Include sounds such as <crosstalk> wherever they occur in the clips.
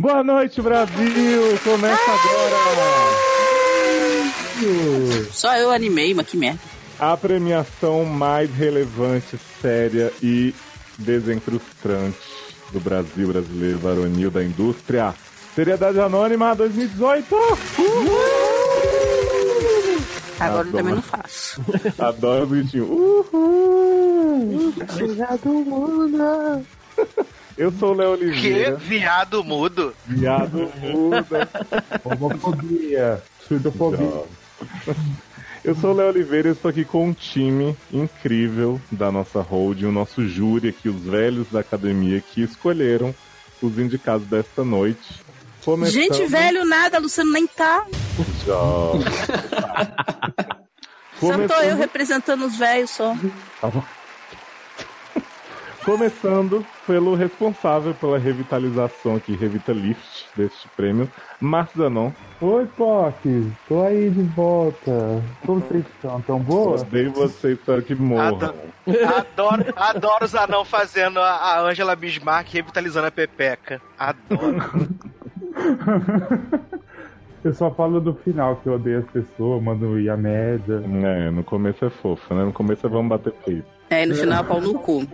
Boa noite, Brasil! Começa agora! Só eu animei, mas que merda. A premiação mais relevante, séria e desencrustante do Brasil brasileiro varonil da indústria. Seriedade Anônima 2018! Uhul! Agora eu também não faço. Adoro o gritinho. Uhul! Obrigado, Mona! Eu sou o Léo Que Oliveira. viado mudo. Viado muda. Homofobia. Surdofobia. Eu sou o Léo Oliveira e estou aqui com um time incrível da nossa holding, o nosso júri aqui, os velhos da academia que escolheram os indicados desta noite. Começando- Gente, velho, nada, Luciano nem tá. <laughs> Jovem. Só tô eu Começando, representando os velhos só. começando pelo responsável pela revitalização aqui, Revitalift, deste prêmio, Marcos Zanon. Oi, Pock. Tô aí de volta. Como vocês estão? Tão boa? Odeio você, espero que morra. Adoro. Adoro, adoro os anão fazendo a, a Angela Bismarck revitalizando a Pepeca. Adoro. Eu só falo do final, que eu odeio as pessoas, mano, e a merda. É, no começo é fofo, né? No começo é vamos bater peito. É, e no final pau no cu.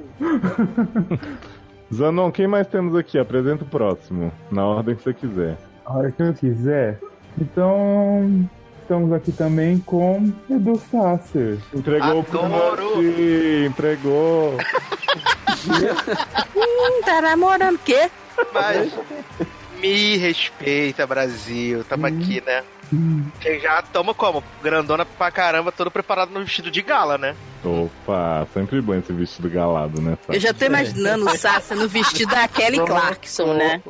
Zanon, quem mais temos aqui? Apresenta o próximo, na ordem que você quiser. A hora que eu quiser. Então, estamos aqui também com Edu Sasser. Entregou Adoro! o Pinote! Entregou! Hum, tá namorando o quê? Mas me respeita, Brasil. Tamo aqui, né? Você já toma como? Grandona pra caramba, todo preparado no vestido de gala, né? Opa, sempre bom esse vestido galado, né? Sá? Eu já tô imaginando o Sasha no vestido da Kelly Clarkson, né?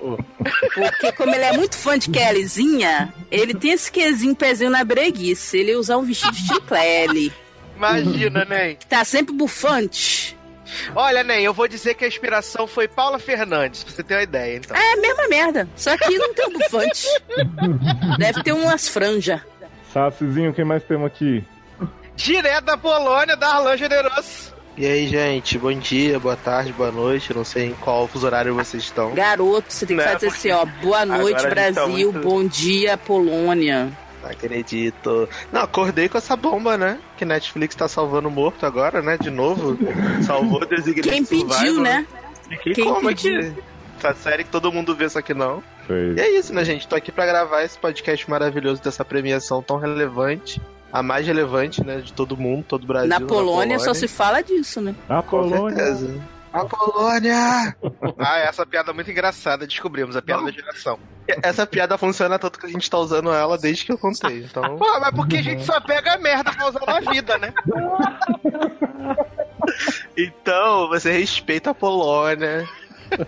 Porque como ele é muito fã de Kellyzinha, ele tem esse quezinho pezinho na breguice. Ele usar um vestido estilo Kelly, Imagina, Nen. que tá sempre bufante. Olha, Nen, eu vou dizer que a inspiração foi Paula Fernandes, pra você ter uma ideia, então. É a mesma merda, só que não tem um bufante. Deve ter umas franjas. Sacizinho, quem mais temos aqui? Direto da Polônia, da Arlan Generoso. E aí, gente, bom dia, boa tarde, boa noite, não sei em qual fuso horário vocês estão. Garoto, você tem que Né, fazer assim, ó. Boa noite, agora a gente tá Brasil. muito- Bom dia, Polônia. Não acredito. Não, acordei com essa bomba, né? Que Netflix tá salvando o morto agora, né? De <laughs> novo. Salvou Designated Quem pediu, Survivor. né? Fiquei Quem é como pediu? aqui? Essa série que todo mundo vê, só que não. Foi. E é isso, né, gente? Tô aqui pra gravar esse podcast maravilhoso dessa premiação tão relevante. A mais relevante, né? De todo mundo, todo o Brasil. Na Polônia só se fala disso, né? A É, Com Polônia! certeza. A Polônia! Ah, essa piada é muito engraçada, descobrimos a piada Não. da geração. Essa piada funciona tanto que a gente tá usando ela desde que eu contei, então... Pô, mas porque a gente só pega a merda causando a vida, né? <laughs> Então, você respeita a Polônia.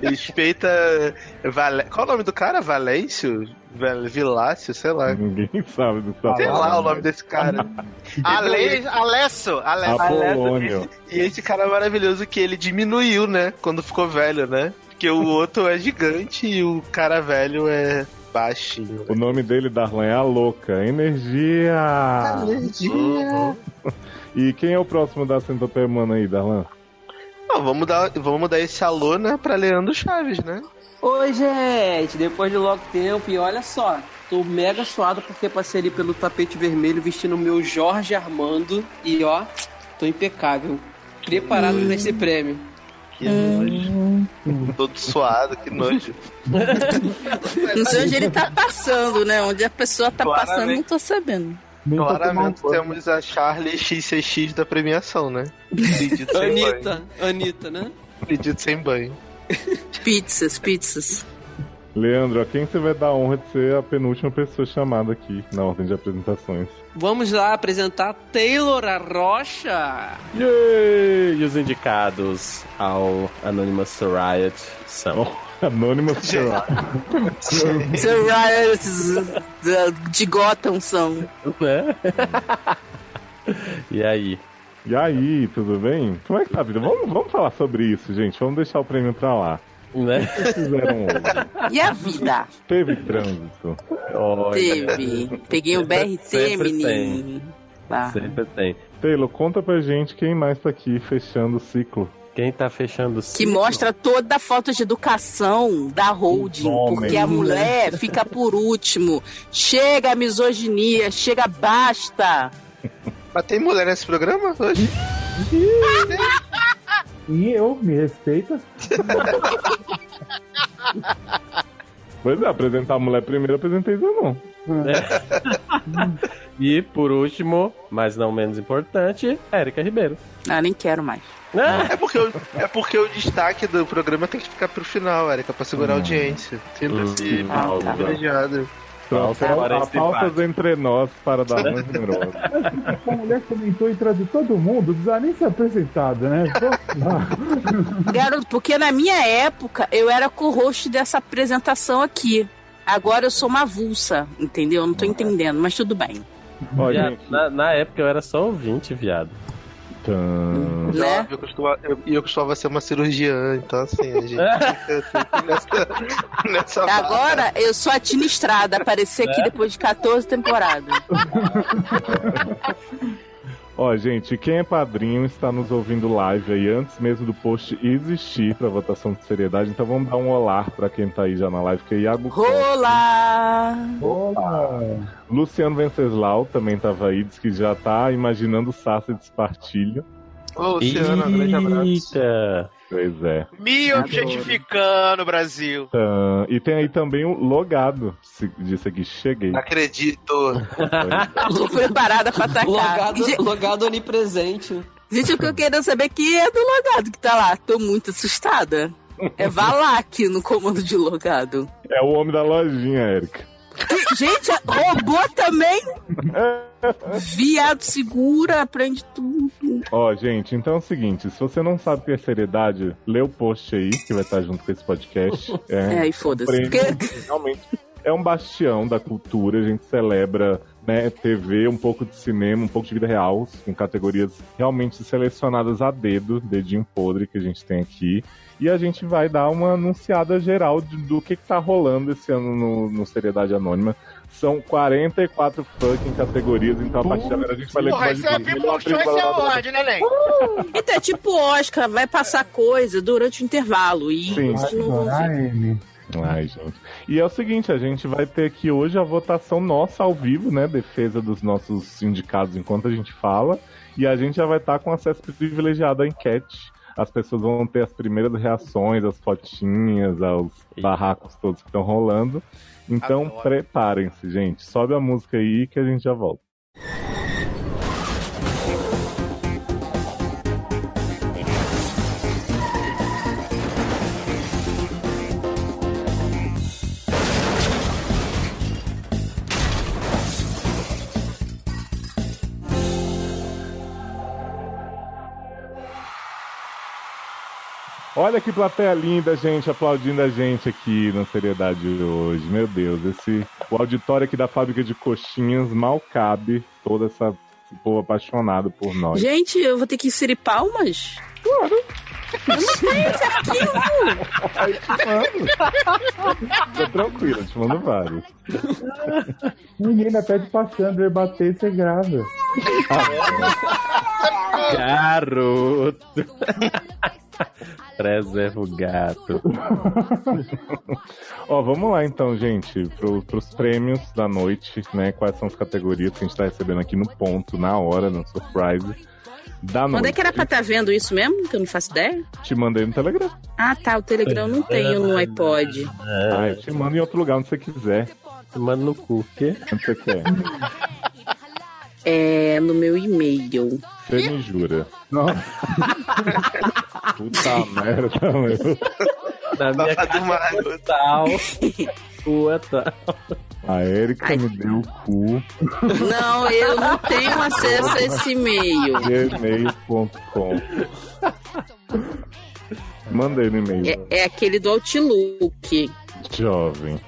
respeita. Vale... Qual é o nome do cara? Valêncio? Val- Vilácio, sei lá. Ninguém <laughs> sabe do que tá Sei lá o falando. nome desse cara. Ale... Alesso, Alesso. Ah, A Polônia. E esse cara maravilhoso que ele diminuiu, né? Quando ficou velho, né? Porque o outro é gigante e o cara velho é baixinho. O nome dele, Darlan, é a Louca. Energia! Tá Alergia. E quem é o próximo da Centopeia Humana aí, Darlan? Não, vamos dar, vamos dar esse alô, né, pra Leandro Chaves, né? Oi, gente! Depois de longo tempo, e olha só, tô mega suado porque passei ali pelo tapete vermelho vestindo o meu Jorge Armando e ó, tô impecável. Preparado pra esse prêmio. Que nojo. Todo suado, que nojo. Não sei onde ele tá passando, né? Onde a pessoa tá Claramente. passando, não tô sabendo. Nem pra tomar Claramente um banho. temos a Charlie XCX da premiação, né? Pedido sem banho. Anitta, Anitta, né? Pedido sem banho. Pizzas, pizzas. Leandro, a quem você vai dar a honra de ser a penúltima pessoa chamada aqui na ordem de apresentações? <laughs> Vamos lá apresentar Taylor Rocha. Yay! E os indicados ao Anonymous Riot são. Anônima The Riots da- de Gotham são. Né? e aí? E aí, tudo bem? Como é que tá a vida? Vamos, vamos falar sobre isso, gente. Vamos deixar o prêmio pra lá. Né? O que fizeram hoje? E a vida? Teve trânsito. Olha, Teve. Peguei o BRT, Sempre menino. Tá. sempre tem. Taylor, conta pra gente quem mais tá aqui fechando o ciclo Quem tá fechando o Que mostra toda a falta de educação da holding, Homem. porque a mulher fica por último. Chega a misoginia, chega basta. Mas tem mulher nesse programa hoje? E eu, me assim, respeita. Pois é, apresentar a mulher primeiro, apresentei isso não. E por último, mas não menos importante, Érica Ribeiro. Ah, nem quero mais. Ah, É porque, o, é porque o destaque do programa tem que ficar pro final, Érica, pra segurar a audiência. Sinta-se Ah, tá. privilegiado. Então, Falta agora fal- esse faltas debate. entre nós para dar mais numeroso. A mulher comentou em trás de todo mundo, não precisa nem ser apresentada, né? Pô, ah, Garoto, porque na minha época eu era co-host dessa apresentação aqui. Agora eu sou uma avulsa, entendeu? Não tô entendendo, mas tudo bem. Ó, viado, gente, na, na época eu era só ouvinte, viado. tã. Né? Eu costuma- eu- E eu, costumava ser uma cirurgiã, então assim, a gente fica sempre nessa, nessa barra. Agora eu sou administrada, aparecer aqui depois de 14 temporadas. Ó, gente, quem é padrinho está nos ouvindo live aí antes mesmo do post existir para votação de seriedade. Então vamos dar um olá para quem tá aí já na live, que é Iago Costa. Olá! Luciano Venceslau também tava aí, diz que já tá imaginando o Sassi despartilho. Ô, Luciana, um grande abraço. Eita! Pois é. Me objetificando, Brasil. Tã. E tem aí também o Logado, se- disse aqui, cheguei. Não Acredito. Tô preparada pra atacar. Logado, Gente, logado onipresente. Gente, o que eu quero saber aqui é do logado que tá lá. Tô muito assustada. É Valak no comando de logado. É o homem da lojinha, Érica. Que- Gente, robô também? É. Viado, segura, aprende tudo. Ó, gente, então é o seguinte, se você não sabe o que é seriedade, lê o post aí, que vai estar junto com esse podcast. É, É, aí foda-se. prêmio, Porque- realmente. É um bastião da cultura, a gente celebra, né, TV, um pouco de cinema, um pouco de vida real, com categorias realmente selecionadas a dedo, dedinho podre que a gente tem aqui. E a gente vai dar uma anunciada geral de- do que, que tá rolando esse ano no, no Seriedade Anônima. São 44 fucking categorias, então a partir de agora a gente vai ler Porra, episódio isso é de- pipochão, isso é ódio, né, Len? Então é tipo Oscar, vai passar coisa durante o intervalo. E Sim. vocês não vão ver. ah, M. <laughs> Ai, gente. E é o seguinte, a gente vai ter aqui hoje a votação nossa ao vivo, né? Defesa dos nossos sindicados enquanto a gente fala. E a gente já vai estar com acesso privilegiado à enquete. As pessoas vão ter as primeiras reações, as fotinhas, aos Eita. barracos todos que estão rolando. Então Adoro. preparem-se, gente. Sobe a música aí que a gente já volta. Olha que plateia linda, gente, aplaudindo a gente aqui na seriedade de hoje. Meu Deus, esse o auditório aqui da fábrica de coxinhas mal cabe toda essa esse povo apaixonado por nós. Gente, eu vou ter que inserir palmas? Aí te mando. Fica tranquilo, eu te mando vários. Menina, pede pra Sandra bater, você grava. Garoto! Preserva o gato. Ó, vamos lá então, gente, pro, pros prêmios da noite, né? Quais são as categorias que a gente tá recebendo aqui no ponto, na hora, no surprise. Da Quando noite. é que era pra estar vendo isso mesmo? Que eu não faço ideia? Te mandei no Telegram. Ah, tá. O Telegram eu não tenho no iPod. Ah, eu te mando em outro lugar onde você quiser. Mano no cu. Que? Onde você quer. É no meu e-mail. Você me jura. Puta merda, meu. Na minha Nossa, casa é demais. <laughs> tal. Sua tal. A Erika Ai. me deu o cu. Não, eu não tenho acesso a esse e-mail. gmail.com Mandei no e-mail, É, é aquele do Outlook. jovem.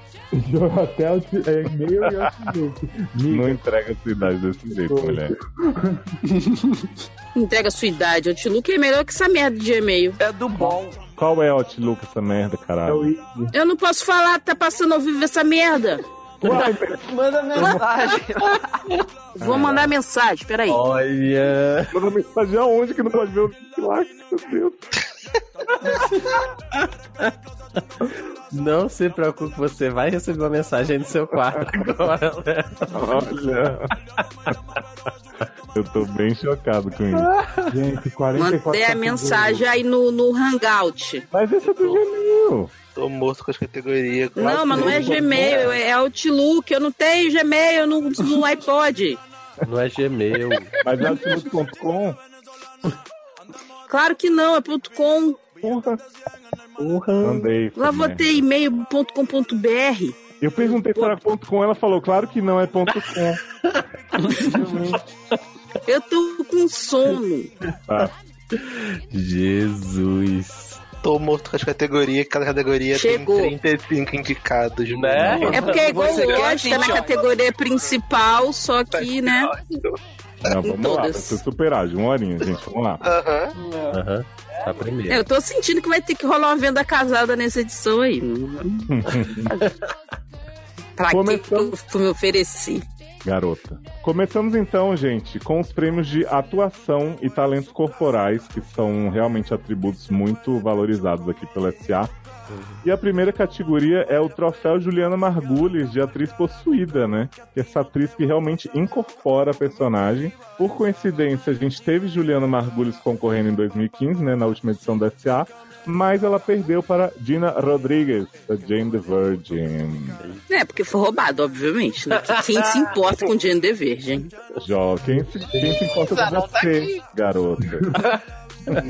Até o t- é, e-mail e outlook. Não entrega a sua idade desse jeito, mulher. Entrega a sua idade. Outlook é melhor que essa merda de e-mail. É do bom. Qual é o Outlook essa merda, É o caralho? Ig. Eu não posso falar, tá passando ao vivo essa merda. Manda mensagem. Vou mandar mensagem, peraí. Olha. Manda mensagem aonde que não pode ver o Outlook lá? Meu Deus. Não se preocupe, você vai receber uma mensagem no seu quarto agora, né? Léo. Olha. Eu tô bem chocado com isso. Gente, 44 Manter a mensagem aí no, no Hangout. Mas esse é do Gmail. Tô morto com as categorias. com Não, as mas não é coisas. Gmail, é Outlook. Eu não tenho Gmail no, no iPod. Não é Gmail. Mas é Outlook.com. Claro que não, é ponto .com. Porra. Porra. Mandei. Lá também. vou É. ter e-mail.com.br. Eu perguntei se era ponto .com, ela falou, claro que não, é ponto .com. Eu tô com sono. Jesus. Tô morto com as categorias, cada categoria Chegou. tem 35 indicados. Né? mano. É porque é igual Você o quer Lost, tá na assim, ó. categoria principal, só que, né? Não, vamos lá, vai Todas. ser super ágil, uma horinha, gente, vamos lá. Aham. Aham. A primeira. É, Eu tô sentindo que vai ter que rolar uma venda casada nessa edição aí. <laughs> pra que que eu Começamos. fui me ofereci? Garota. Começamos então, gente, com os prêmios de atuação e talentos corporais, que são realmente atributos muito valorizados aqui pelo SA. E a primeira categoria é o troféu Juliana Margulis de atriz possuída, né? Que é essa atriz que realmente incorpora a personagem. Por coincidência, a gente teve Juliana Margulis concorrendo em 2015, né? Na última edição do SA. Mas ela perdeu para Gina Rodrigues, da Jane the Virgin. É, porque foi roubado, obviamente, <laughs> né? Quem se importa com Jane the Virgem? Então, Jó, quem se, quem se importa Isa, com não tá você, garota?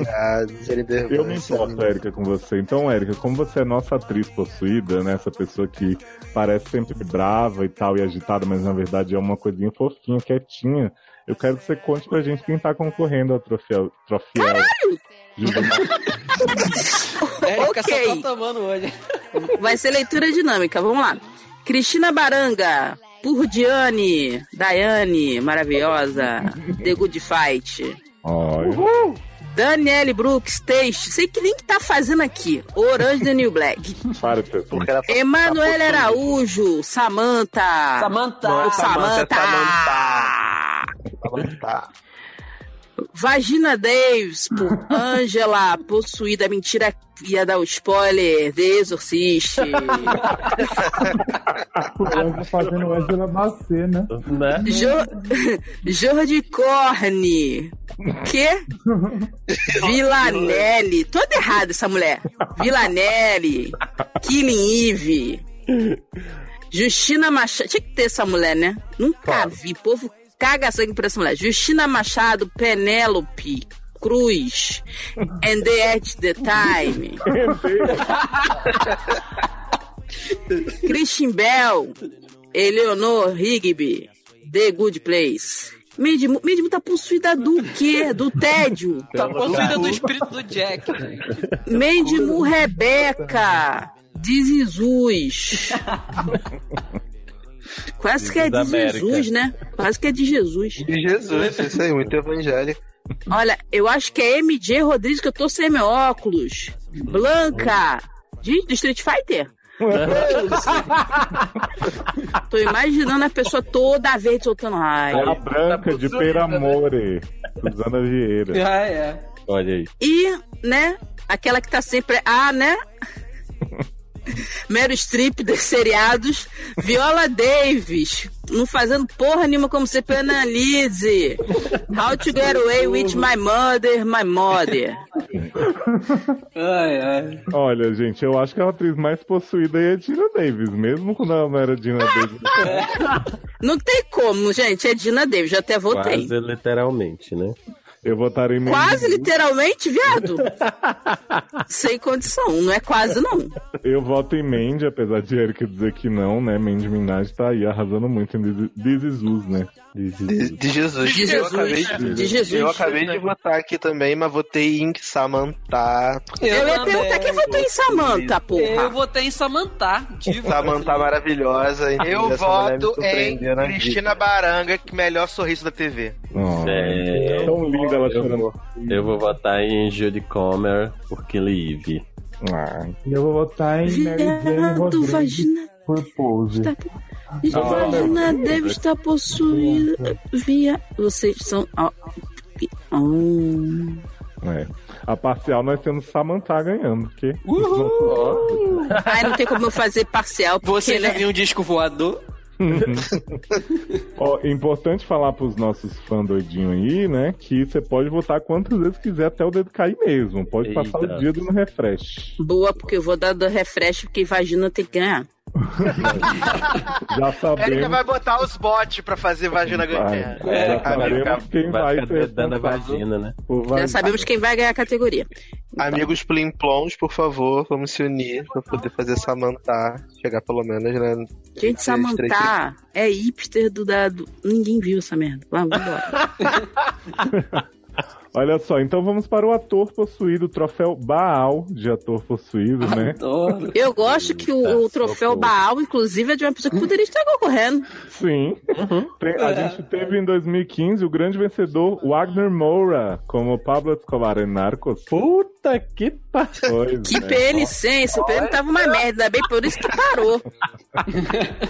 Ah, Jennifer Eu me Lawrence. importo, Érica, com você. Então, Érica, como você é nossa atriz possuída, né? Essa pessoa que parece sempre brava e tal, e agitada, mas na verdade é uma coisinha fofinha, quietinha. Eu quero que você conte pra gente quem tá concorrendo ao troféu. troféu Juvenil. Érica só Ok. tá tomando hoje. Vai ser leitura dinâmica, vamos lá. Cristina Baranga, por Diane, Daiane, maravilhosa, The Good Fight. Olha, Daniele Brooks, Taste, sei que nem que tá fazendo aqui. Orange The New Black. para de ser assim. Porque ela tá- Emanuel tá Araújo, Samantha. Samantha. Ou Samantha, Samantha. postando, tá. Vagina Davis, por Angela, possuída, mentira, ia dar o spoiler, The Exorcist. anos fazendo Angela Bacê, né? Né? Jo... Jordi Corne. Que? Villanelli. Toda errada essa mulher. Villanelli. Killing Eve. Justina Machado. Tinha que ter essa mulher, né? Nunca vi. O povo caga sangue por essa mulher. Justina Machado, Penélope. Cruz, and the at the time, Christian Bell, Eleonor Rigby, The Good Place. Midmo, Midmo tá possuída do quê? Do tédio. Tá possuída do espírito do Jack. Mendimo Rebeca, Desesus. Quase que é Da de Jesus, né? Quase que é de Jesus. De Jesus, isso aí, muito evangélico. Olha, eu acho que é MJ Rodrigues, que eu tô sem meu óculos. Blanca. Gente, do Street Fighter. tô imaginando a pessoa toda verde soltando raio. A é Branca de Peramore, Suzana Vieira. Ah, é. Olha aí. E, né, aquela que tá sempre. Ah, né? Mero Strip dos seriados. Viola Davis. Não fazendo porra nenhuma como você penalize. How to get away with my mother, my mother. Ai, ai. Olha, gente, eu acho que é a atriz mais possuída aí é Gina Davis, mesmo quando ela não era Gina Davis. Não tem como, gente. É Dina Davis, já até votei. Quase literalmente, né? Eu votaria em mim. Quase literalmente, viado. Sem condição, não é quase não. Eu voto em Mandy, apesar de Erika dizer que não, né? Mandy Minaj tá aí arrasando muito em This- This Is Us, né? De, de Jesus. De Eu Jesus, acabei de, de Jesus. Eu acabei de votar aqui também, mas votei em Samantha. Eu, ia né, perguntar quem votou em Samantha, Eu porra. votei em Samantha, diva. Samantha maravilhosa. entendeu? Eu Essa mulher é voto me em surpreendeu na vida. Cristina Baranga, que melhor sorriso da TV. Oh, É, Tão linda ela eu- chorando. Eu vou votar em Judy Comer porque Live. Ah, E eu vou votar em Mary Jane Viado, Rodrigues vagina. por pose. Tá né? Vagina deve estar um- possuída. Via. Vocês são. ó, ó, É. A parcial nós temos Samantha ganhando, porque. Uhul! Ai, Ah, não tem como eu fazer parcial, porque, Você já né? viu um disco voador? <laughs> Ó, importante falar pros nossos fãs doidinhos aí, né? Que você pode votar quantas vezes quiser até o dedo cair mesmo. Pode passar Eita. o dia no refresh. Boa, porque eu vou dar do refresh, porque vagina tem que ganhar. Já Érica sabemos. vai botar os bots pra fazer vagina ganhar. Vai, É, já cara, vai sabemos ficar- quem vai, ficar ser dedando a responsável vagina, né? por Já vagina. sabemos quem vai ganhar a categoria. Então, Amigos plimplons, por favor, vamos se unir pra poder fazer Samantha chegar pelo menos, né? Gente, Samantha é hipster do dado. Ninguém viu essa merda. Vamos embora. Olha só, então vamos para o ator possuído, o troféu Baal de ator possuído, né? <laughs> Adoro. Eu gosto que o, Tá, o troféu socorro. Baal, inclusive, é de uma pessoa que poderia estar concorrendo. Sim. Uhum. Tem- a gente teve em 2015 o grande vencedor Wagner Moura, como Pablo Escobar em Narcos. Puta que pariu. Pois Que é. pena, sem. Esse pena tava uma merda, ainda bem por isso que parou.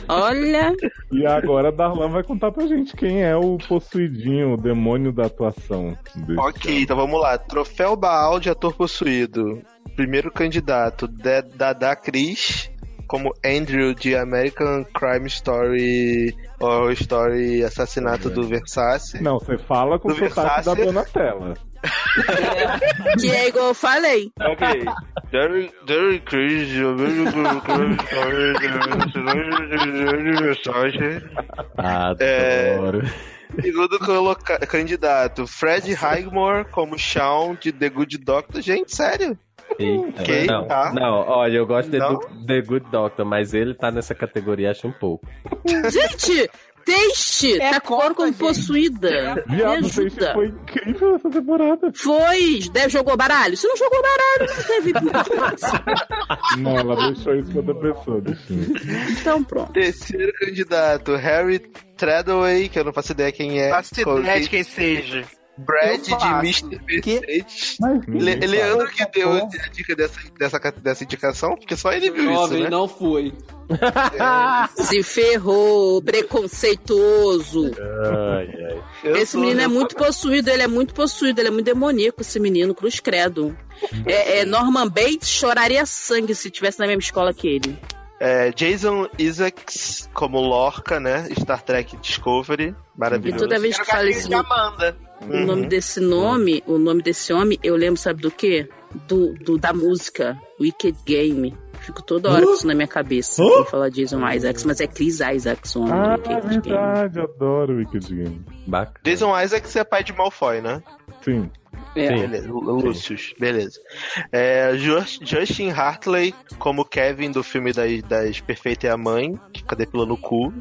Olha, E agora a Darlan vai contar pra gente quem é o possuidinho, o demônio da atuação. desse Ok, então vamos lá. Troféu Baal de ator possuído. Primeiro candidato, Da- Dada Cris, como Andrew de American Crime Story, Horror Story Assassinato do Versace. Não, você fala com o Do sotaque da Versace. Donatella. que é igual eu falei. Ok. Derry Derry Chris, Adoro. Segundo coloca- candidato, Fred Highmore como Shawn de The Good Doctor. Gente, sério? Eita. Ok, não, tá. não, olha, eu gosto de Não? do- The Good Doctor, mas ele tá nessa categoria, acho um pouco. Gente, Teixe É tá Copa, cor como gente. possuída. Me Viado, isso ajuda. foi incrível essa temporada. Foi, deve jogou baralho. Se não jogou baralho, não teve importância. Não, ela deixou isso pra outra pessoa. bichinho. Então pronto. Terceiro candidato, Harry Treadaway, que eu não faço ideia quem é. Faço ideia né, de Coloquei quem seja. Brad Eu faço. de Mr. Que? Mercedes. Mas Le- Ninguém Leandro que deu a dica dessa, dessa, dessa indicação, porque só ele viu isso, Jovem, né? não foi. Se ferrou, preconceituoso. Ai, ai. Eu esse sou- menino é muito possuído, ele é muito possuído, ele é muito demoníaco, esse menino, cruz credo. É, é, Norman Bates choraria sangue se tivesse na mesma escola que ele. É, Jason Isaacs como Lorca, né? Star Trek Discovery. E Maravilhoso. toda vez Era que o fala gatinho esse, de Amanda. o nome desse nome, o nome desse homem, eu lembro, sabe do quê? Do, do- da música, Wicked Game. Fico toda hora com isso na minha cabeça. Quem falar Jason Isaacs, mas é Chris Isaacs o nome Ah, do Wicked Game. verdade, adoro o Wicked Game. Bacana. Jason Isaacs é pai de Malfoy, né? Sim. É. Sim. Beleza, Lúcius, beleza. É, Ju- Justin Hartley como Kevin do filme das, das Perfeita é a Mãe, que fica depilando o cu,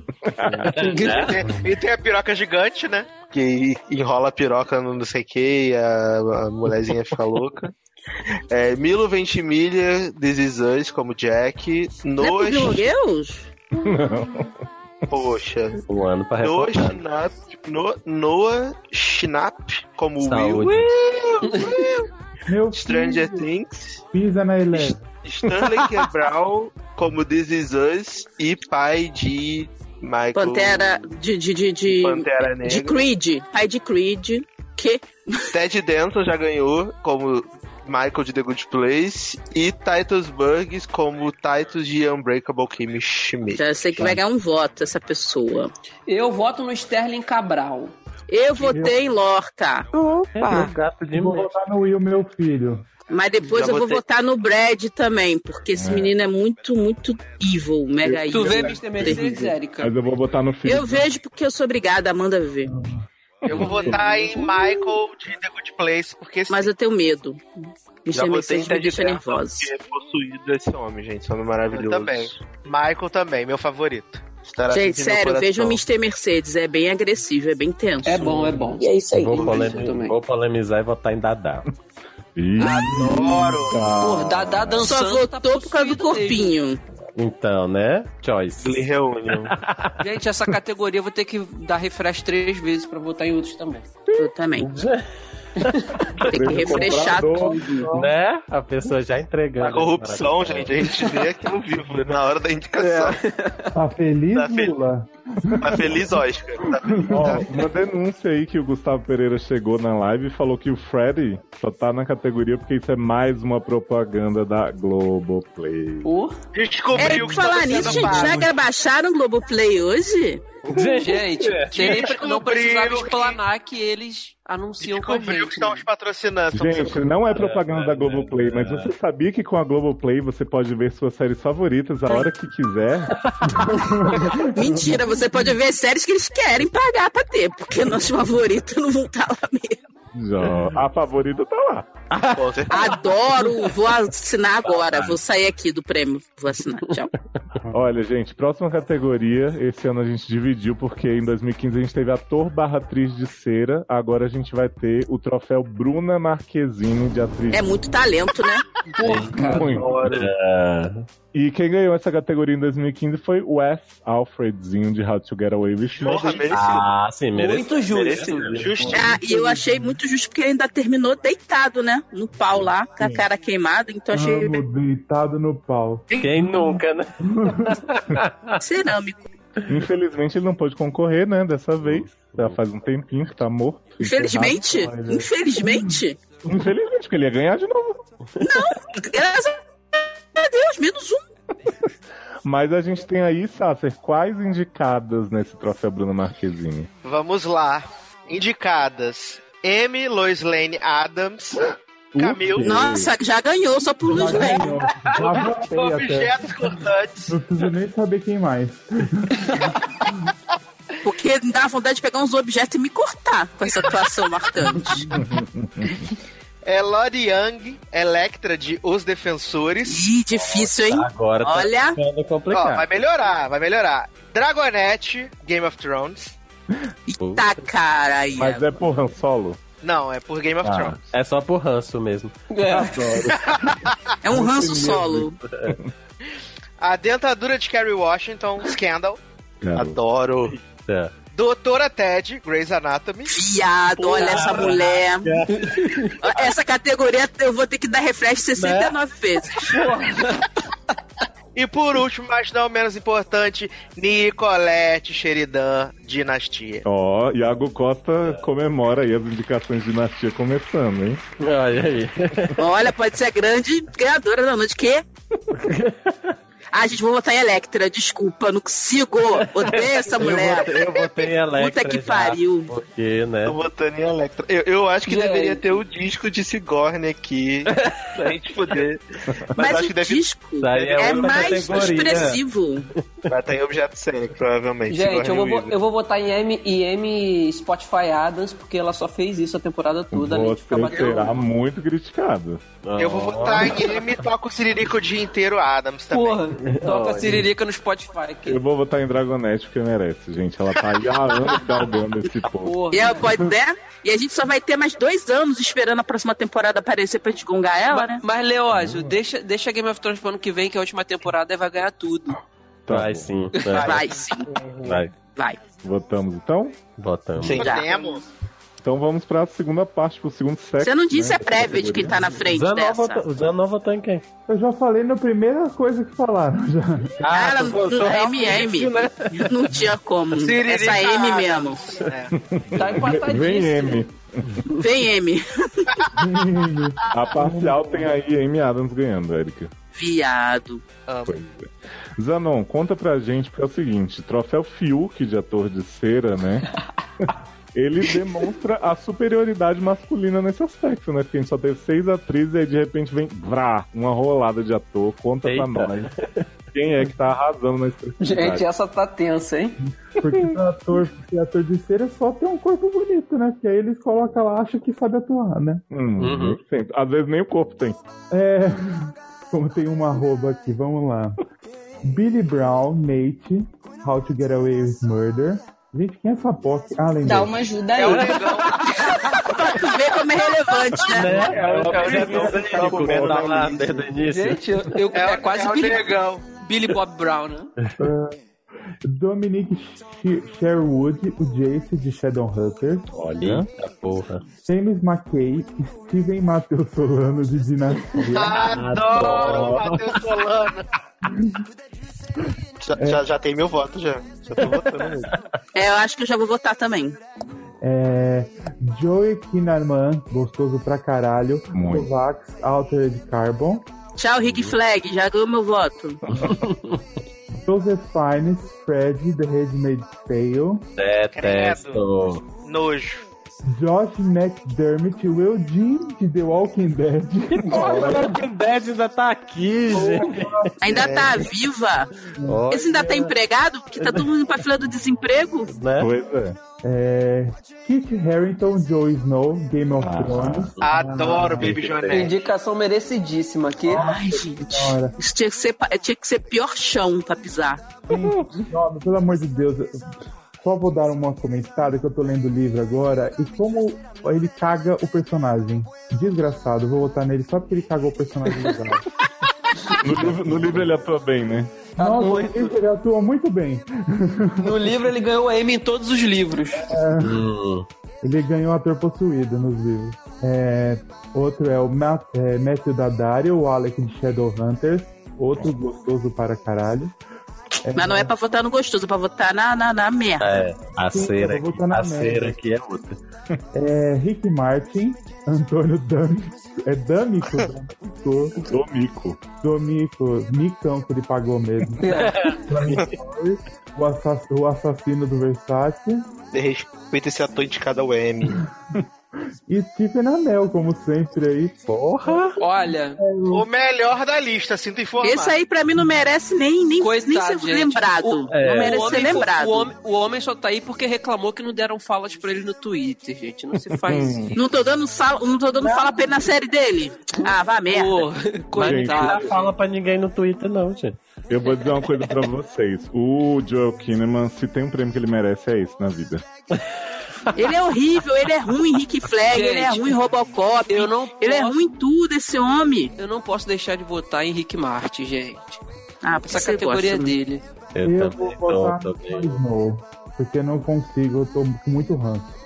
E tem a piroca gigante, né? que enrola a piroca no não sei o que, a, a mulherzinha fica louca. É, Milo Ventimiglia, This Is Us, como Jack. Não é pro Bill Nos, Deus? poxa. Um ano pra Noah reformar. Schnapp, tipo, no, Noah Schnapp como Saúde. Will, meu Stranger Things. pisa na Eleven. Stanley Quebral como This Is Us e pai de Michael Pantera de. de, de, de, É Pantera de Negra. Creed. Pai de Creed. Que? Ted Denton já ganhou como Michael de The Good Place e Titus Burgess como Titus de Unbreakable Kimmy Schmidt. Já sei que Tá. vai ganhar um voto essa pessoa. Eu voto no Sterling Cabral. Eu votei em Lorca, É, eu gasto Vou demais. votar no Will, meu filho. mas depois Já eu vou votei. votar no Brad também, porque esse menino é muito, muito evil, mega evil. Tu vê Mr. Mercedes, Erika? Mas eu vou botar no filho. Eu vejo porque eu sou obrigada, Amanda vê. Eu vou votar em Michael de The Good Place, porque esse Mas eu tenho medo. Mr. Já botei Mercedes me Ted deixa Denton, nervosa. porque é possuído esse homem, gente. Esse homem maravilhoso. Eu também. Michael também, meu favorito. Estará assim Gente, sempre no sério, coração. vejam o Mr. Mercedes, é bem agressivo, é bem tenso. É bom, é bom. E é isso aí. Vou, polemi- Isso também. vou polemizar e votar em Dadá. Ih, Ah, Adoro. Pô, Dadá Só dançando. votou tá por causa do possuído mesmo. corpinho. Então, né? Ele Choice. reúne. né? Gente, essa categoria eu vou ter que dar refresh três vezes pra votar em outros também. Eu também. Tem que refreshar comprador. tudo. Né? A pessoa já entregando. A né, corrupção, gente, a gente vê aqui ao vivo, na hora da indicação. Tá feliz, Tá feliz. Lula? Tá feliz, Oscar. Tá feliz. Ó, uma denúncia aí que o Gustavo Pereira chegou na live e falou que o Freddy só tá na categoria porque isso é mais uma propaganda da Globoplay. Ô, É, Descobriu por que falar tava sendo nisso, gente, pago. já que abaixaram o Globoplay hoje? gente, sempre não Descobriram precisava que- explanar que eles anunciam com a Descobriu que tá um gente. né? estamos patrocinando. Gente, não é propaganda da Globoplay, mas você sabia que com a Globoplay você pode ver suas séries favoritas a hora que quiser? Mentira, você pode ver séries que eles querem pagar pra ter, porque nosso favorito não vão estar lá mesmo. Já. A favorita tá lá. Com né? certeza. Adoro, vou assinar agora, vou sair aqui do prêmio, vou assinar, tchau. Olha, gente, próxima categoria. Esse ano a gente dividiu, porque em 2015 a gente teve ator barra atriz de cera. Agora a gente vai ter o troféu Bruna Marquezine de atriz É muito talento, né? de ruim. E quem ganhou essa categoria em 2015 foi o Wes Alfredzinho de How to Get Away with Porra, Murder. merecido. Ah, sim, merece. Muito justo. merecido. Justo. Ah, e eu achei muito justo porque ele ainda terminou deitado, né? No pau lá, com a cara queimada, então achei Amo deitado no pau. Quem nunca, né? cerâmico. Infelizmente ele não pôde concorrer, né, dessa vez. Já faz um tempinho que tá morto. Infelizmente, enterrado. infelizmente, Infelizmente, porque ele ia ganhar de novo. graças a Deus, menos um. Mas a gente tem aí, Sasser, quais indicadas nesse troféu Bruna Marquezine? Vamos lá. Indicadas: M. Lois Lane Adams, Camil, Ui. Nossa, já ganhou só por Luiz Leme. Já votei até. Objetos Cortantes, Não preciso nem saber quem mais. Porque me dá vontade de pegar uns objetos e me cortar com essa atuação marcante. Elodie Young, Electra de Os Defensores. Ih, difícil, hein? Agora tá Olha, ficando Ó, complicado. vai melhorar, vai melhorar. Dragonette, Game of Thrones. tá cara aí. Mas é por Han Solo? Não, é por Game of Ah, Thrones. é só por ranço mesmo. É. É um ranço solo. A Dentadura de Kerry Washington, Scandal. Adoro. É. Doutora Ted, Grey's Anatomy. Viado, olha essa <laughs> mulher. Essa categoria eu vou ter que dar Né? refresh 69 vezes. E por último, mas não menos importante, Nicolette Sheridan, Dinastia. Ó, Iago Costa comemora aí as indicações de dinastia começando, hein? Olha aí. Olha, pode ser a grande ganhadora da noite. <laughs> Quê? Ah, gente, vou votar em Electra. Desculpa, não consigo. Odeio <laughs> essa mulher. Eu botei, eu botei Electra Puta que já, pariu. Porque, né? Tô botando em Electra. Eu, eu acho que Gente. deveria ter o disco de Sigourney aqui. pra <laughs> gente <laughs> poder. Mas, Mas, acho o que deve disco Isso aí é é outra mais categoria. expressivo. vai estar em objeto cênico, provavelmente. Gente, eu vou, Sigourney vo- Weaver. eu vou votar em M, e M Spotify Adams, porque ela só fez isso a temporada toda. além de ficar Você batendo- será muito criticado. Eu vou votar em ele e toco o Siririco o dia inteiro, Adams também. Porra, toca Siririca no Spotify. Que Eu vou votar em Dragonette porque merece, gente. Ela tá aí há anos galgando esse povo. porra. E, ela pode, né? e a gente só vai ter mais dois anos esperando a próxima temporada aparecer pra te gongar ela, né? Mas, mas Leózio, deixa, deixa Game of Thrones pro ano que vem, que a última temporada e vai ganhar tudo. Tá Vai bom. sim. Vai, sim, Vai. vai. vai. Votamos então? Votamos. Sim. Já. Podemos? Então vamos pra segunda parte, pro segundo sexo. Você não disse né, a prévia de quem tá na frente Zanó dessa. votou, Zanó votou em quem? Eu já falei na primeira coisa que falaram já. Ah, ela tu votou não, realmente, né? MM. Não tinha como. Siririca Essa M Adams. mesmo. É. Tá empatadíssimo. Vem M. Vem M. A parcial tem aí Amy Adams ganhando, Erika. Viado. Amo. Zanon, conta pra gente, porque é o seguinte, troféu Fiuk de ator de cera, <laughs> né? Ele demonstra a superioridade masculina nesse aspecto, né? Porque a gente só teve seis atrizes e aí de repente vem vrá, uma rolada de ator. Conta Eita. pra nós. Quem é que tá arrasando na expressividade? Gente, essa tá tensa, hein? Porque pra ator, ser ator de cera é só ter um corpo bonito, né? Porque aí eles colocam lá, acham que sabe atuar, né? Hum, Uhum. sempre. Às vezes nem o corpo tem. É. Como tem uma arroba aqui, vamos lá. Billy Brown, Nate, How to Get Away with Murder. Gente, quem é essa POC? Ah, lembrei. Dá uma ajuda aí. É o negão. Pra tu ver como é relevante, né? É o objeto cênico, né? Tá lá desde o início. Gente, eu, eu- É, o- é, quase é o Billy, negão. Billy Bob Brown, né? Dominic She- Sherwood, o Jace de Shadowhunter. Olha, porra. James McKay, Steven Matheus Solano de Dinastia. Adoro o Matheus Solano. Já, já, já tem meu voto, já. Já tô votando nele. É, eu acho que eu já vou votar também. É, Joey Kinnaman, gostoso pra caralho. Muito. Kovacs, Altered Carbon. Tchau, Rick Flag, já ganhou meu voto. Joseph Fiennes, Fred, The Handmaid's Tale. Detesto. Nojo. Josh McDermott, Will Jean de The Walking Dead. Olha, o Dead ainda tá aqui, gente. Ainda É. tá viva? Esse ainda tá empregado? Porque tá todo mundo indo pra fila do desemprego? Né? Pois é. É, Kit Harington, Joe Snow, Game of Ah. Thrones. Ah, Adoro Baby Joné. Indicação merecidíssima aqui. Ai, gente. Senhora. Isso tinha que ser, pa- tinha que ser pior chão pra pisar. Gente, nossa, pelo amor de Deus. eu- Só vou dar uma comentada que eu tô lendo o livro agora e como ele caga o personagem. Desgraçado, eu vou votar nele só porque ele cagou o personagem legal. No livro, no livro ele atua bem, né? Nossa, gente, ele atua muito bem. No livro ele ganhou a Emmy em todos os livros. Hum. Ele ganhou ator possuído nos livros. É, outro é o Ma é, Matthew Daddario, o Alec de Shadowhunters. Outro gostoso para caralho. Mas não é pra votar no gostoso, é pra votar na, na, na merda. É, a Sim, cera eu vou aqui, botar na a cera merda. aqui é outra. É, Rick Martin, Antônio Dami. É Damico? Damico. Domico. Domico, Micão que ele pagou <laughs> mesmo. É. o, assass- o assassino do Versace. Respeita esse ator indicado ao M. E Stephen Amell, como sempre aí. Porra! Olha, O melhor da lista, sinto É. informar. Esse aí pra mim não merece nem, nem, nem coitado, ser gente. lembrado. O- não é. o merece ser homem foi- lembrado. O homem, o homem só tá aí porque reclamou que não deram falas pra ele no Twitter, gente. Não se faz isso. Não tô dando, sal, não tô dando fala pra ele na série dele. Ah, vá merda. Pô, Mas não dá coitado. fala pra ninguém no Twitter, não, gente. Eu vou dizer uma coisa pra vocês. O Joel Kinnaman, se tem um prêmio que ele merece, é esse na vida. Ele é horrível, ele é ruim, Rick Flag, Gente, ele é ruim, Robocop. eu não Ele é posso- ruim em tudo, esse homem. Eu não posso deixar de votar em Rick Martin, gente. Ah, porque Essa você categoria é gosta, né? dele. Eu, Eu vou também tô, votar tô no bem. Jon Snow, porque eu não consigo, eu tô com muito ranço.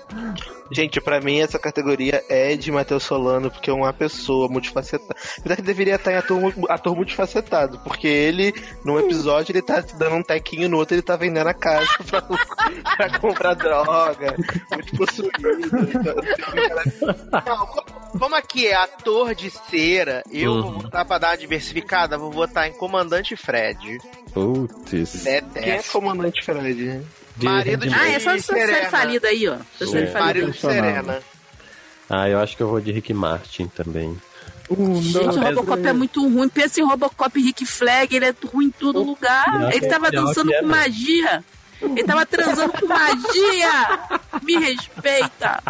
Gente, pra mim essa categoria é de Matheus Solano, porque é uma pessoa multifacetada. Apesar que deveria estar em ator, mu- ator multifacetado, porque ele, num episódio, ele tá dando um tequinho, no outro ele tá vendendo a casa <laughs> pra, pra comprar droga, muito possuído. Não, como- como aqui é ator de cera, eu Uhum. vou votar pra dar uma diversificada, vou votar em Comandante Fred. Putz. Quem é Detesto. comandante Fred? De Marido de- Handmaid. Ah, é só essa série Serena. falida aí, ó. Essa série É. falida. Marido de Serena. Ah, eu acho que eu vou de Rick Martin também. um Gente, o Robocop é muito ruim. Pensa em Robocop Rick Flag, ele é ruim em todo lugar. Pior Ele que- tava pior dançando que é com mesmo. magia. Ele tava transando com magia. Me respeita.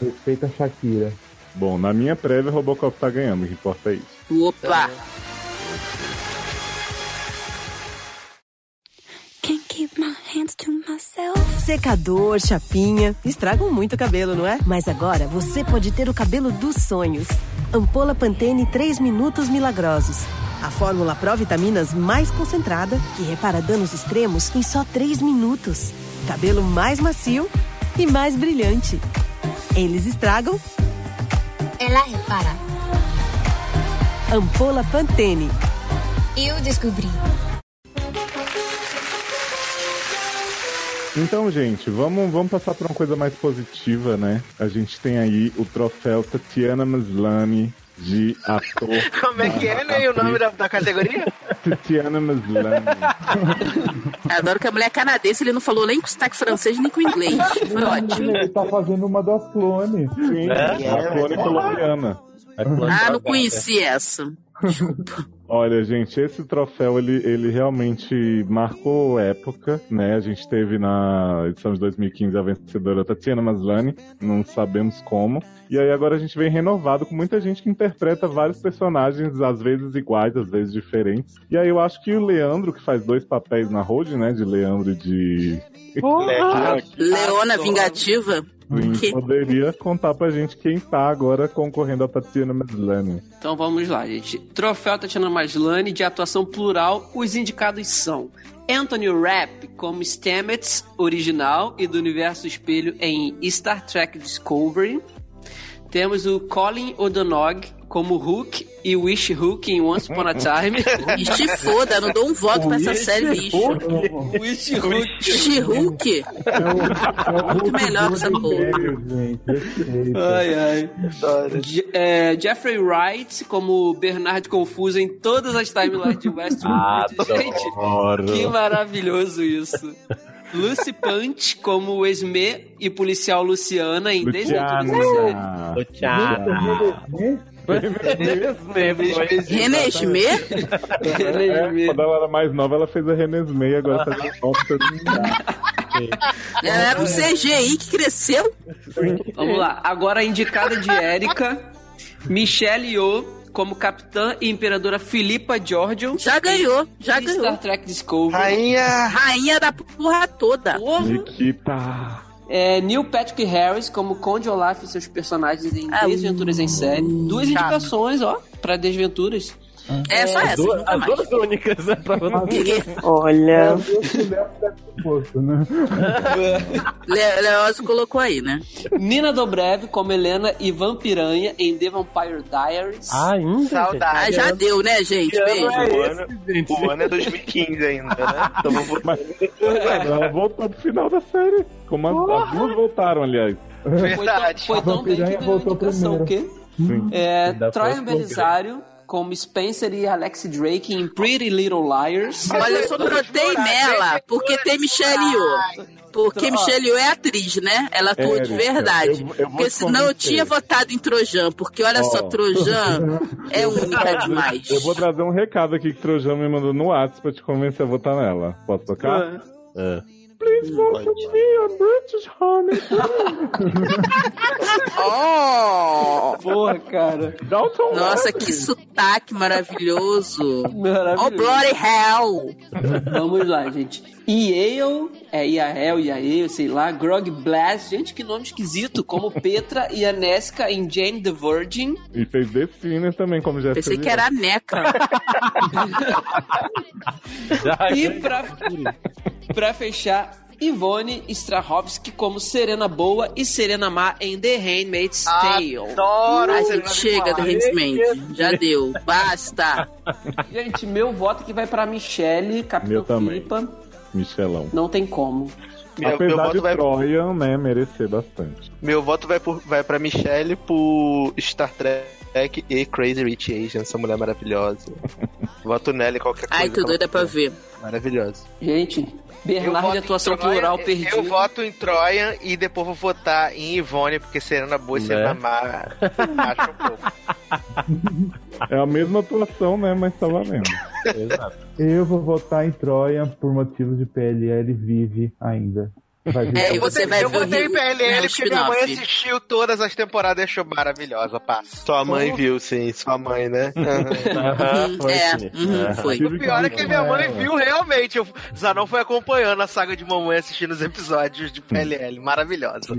Respeita a Shakira. Bom, na minha prévia, Robocop tá ganhando, o que importa é isso. Opa. Can't keep my hands to myself. Secador, chapinha, estragam muito o cabelo, não é? Mas agora você pode ter o cabelo dos sonhos. Ampola Pantene 3 minutos milagrosos. A fórmula pró-vitaminas mais concentrada que repara danos extremos em só 3 minutos. Cabelo mais macio e mais brilhante. Eles estragam, Ela repara. Ampola Pantene. Eu descobri. Então, gente, vamos, vamos passar pra uma coisa mais positiva, né? A gente tem aí o troféu Tatiana Maslany de ator. <laughs> Como é que é, né? E o nome da, da categoria? Tatiana Maslany. Adoro que a mulher é canadense, ele não falou nem com sotaque francês, nem com inglês. Foi ótimo. Ele tá fazendo uma das clones. Sim, a clone colombiana. Ah, não conheci essa. Olha, gente, esse troféu ele, ele realmente marcou época, né? A gente teve na edição de 2015 a vencedora Tatiana Maslany, não sabemos como. E aí agora a gente vem renovado com muita gente que interpreta vários personagens, às vezes iguais, às vezes diferentes. E aí eu acho que o Leandro, que faz dois papéis na Road, né? De Leandro e de. Leona Vingativa. Lin, Que- poderia contar pra gente quem tá agora concorrendo a Tatiana Maslany. Então vamos lá, gente. Troféu Tatiana Maslany de atuação plural. Os indicados são Anthony Rapp como Stamets, original e do Universo Espelho em Star Trek Discovery. Temos o Colin O'Donoghue como Hook e Wish Hook em Once Upon <laughs> a Time. E te foda, eu não dou um voto pra essa série, bicho. Wish Hook. She-Hulk? Muito melhor que essa porra. Ai, ai. Je- é, Jeffrey Wright como Bernard Confuso em todas as timelines de Westwood. Gente, Adoro. que maravilhoso isso. Lucy Punch como Esme e policial Luciana em Desde a Polícia. Luciana. Ô, Tchau. René Schmê? É, quando ela era mais nova, ela fez a Renesmei, agora tá de volta. Ela era um CGI que cresceu. Vamos lá. Agora a indicada de Érica, Michelle Yeoh como capitã e imperadora Filipa Giorgio. Já ganhou, já em Star ganhou. Trek Discovery. Rainha! Rainha da porra toda. Porra. Nikita. É, Neil Patrick Harris como Conde Olaf e seus personagens em Ah, Desventuras em Série. Duas chato. indicações, ó, pra Desventuras. É só essa, Duas- nunca As mais. duas únicas, né? Pra você. Eu Olha. posto, né? Le- Leoz colocou aí, né? Nina Dobrev como Helena e Vampiranha em The Vampire Diaries. Ainda? Ah, Saudade. já deu, né, gente? Beijo. O ano, o ano é 2015 ainda, né? Então eu vou Mas É. ela voltou pro final da série. Como as, as duas voltaram, aliás. Foi tão, É Verdade. foi tão bem que Vampiranha ganhou a voltou indicação, o quê? Sim. É, Ainda Troy fosse Belisário como Spencer e Alex Drake em Pretty Little Liars. Olha, eu só brotei nela porque tem Michelle Yeoh. Porque Michelle Yeoh é atriz, né? Ela atua de Érica, verdade. eu- eu vou porque te senão eu convencer. tinha votado em Trojan, porque olha só, Ó. Trojan é única demais. Eu vou trazer um recado aqui que o Trojan me mandou no WhatsApp pra te convencer a votar nela. Posso tocar? É. Ah. Please Hum, vote on me, I'm British, honey. Oh! Porra, cara. Dalton Nossa, Webb. que sotaque maravilhoso. Oh, Maravilhoso. bloody hell! Vamos lá, gente. Yale, é Iael, Iael, sei lá, Grog Blast, gente, que nome esquisito, como Petra e Anesca em Jane the Virgin. E fez The Sinners também, como já Pensei que era a Neca. E pra, pra fechar, Ivone Strahovski como Serena Boa e Serena Má em The Handmaid's Ah, tá. Tale. Adoro A você Ah, gente não chega do falar. Handmaid. Já deu. Basta. Gente, meu voto que vai pra Michelle, Capitão Meu também. Filipa. Michelão. Não tem como. Meu, meu Apesar voto de vai, Troia, né, merecer bastante. meu voto vai, por, vai pra Michelle por Star Trek e Crazy Rich Asian, essa mulher <laughs> maravilhosa. voto nela e qualquer coisa. Ai, tô que ela doida um pra ver. fizer. Maravilhosa. Gente, Bernardo de voto em atuação Troia, plural eu- perdido. Eu voto em Troia e depois vou votar em Ivone, porque Serena Boa e Né? Serena Má acho um pouco. É a mesma atuação, né, mas tá valendo. Eu vou votar em Troia por motivos de PLL vive ainda. <laughs> Vai vir. É, e você vai eu ver o votei em Rio- né, PLL o porque minha mãe spin-off. assistiu todas as temporadas e achou maravilhosa, passa. Sua mãe viu, sim, sua mãe, né? Aham. tá. Uhum, é, sim. uhum, Ah. foi. O pior é que minha mãe viu realmente. Eu, Zanon foi acompanhando a saga de mamãe assistindo os episódios de PLL. Maravilhosa.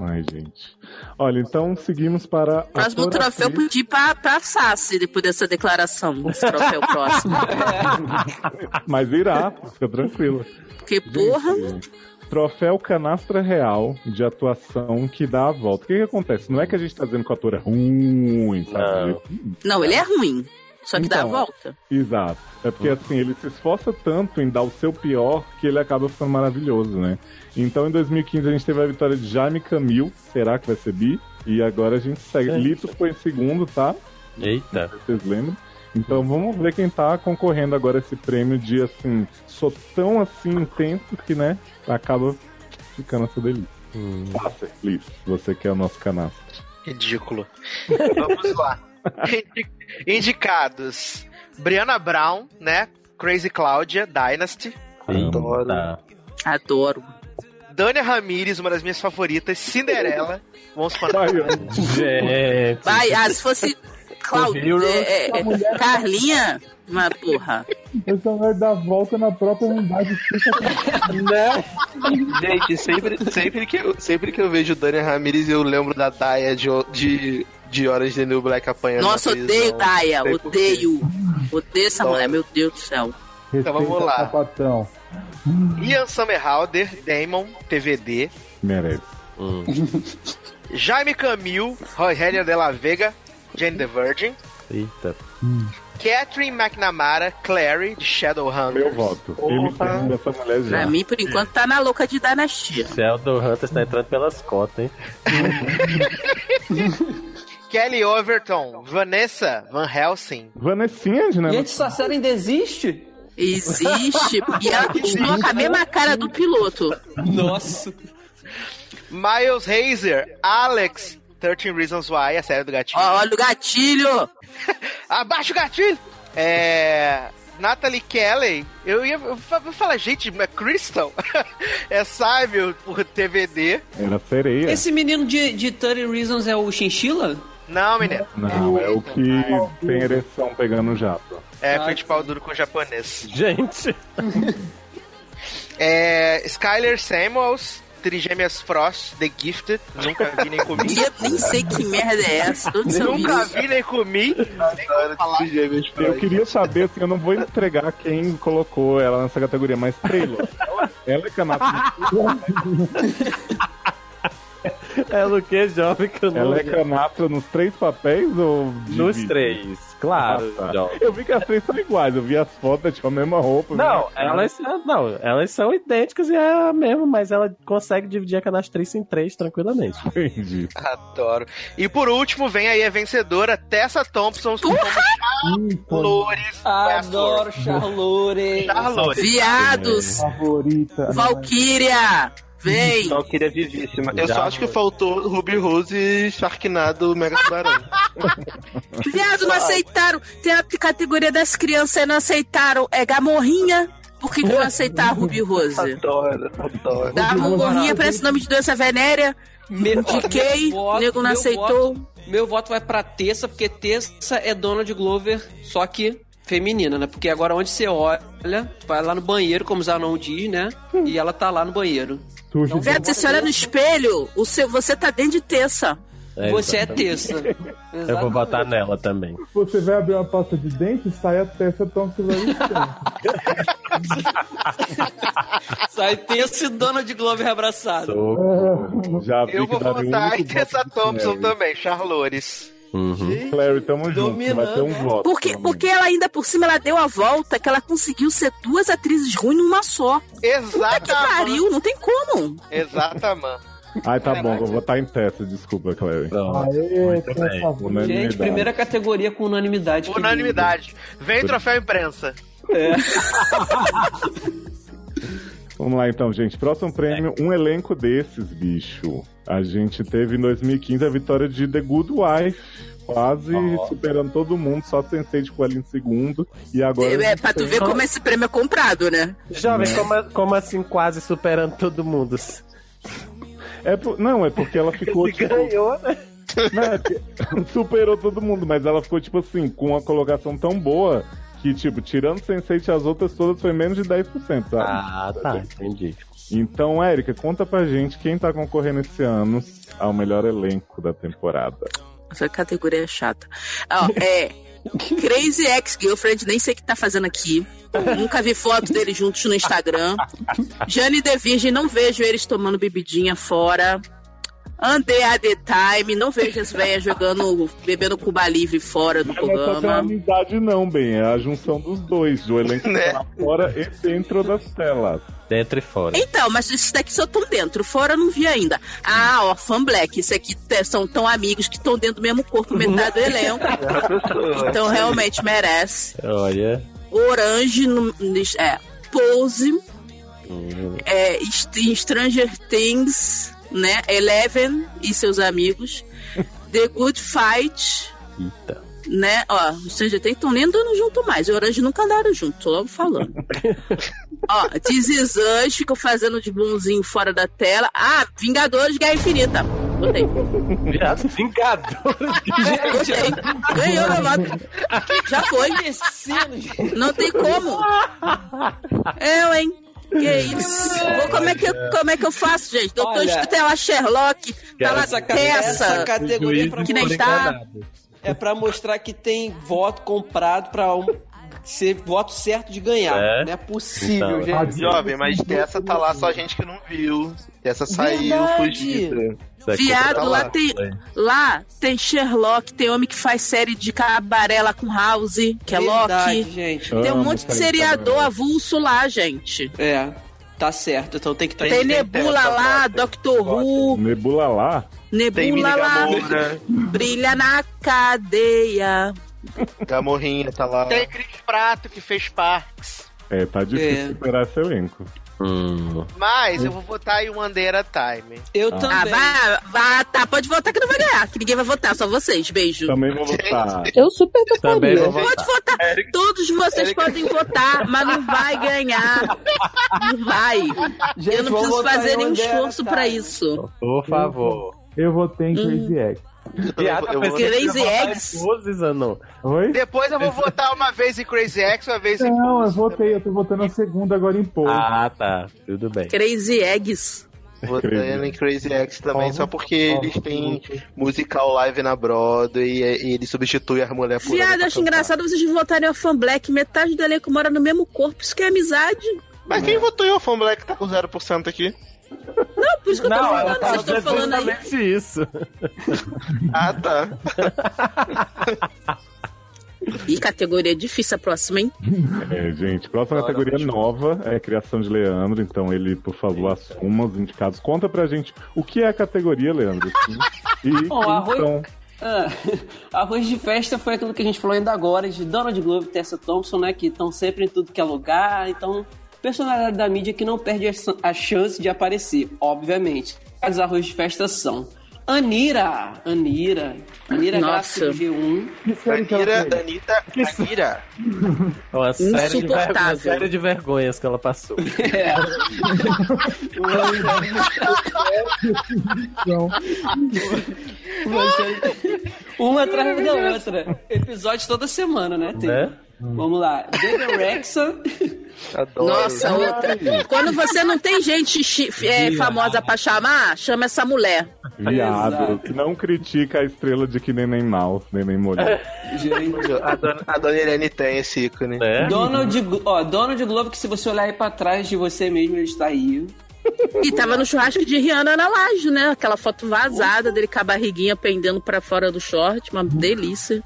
Ai, gente. Olha, então seguimos para. a Próximo ator troféu atriz- pedir pra, pra Sassi depois dessa declaração. Esse troféu próximo. Mas irá, fica tranquila. Porque, porra, Gente, Troféu Canastra Real de atuação que dá a volta. O que, que acontece? Não é que a gente tá dizendo que o ator é ruim, sabe? Não. não, ele é ruim. Só que dá a Então, volta. Exato. É porque assim, ele se esforça tanto em dar o seu pior que ele acaba ficando maravilhoso, né? Então em 2015 a gente teve a vitória de Jaime Camil, será que vai ser bi? E agora a gente segue. Gente. Lito foi em segundo, tá? Eita. Vocês lembram? Então vamos ver quem tá concorrendo agora a esse prêmio de assim, sou tão assim intenso que, né, acaba ficando essa delícia. Passa, Liz, você que é o nosso canastro. Ridículo. Vamos lá. Indi- Indicados: Brianna Brown, né? Crazy Cláudia, Dynasty. Adoro. Tá. Adoro. Dânia Ramirez, uma das minhas favoritas. Cinderela. Vamos falar. Vai, ó. Gente. Vai, ah, se fosse Cláudia, Heroes. é, é, é, Carlinha, uma porra. É, Eu só vai dar volta na própria unidade. Gente, sempre, sempre, que eu, sempre que eu vejo Dani Ramirez, eu lembro da Daya de, de, de Horas de New Black apanhando. Nossa, na prisão. odeio tá? Daya, Não sei por quê. odeio. Odeio essa Dói. mulher, meu Deus do céu. Respeita vamos lá. Sapatão. Ian Somerhalder, Damon, TVD. merece. Jaime Camil, Rogério de la Vega, Jane the Virgin, Eita. Catherine McNamara, Clary, de Shadowhunters. Meu voto. Ele tem dessa mulher já. É. Pra mim, por enquanto, tá na louca de dinastia. Sheldon Hunter está entrando pelas cotas, hein? Kelly Overton, Vanessa Van Helsing. Vanessinha, né? Gente, essa série ainda existe? <laughs> Existe. E ela continua com a mesma cara do piloto. Nossa. Miles Hazer, Alex, 13 Reasons Why, a série do gatinho. Ó, olha o gatilho. Abaixa o gatilho! É. Natalie Kelly, eu ia eu fa- eu falar, gente, mas Crystal <laughs> é sábio por TVD. Era É. sereia. Esse menino de, de 30 Reasons é o Chinchilla? Não, menino. Não, é o que tem ereção pegando o jato. É, foi de pau duro com o japonês. Gente. <laughs> É. Skyler Samuels, Trigêmeas Frost, The Gifted. Nunca vi nem <laughs> comi. E eu nem sei que merda é essa. De onde são Nunca isso? vi nem comi. Eu queria saber, assim, eu não vou entregar quem colocou ela nessa categoria, mas Taylor, ela, ela é canapicultora, É o que, jovem que eu não ela é canastra nos três papéis ou... Nos divide? três, claro, Ah, tá. jovem. Eu vi que as três são iguais, eu vi as fotos, tipo, a mesma roupa. a Não, é mesma cara. elas, são- não, elas são idênticas e é a mesma, mas ela consegue dividir a canastrice em três tranquilamente. Entendi. Adoro. E por último, vem aí a vencedora, Tessa Thompson, com Ih, foi Flores. Adoro Charlotte. <laughs> Charlotte. É. Viados. a favorita. Valkyria. Vem. Só queria vivíssima. Eu só acho que faltou Ruby Rose e Sharknado Mega Tubarão. Viado, não aceitaram. Tem a categoria das crianças, não aceitaram. É gamorrinha. Por que, que não aceitaram a Ruby Rose? <laughs> Adoro, adoro. Dá uma gorrinha pra esse nome de doença venérea. Meu, Indiquei, meu voto, nego não meu aceitou. voto- meu voto vai pra Tessa, porque Tessa é dona de Glover, só que feminina, né? Porque agora onde você olha, vai lá no banheiro, como o Zanon diz, né? E ela tá lá no banheiro. Sujo. Viado, se é você olha no espelho, o seu, você tá dentro de terça. É, Você é exatamente. Tessa. <laughs> Eu vou votar nela também. Você vai abrir uma pasta de dente, sai a testa tão <laughs> que vai Sai Tessa e dona de Glover abraçada. Já vi Eu que vou daria um votar em único Tessa voto de Thompson Clary. também, Charlores. Uhum. Clary, tamo junto, vai Dominando. ter um voto. Porque, porque ela ainda por cima ela deu a volta que ela conseguiu ser duas atrizes ruins numa só. Ah, Puta que Exatamente. pariu, não tem como. Exatamente. Ai, tá bom, vou votar em Tessa, desculpa, Clary. Pronto. Aê, Muito Tessa bem. favorita. Gente, Unanimidade. primeira categoria com unanimidade. que Unanimidade. Vem troféu imprensa. Vamos lá então, gente. Próximo prêmio, um elenco desses, bicho. A gente teve em 2015 a vitória de The Good Wife. Quase superando todo mundo, só Sensei de Coelho em segundo. E agora. É, pra tu ver como esse prêmio é comprado, né? Jovem, como, como assim quase superando todo mundo? É por- Não, é porque ela ficou. tipo... ganhou, né? <laughs> é porque- Superou todo mundo, mas ela ficou, tipo assim, com uma colocação tão boa que, tipo, tirando Sensei as outras todas foi menos de 10%, sabe? Ah, tá, entendi. Então, Érica, conta pra gente quem tá concorrendo esse ano ao melhor elenco da temporada. Essa categoria é chata. Ó, é. Crazy Ex-Girlfriend, nem sei o que tá fazendo aqui. Nunca vi foto deles juntos no Instagram. Jane The Virgin, não vejo eles tomando bebidinha fora. Andei a The Time, não vejo as velhas jogando, bebendo Cuba Livre fora Não do é só ter programa. amizade, não, bem. É a junção dos dois, do elenco que tá <laughs> lá Né? fora e dentro das telas. Dentro e fora. Então, mas esses daqui só estão dentro, fora eu não vi ainda. Ah, ó, Fan Black, isso aqui te- são tão amigos que estão dentro do mesmo corpo, metade do elenco. Então realmente merece. Olha. Orange, no- no- é, Pose, é, St- Stranger Things, né? Eleven e seus amigos, The Good Fight, Eita. né? Ó, os Stranger Things estão nem andando junto mais. E Orange nunca andaram junto, tô logo falando. Ó, This Is Us ficam fazendo de bonzinho fora da tela. Ah, Vingadores Guerra Infinita. Botei. Viado, vingador. Botei. Ganhou meu voto. Já foi. Descendo, gente. Não tem como. Eu, hein? Que isso? Vou- como, é que eu, como é que eu faço, gente? Doutor Olha. Estela Sherlock, tá lá Essa, cate- essa Tessa. categoria é pra que nem mostrar- tá. é pra mostrar que tem voto comprado pra um- ser voto certo de ganhar. É? Não é possível, Então, gente. Jovem, mas dessa tá lá só gente que não viu. Dessa saiu Verdade. fugida. Isso aqui é tá Viado, lá. lá tem, lá tem Sherlock, tem homem que faz série de cabaré lá com House, que é Verdade, Loki. gente. Tem um Amo monte de série de seriador cabaré. avulso lá, gente. É, tá certo. Então tem que estar Tem tem Nebula Terra, lá, Potter, Doctor Who, Nebula lá? Tem Mini Nebula lá, Gamorra, brilha na cadeia. Gamorrinha tá lá. Tem Cris Prato que fez Parks. É, tá difícil É. superar seu elenco. Hum. Mas eu vou votar em Wandeira Time. Eu Ah, também. vai, vai, tá, pode votar que não vai ganhar, que ninguém vai votar, só vocês, beijo. Também <laughs> vou votar. Eu super Também toparia. vou Pode votar. votar, todos vocês podem votar, mas não vai ganhar. Não vai. Gente, Eu não vamos preciso votar fazer em nenhum Wanderer, esforço tá? pra isso. Por favor. Eu votei em Crazy X. Viado, eu vou- pensei que ia Crazy votar em Eggs. Poses, Anu. Oi? Depois eu vou votar uma vez em Crazy X, uma vez em. Não, eu Pulse. votei, eu tô votando a segunda agora em Pose. Ah, tá. Tudo bem. Crazy Eggs. Votando em Crazy X também, Ó, só ó, porque eles têm musical live na Broadway e, e ele substitui as mulheres por. homem Viado, pra acho cantar. engraçado vocês votarem o Fan Black. Metade do elenco mora no mesmo corpo. Isso que é amizade. Mas quem votou em Orphan Black tá com 0% aqui? Não, por isso que eu tô Não, ela falando. Vocês tá tava estão dizendo falando aí. exatamente isso. Ah, tá. Ih, categoria difícil a próxima, hein? É, gente, próxima Bora, categoria ótimo. nova é criação de Leandro, então ele, por favor, assuma os indicados. Conta pra gente o que é a categoria, Leandro. assim, E Bom, arroz- então, Ah, <laughs> arroz de festa foi aquilo que a gente falou ainda agora, de Donald Glover e Tessa Thompson, né? Que estão sempre em tudo que é lugar. Então, personalidade da mídia que não perde a chan- a chance de aparecer, obviamente. Mas arroz de festa são. Anira! Anira! Anira é Nossa. Gráfico G1. Que série que ela Anira, fez? Anira, Anira. Uma série, de ver- uma Insuportável. série de vergonhas que ela passou. <laughs> É. Então, Uma série- Uma atrás da outra. Episódio toda semana, né? Tem- Né? Vamos lá. Baby Rexha. Adoro. Nossa, outra. Quando você não tem gente chi- é, famosa pra chamar, chama essa mulher. viado, Exato. não critica a estrela de que neném mal, neném molhado. Gente. A dona, a dona Irene tem esse ícone. Né? Donald, Glo- ó, Donald Globo, que se você olhar aí pra trás de você mesmo, ele está aí. E tava no churrasco de Rihanna na laje, né? Aquela foto vazada dele com a barriguinha pendendo pra fora do short. Uma delícia.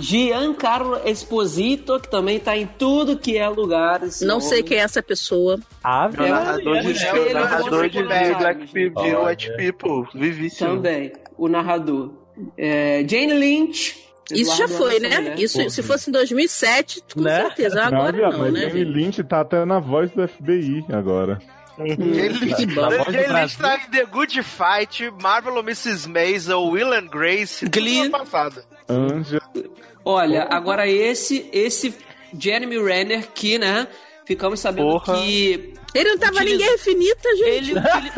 Giancarlo Esposito, que também tá em tudo que é lugar. esse Não homem. sei quem é essa pessoa. Ah, É o narrador É de, né? um é o narrador de espelho Black bom People, de Olha. White People, vivíssimo. Também, o narrador. É, Jane Lynch. Isso já Eduardo foi, Anderson, né? Isso, Porra. se fosse em 2007, com Né? certeza. Não, Agora viado, não, mas né? Jamie Lynch tá até na voz do FBI agora. Ele, Que bom. voz do ele Brasil. está em The Good Fight, Marvel Mrs. Maisel, Will and Grace, Glee. tudo no passado. Anja, Olha, agora esse, esse Jeremy Renner, que, né? Ficamos sabendo Porra. que Ele não tava Utiliza- ninguém infinita, gente. <laughs> Ele, utili-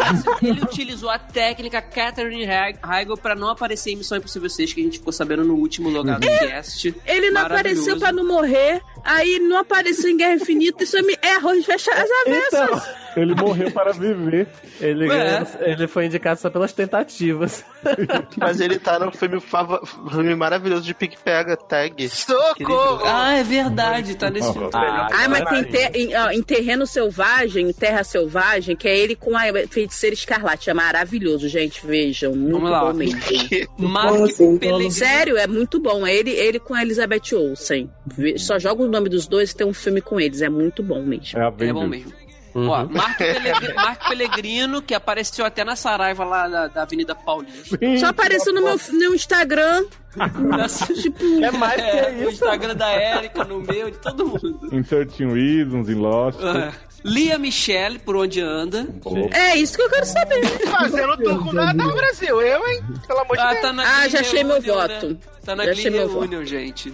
ele utilizou a técnica Catherine Heig- Heigl pra não aparecer em Missão Impossível 6, que a gente ficou sabendo no último logado Uhum. cast. Ele não Maravilhoso. apareceu pra não morrer, aí ele não apareceu em Guerra Infinita. Isso é me- é arroz de festa às avessas. Então, ele morreu para viver. ele, É. ele foi indicado só pelas tentativas. Mas ele tá no filme, fava- filme maravilhoso de Pique Pega, Tag. Socorro! Ah, é verdade, tá nesse Uhum. filme. Ah, mas tem ter- em, ó, em Terreno Selvagem, em Terra Selvagem, que é ele com a feiticeira escarlate. É maravilhoso, gente. Vejam. Muito lá. bom <laughs> mesmo. Mark Pellegrini. Sério, é muito bom. É ele, ele com a Elizabeth Olsen. Ve- Só joga o nome dos dois e tem um filme com eles. É muito bom mesmo. É a É bom Vendetta. mesmo. Uhum. Ó, Marco, Pelegri- Marco Pellegrino, que apareceu até na Saraiva lá da, da Avenida <laughs> Paulista. Só apareceu no meu no Instagram. tipo, É mais que É, no isso. Instagram da Érica, no meu, de todo mundo. Em 13 Reasons, em É. Lost. Ah, Lia Michelle, por onde anda. é isso que eu quero saber. Fazendo tour com nada no Brasil, eu, hein? Pelo amor de Ah, Deus. tá na Ah, Glee já achei meu Reunion, voto. né? Tá na Já Glee achei meu voto. Reunion, gente.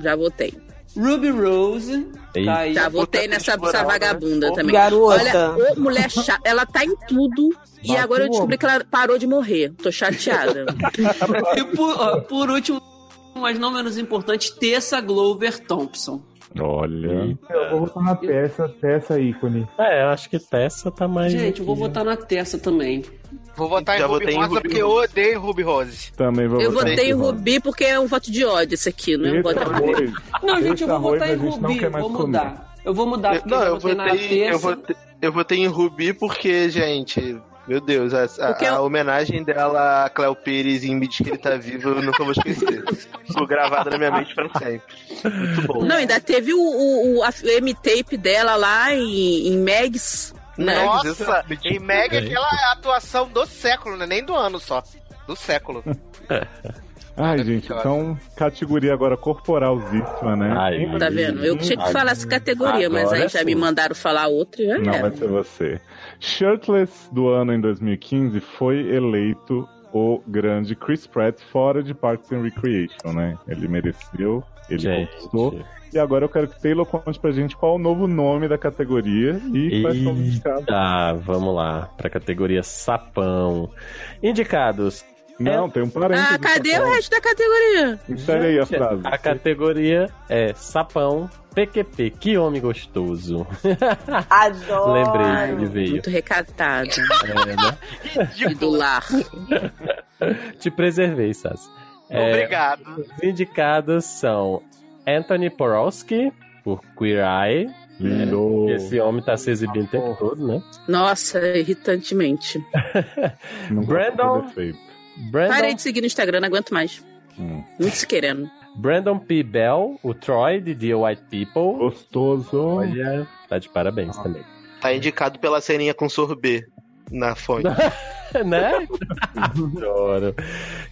Já votei. Ruby Rose. Eita. Tá aí. Já votei nessa, né? nessa vagabunda também. Garota. Olha, ô mulher chata, ela tá em tudo. E agora eu descobri que ela parou de morrer. Tô <laughs> chateada. E por, ó, por último, mas não menos importante, Tessa Glover Thompson. Olha. eu vou votar na peça, peça ícone. É, eu acho que Tessa tá mais. Gente, eu vou votar na Tessa também. Vou votar em Já Ruby votei em Rosa Ruby porque eu Rose. odeio Ruby Rose. Também vou Eu votar votei em Ruby. Rubi porque é um voto de ódio esse aqui, não é um Esse voto de arroz, Ah, Não, gente, esse eu vou arroz votar a em gente não Rubi. quer mais Vou comer. mudar. Eu vou Tá, mudar Eu- porque não, eu eu votei na votei, eu, terça. votei, eu votei em Rubi porque, gente, meu Deus, a, a- Porque eu- a homenagem dela a Cléo Pires em Me Diz Que Ele Tá Vivo, eu nunca vou esquecer. Ficou gravada na minha mente pra sempre. Muito bom. Não, ainda teve o, o, o- a M-tape dela lá em, em Megs. Né? Não. Nossa, em Uhum. Meg É. é aquela atuação do século, né? Nem do ano só. Do século. Ai, gente, então, categoria agora corporalzíssima, né? Ai, Em- Tá vendo? Eu tinha que falar essa categoria, mas aí Agora já sim. me mandaram falar outra e já Uhum. Não era. vai ser você. Shirtless do ano em 2015 foi eleito o grande Chris Pratt fora de Parks and Recreation, né? Ele mereceu, ele conquistou. Gente, E agora eu quero que Taylor conte pra gente qual é o novo nome da categoria e, quais são os indicados. tá, vamos lá. Pra categoria sapão. Indicados. Não, tem um parênteses. Ah, cadê tá o bom. resto da categoria? Insere aí a Gente, frase. A categoria é sapão PQP. Que homem gostoso. Adoro. Lembrei, ele veio. <laughs> Muito recatado É, né? <laughs> e do lar. Te preservei, Sassi. É, Obrigado. Os indicados são Anthony Porowski, por Queer Eye. Lindo. Esse homem tá se exibindo o tempo todo, né? Nossa, irritantemente. Não Brandon. gosto de defeito. Parei Brandon, de seguir no Instagram, não aguento mais. É Hum. Muito se querendo. Brandon P. Bell, o Troy de The White People. Gostoso. Olha, tá de parabéns também. <laughs> Tá indicado pela ceninha com sorbet na fonte. né? Adoro.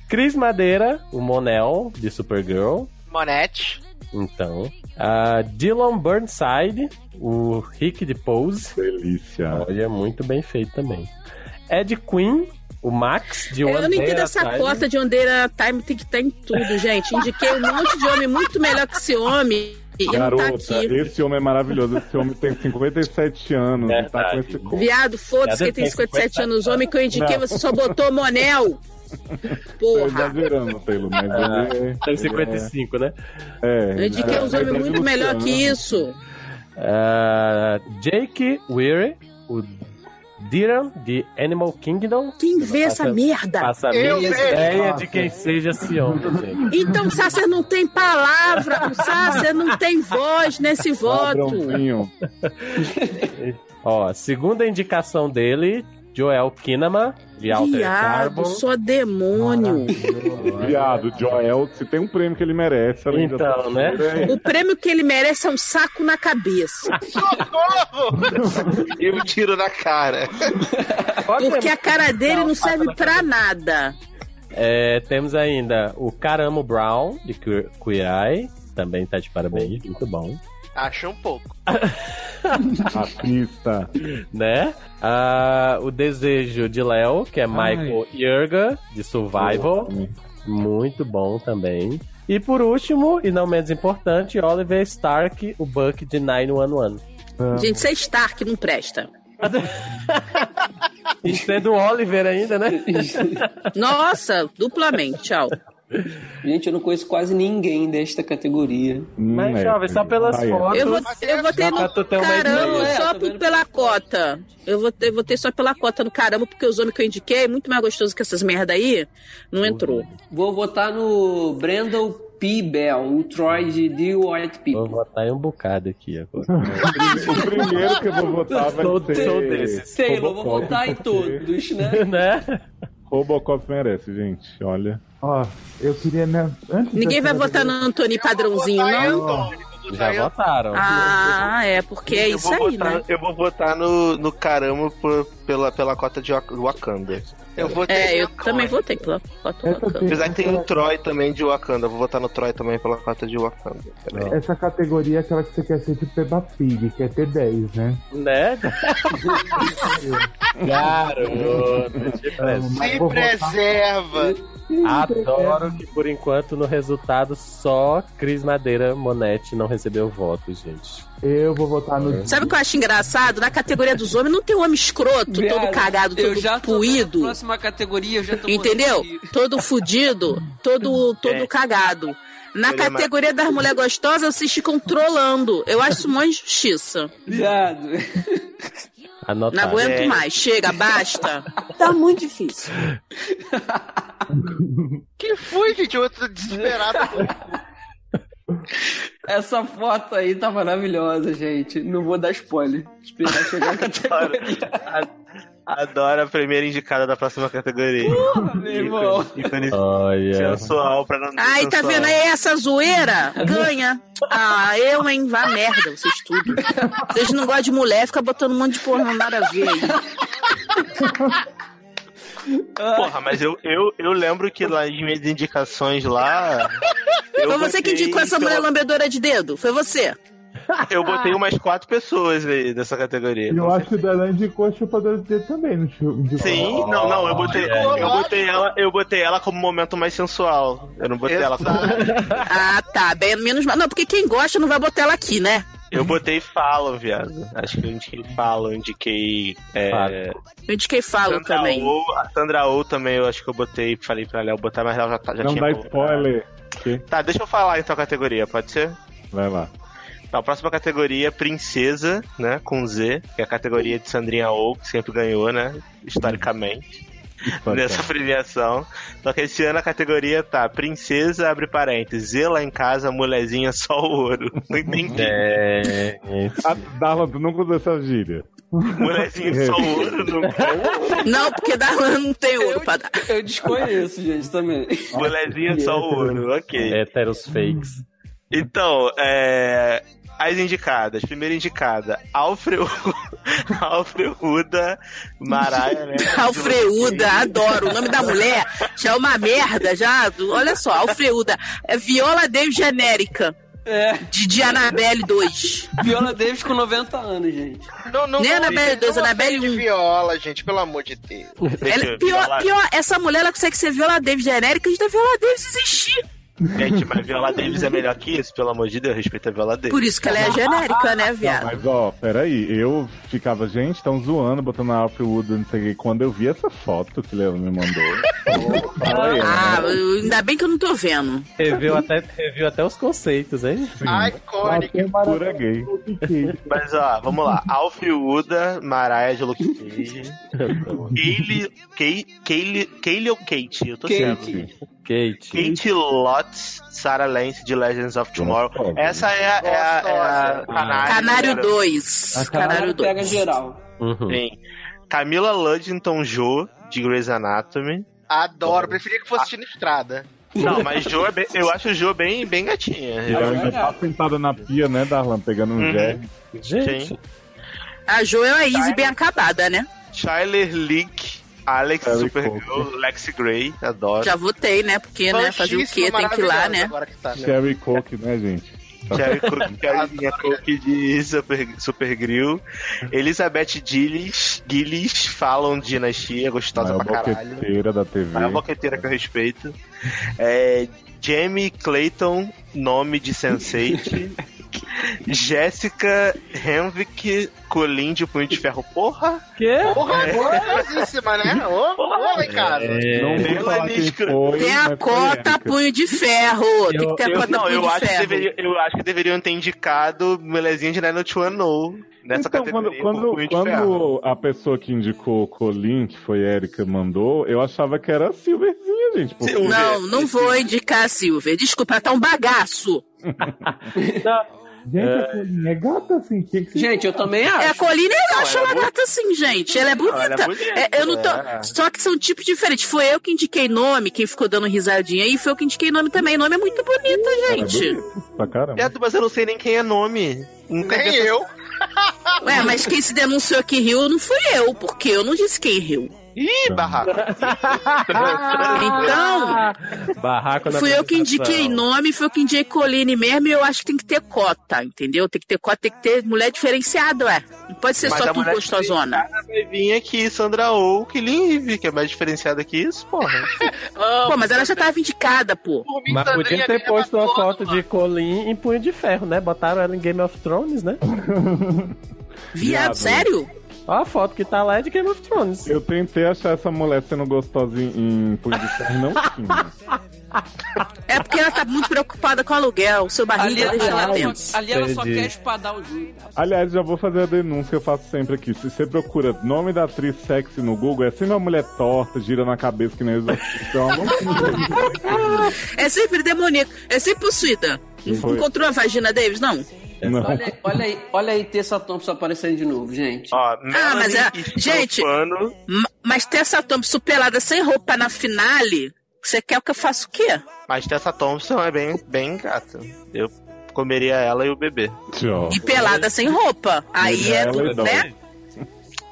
Cris Madeira, o Monel, de Supergirl. <laughs> Monete. Então. Ah, Dylan Burnside, o Rick de Pose. Delícia. Olha, muito bem feito também. Ed Quinn, o Max, de Eu não One Day entendo at a essa Time. cota de ondeira time tem que estar em tudo, gente. Indiquei um monte de homem muito melhor que esse homem e não tá Garota, aqui. esse homem é maravilhoso. Esse homem <laughs> tem 57 anos. e Tá com Verdade. esse corpo. Viado, Viado, foda-se, quem tem tem 57 anos homem que eu indiquei, você só botou Monel. <laughs> Tô Porra. exagerando, Taylor, mas ele é- Tem ele 55, né? É, Eu indiquei uns homens muito melhor que isso. Ah, Jake Weary, o Diram de Animal Kingdom. Quem vê essa merda? Faça a minha Eu vejo. ideia de quem seja esse <laughs> homem, gente. Então o Sasser não tem palavra, o Sasser não tem voz nesse um voto. é um Ladrãozinho. Ó, segunda indicação dele, Joel Kinnaman, de Alter ah, Viado, Carbon. só demônio. Viado, Joel, se tem um prêmio que ele merece, além de Ah. Então, atuação, né? é O prêmio que ele merece é um saco na cabeça. e um tiro na cara. Olha, Porque a cara dele não serve pra nada. é, temos ainda o Caramo Brown, de Que- Queer Eye. Também tá de parabéns, muito bom. Acho um pouco. Racista. Né? Ah, o Desejo de Léo, que é Michael Yerga, de Survival. Muito bom também. E por último, e não menos importante, Oliver Stark, o Buck de <laughs> 911. Gente, você é Stark, não presta. E sendo Oliver ainda, né? Nossa, duplamente, tchau. <laughs> Gente, eu não conheço quase ninguém desta categoria. Hum, Mas, é. jovem, só pelas Aí, ó. fotos. Eu, vou, eu votei Pra no tu ter uma caramba ideia. só É, por- tá pela cota. Eu votei, eu votei só pela cota no caramba, porque os homens que eu indiquei, muito mais gostoso que essas merda aí, não entrou. Vou votar no Brandon P. Bell, o Troy de The White Vou People. votar em um bocado aqui agora. O primeiro que eu vou votar vai Sou- ser... sou desses. Taylor, vou Robocop, votar em todos, né? <laughs> né? Robocop merece, gente. Olha. Ó, eu queria, né? Antes Ninguém vai dessa- votar no Anthony padrãozinho, não? Já votaram. Ah, é, porque é então. eu, isso vou aí, votar, né? eu vou votar no, no caramba por- pela, pela cota de Wa- Wakanda. Eu vou ter. É, eu vergonha. também votei pela cota. Essa louca. tem- Apesar que tem o Troy também de Wakanda. Eu Vou votar no Troy também pela cota de Wakanda. Peraí. Essa categoria é aquela que você quer ser tipo Peppa Pig, que é T10, né? Né? <laughs> Garoto, te preso. Então, Mas Se vou votar- preserva. Ah, tipo, Adoro que por enquanto no resultado só Cris Madeira Monetti não recebeu voto, gente. Eu vou votar no. Sabe o que eu acho engraçado? Na categoria dos homens não tem um homem escroto, todo Viado, cagado, eu todo já tô na puído. Próxima categoria, eu já tô Entendeu? morrendo de- Todo fudido, todo, todo cagado. Na É. Ele é categoria das mulheres gostosas, vocês ficam trolando. Eu acho isso uma injustiça. Viado. Anotar. Não aguento É. mais. Chega, basta. Tá muito difícil. que foi, gente? Eu tô desesperado. Essa foto aí tá maravilhosa, gente. Não vou dar spoiler. Esperar chegar a categoria. Adoro a primeira indicada da próxima categoria. Uh, Porra, meu irmão. Ícone Ah, Olha. sensual pra não Ai, tá sensual. vendo aí essa zoeira? Ganha. Ah, eu, hein? Vá merda, vocês tudo. Vocês não gostam de mulher, fica botando um monte de porra nada a ver aí. Porra, mas eu, eu, eu lembro que lá nas minhas indicações lá. eu Foi você que botei, indicou essa sei mulher lá, lambedora de dedo? Foi você? Eu botei umas quatro pessoas aí dessa categoria. E eu acho que o Danan indicou a chupadora de dedo também, não chu- indicou? Sim, não, não, eu botei, eu botei ela, eu botei ela como momento mais sensual. Eu não botei ela como. Ah, tá. Bem, menos mal. Não, porque quem gosta não vai botar ela aqui, né? Eu botei falo, viado. Acho que eu indiquei falo, eu indiquei. É, Eu indiquei falo Sandra também. Oh, a Sandra Oh também, eu acho que eu botei, falei pra Léo botar, mas ela já, tá- já Não tinha. dá colocado. spoiler. Que? Tá, deixa eu falar então a categoria, pode ser? Vai lá. Tá, a próxima categoria é Princesa, né? Com Z, que é a categoria de Sandrinha Oh, que sempre ganhou, né? Historicamente, Hum, nessa premiação. Só que esse ano a categoria tá Princesa, abre parênteses, Z lá em casa, mulherzinha, só ouro. <laughs> Não entendi. É, A Darla, Ah, tu nunca usou essa gíria. Mulherzinha, só ouro. <laughs> Não... Não, porque Darlan não tem ouro pra dar. Eu desconheço, gente, também. mulherzinha, só ouro. Ok. Héteros fakes. Então, é... as indicadas. Primeira indicada, Alfredo, <laughs> Alfreuda Maraia, né? Alfreuda, adoro. O nome da mulher já é uma merda, já. Olha só, Alfreuda. É Viola Davis genérica. É, De, de Anabelle 2. Viola Davis com 90 anos, gente. Não, não, Nem não, Anabelle gente, dois, não Anabelle ofende um. viola, gente, pelo amor de Deus. Deixa Ela, é eu pior, falar. pior, essa mulher ela consegue ser Viola Davis genérica antes da Viola Davis existir. Gente, mas Viola Davis é melhor que isso, pelo amor de Deus, respeita a Viola Davis. Por isso que ela é genérica, né, Não, viado? mas ó, peraí, eu ficava, gente, estão zoando, botando a Alfredo, não sei o que. Quando eu vi essa foto que o Leandro me mandou, fala aí, Ah, né? eu- ainda bem que eu não tô vendo. Reviu até, reviu até os conceitos, hein? Iconic. Bateu Pura maratona gay. do Piquet. Mas ó, vamos lá. Alfreuda Maraia de Luke Cage. Kaylee. Kay- Kaylee Kaylee ou Kate? Eu tô certo. Kate. Kate. Kate Lotz, Sarah Lance de Legends of Tomorrow. Gostosa. Essa é a, é a- é a Canário. Canário 2. Canário pega 2. geral. Uhum. Sim. Camila Ludington Jo, de Grey's Anatomy. Adoro, preferia que fosse Tina Estrada. Não, mas Jo é bem, eu acho o Jo bem, bem gatinha. Ela Eu- ainda tá sentada na pia, né, Darlan, pegando um Uhum. jet. Gente, A Jo é a Izzy bem acabada, né? Tyler Leak, Alex Harry Supergirl, Lexi Grey, adoro. Já votei, né? Porque, né, fazer o quê? Tem que ir lá, né? Agora que tá, né? Sherry Coke, né, gente? Jerry Cook, Carinha Cook de Super, Supergirl. Elizabeth Gillis, Gillis falam dinastia, gostosa Maior Tá pra caralho. boqueteira da TV. É uma boqueteira que eu respeito. É, Jamie Clayton, nome <laughs> de Sense8. Jéssica Henrique Colin de Punho de Ferro. Porra! que? Porra, poderosíssima, né? Ô, ô, Ricardo. Não É. vou falar quem Melanie Scr- foi, Tem a mas foi cota Érica. punho de ferro. Tem que ter a Eu, cota não, punho eu Tá de acho, que ferro. deveria, eu acho que deveriam ter indicado Melezinha de Nine Two No nessa então, quando, né, categoria. com quando, Punho de Ferro. quando a pessoa que indicou o Colin, que foi Érica, mandou, eu achava que era a Silverzinha, gente. porque- Silver. Não, não vou indicar a Silver. Desculpa, ela tá um bagaço. Gente, a Paulinha é gata assim, o que que você Gente, eu também É, a acho. Colina eu acho ela gata assim, gente. Ela é bonita. ela é bonita, É, eu não tô... é. Só que são tipos diferentes. Foi eu que indiquei nome, quem ficou dando risadinha aí, foi eu que indiquei nome também. Nome é muito bonito, gente. Pra caramba. Viado, mas eu não sei nem quem é nome. é Nunca Nem vi essa- eu. Ué, mas quem se denunciou que riu não fui eu, porque eu não disse quem riu. Ih, barraco. Ah. Então, Barraco Tá na fui eu que apresentação. indiquei nome, fui eu que indiquei Colline mesmo, e eu acho que tem que ter cota, entendeu? Tem que ter cota, tem que ter mulher diferenciada, ué. Não pode ser Mas só a tu mulher gostosona. Vai vir aqui Sandra Oh, que live, que é mais diferenciada que isso, porra. Pô, mas ela já tava indicada, pô. Por mim, Mas podia Sandrinha ter ganha posto uma pra todo foto de Colin em punho de ferro, né? Botaram ela em Game of Thrones, né? Viado, sério? Ó a foto que tá lá é de Game of Thrones. Eu tentei achar essa mulher sendo gostosa em, em Punho de Ferro, não tinha. É porque ela tá muito preocupada com o aluguel, seu Ali, barriga ali, deixa ela ela, tenso. só, ali ela só Entendi. quer espadar o Júlio. Aliás, já vou fazer a denúncia que eu faço sempre aqui. Se você procura nome da atriz sexy no Google, é sempre uma mulher torta, gira na cabeça que nem exorcista. É uma loucura. É sempre demoníaco, é sempre possuída. Que foi? Encontrou a vagina Davis, não? Não. Olha, aí- olha aí, olha aí Tessa Thompson aparecendo de novo, gente. Ó, Ah, mas Melanie é. e Gente, Stefano, ma- mas Tessa Thompson pelada sem roupa na finale, você quer que eu faça o quê? Mas Tessa Thompson é bem, bem gata. Eu comeria ela e o bebê. Tchau. E pelada sem roupa. Aí é. Ela do- é idosa. né?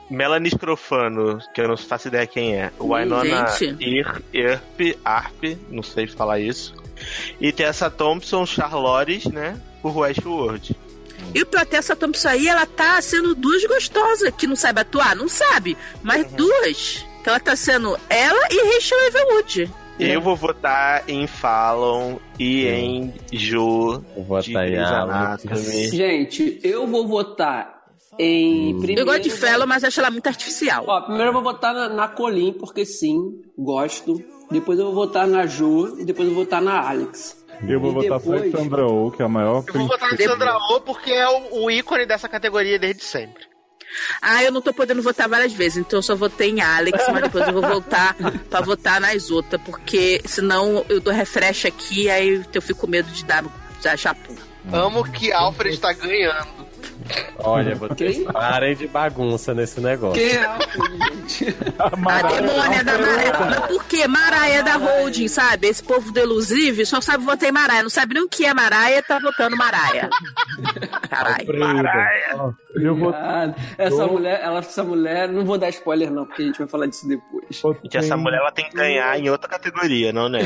Melanie Scrofano, que eu não faço ideia quem é. Winona gente. Ir, Earp, Arp, não sei falar isso. E Tessa Thompson, Charlores, né? Por Westworld. E pra Tessa Thompson aí, ela tá sendo duas gostosas que não sabe atuar, não sabe, mas duas. Que ela tá sendo ela e Rachel Everwood. Eu vou votar tá em Fallon e em Ju Eu vou de botar em Grey's aula. Anatomy. Gente, eu vou votar em. Primeiro, Eu gosto de Fellow, mas acho ela muito artificial. Ó, primeiro eu vou votar na, na Colin, porque sim, gosto. Depois eu vou votar na Ju. E depois eu vou votar na Alex. Eu vou E votar só em depois- Sandra Oh, que é a maior Eu vou votar em princesa. Sandra Oh porque é o, o ícone dessa categoria desde sempre. Ah, eu não tô podendo votar várias vezes, então eu só votei em Alex, mas depois eu vou voltar pra votar nas outras, porque senão eu dou refresh aqui, aí eu fico com medo de dar de achar pulo. Amo que Alfred tá ganhando. Olha, vocês parem de bagunça nesse negócio. Quem é a Colin, gente? A demônia da Maraia. Mas por quê? Maraia da Holding, sabe? Esse povo delusivo só sabe votar em Maraia. Não sabe nem o que é Maraia, tá votando Maraia. Caralho. Eu vou Ah, essa Eu- mulher, ela, essa mulher, não vou dar spoiler não, porque a gente vai falar disso depois. Gente, essa mulher ela tem que ganhar em outra categoria, <laughs> não né?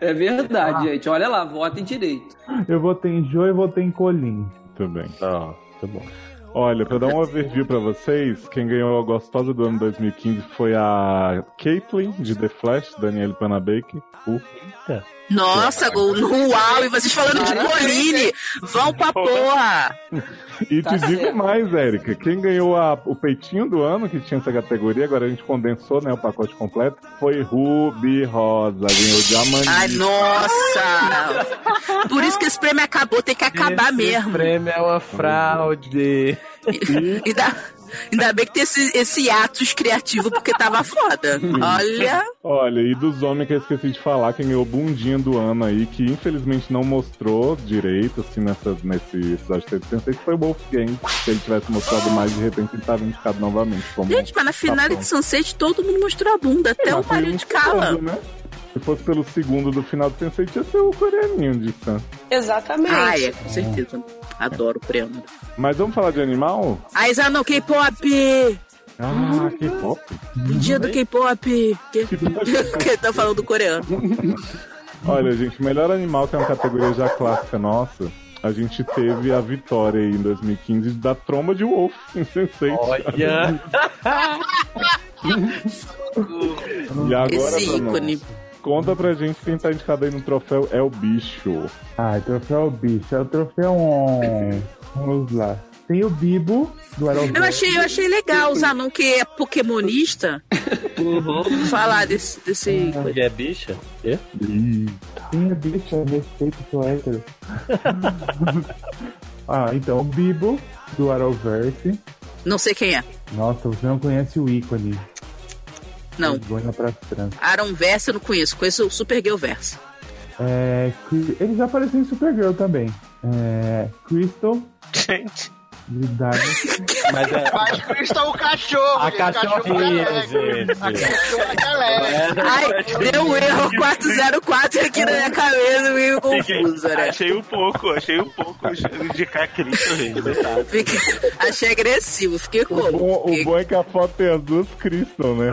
É, é verdade, gente. Olha lá, votem direito. Eu votei em Jo e votei em Colin. Muito bem. Não, tá bom. Olha, pra dar um overview pra vocês, quem ganhou a gostosa do ano 2015 foi a Caitlyn, de The Flash, Danielle Panabake. Uh, Nossa, gol. Uau, e vocês falando de Coline. Vão pra porra. E Tá te digo certo. mais, Érica, quem ganhou a- o peitinho do ano, que tinha essa categoria, agora a gente condensou né, o pacote completo, foi Ruby Rosa, ganhou diamante. Ai, nossa. Por isso que esse prêmio acabou. Tem que acabar Esse mesmo. prêmio é uma fraude. Ainda, ainda bem que tem esse, esse atos criativo, porque tava foda. Olha. Olha, e dos homens que eu esqueci de falar, quem ganhou o bundinho do ano aí, que infelizmente não mostrou direito, assim, nessa, nesse episódio que teve, pensei que foi o Wolfgang. Se ele tivesse mostrado mais, de repente ele tava indicado novamente. Como... Gente, mas na finale bom. de Sunset todo mundo mostrou a bunda, até Mas o foi marido um de Carla. segundo, né? Se fosse pelo segundo do final do Sensei, ia ser o coreaninho de Sam. Exatamente. Ah, é, com certeza. Adoro o prêmio. Mas vamos falar de animal? Aí, Zanon, K-pop! Ah, que pop. Dia do K-pop! <laughs> Que- Que tá falando do coreano. <laughs> Olha, gente, melhor animal, que é uma categoria já clássica nossa, a gente teve a vitória aí em 2015 da tromba de Wolf em Sensei. Olha, E agora, tá Esse Zanon, ícone. conta pra gente quem tá indicado aí no troféu é o bicho. Ai, Ah, troféu bicho. É o troféu on. Vamos lá. Tem o Bibo do Aerobus. Eu achei, eu achei legal o Zanon, que é pokémonista, Uhum. falar desse, desse ícone. que é bicha? Quê? Tem a bicha, respeito seu hétero. <laughs> ah, então, o Bibo do Arrowverse. Não sei quem é. Nossa, você não conhece o ícone. Não. Vergonha pra França. Aaron Versa eu não conheço. Conheço o Super Girl Versa. É, Cri- ele já apareceu em Supergirl também. É, Crystal. Gente. de Diamond. Mas é Mas Cristo é o cachorro. a gente. O cachorro cachorrinha, galera. gente. Cachorro é galera. Ai, deu um <laughs> erro 404 aqui na minha cabeça, meio confusa, né? Achei um pouco, achei um pouco indicar Cristo, gente. coitado. Fiquei- Achei agressivo, fiquei com. O bom, o fiquei- bom é que a foto tem as duas Crystal, <laughs> né?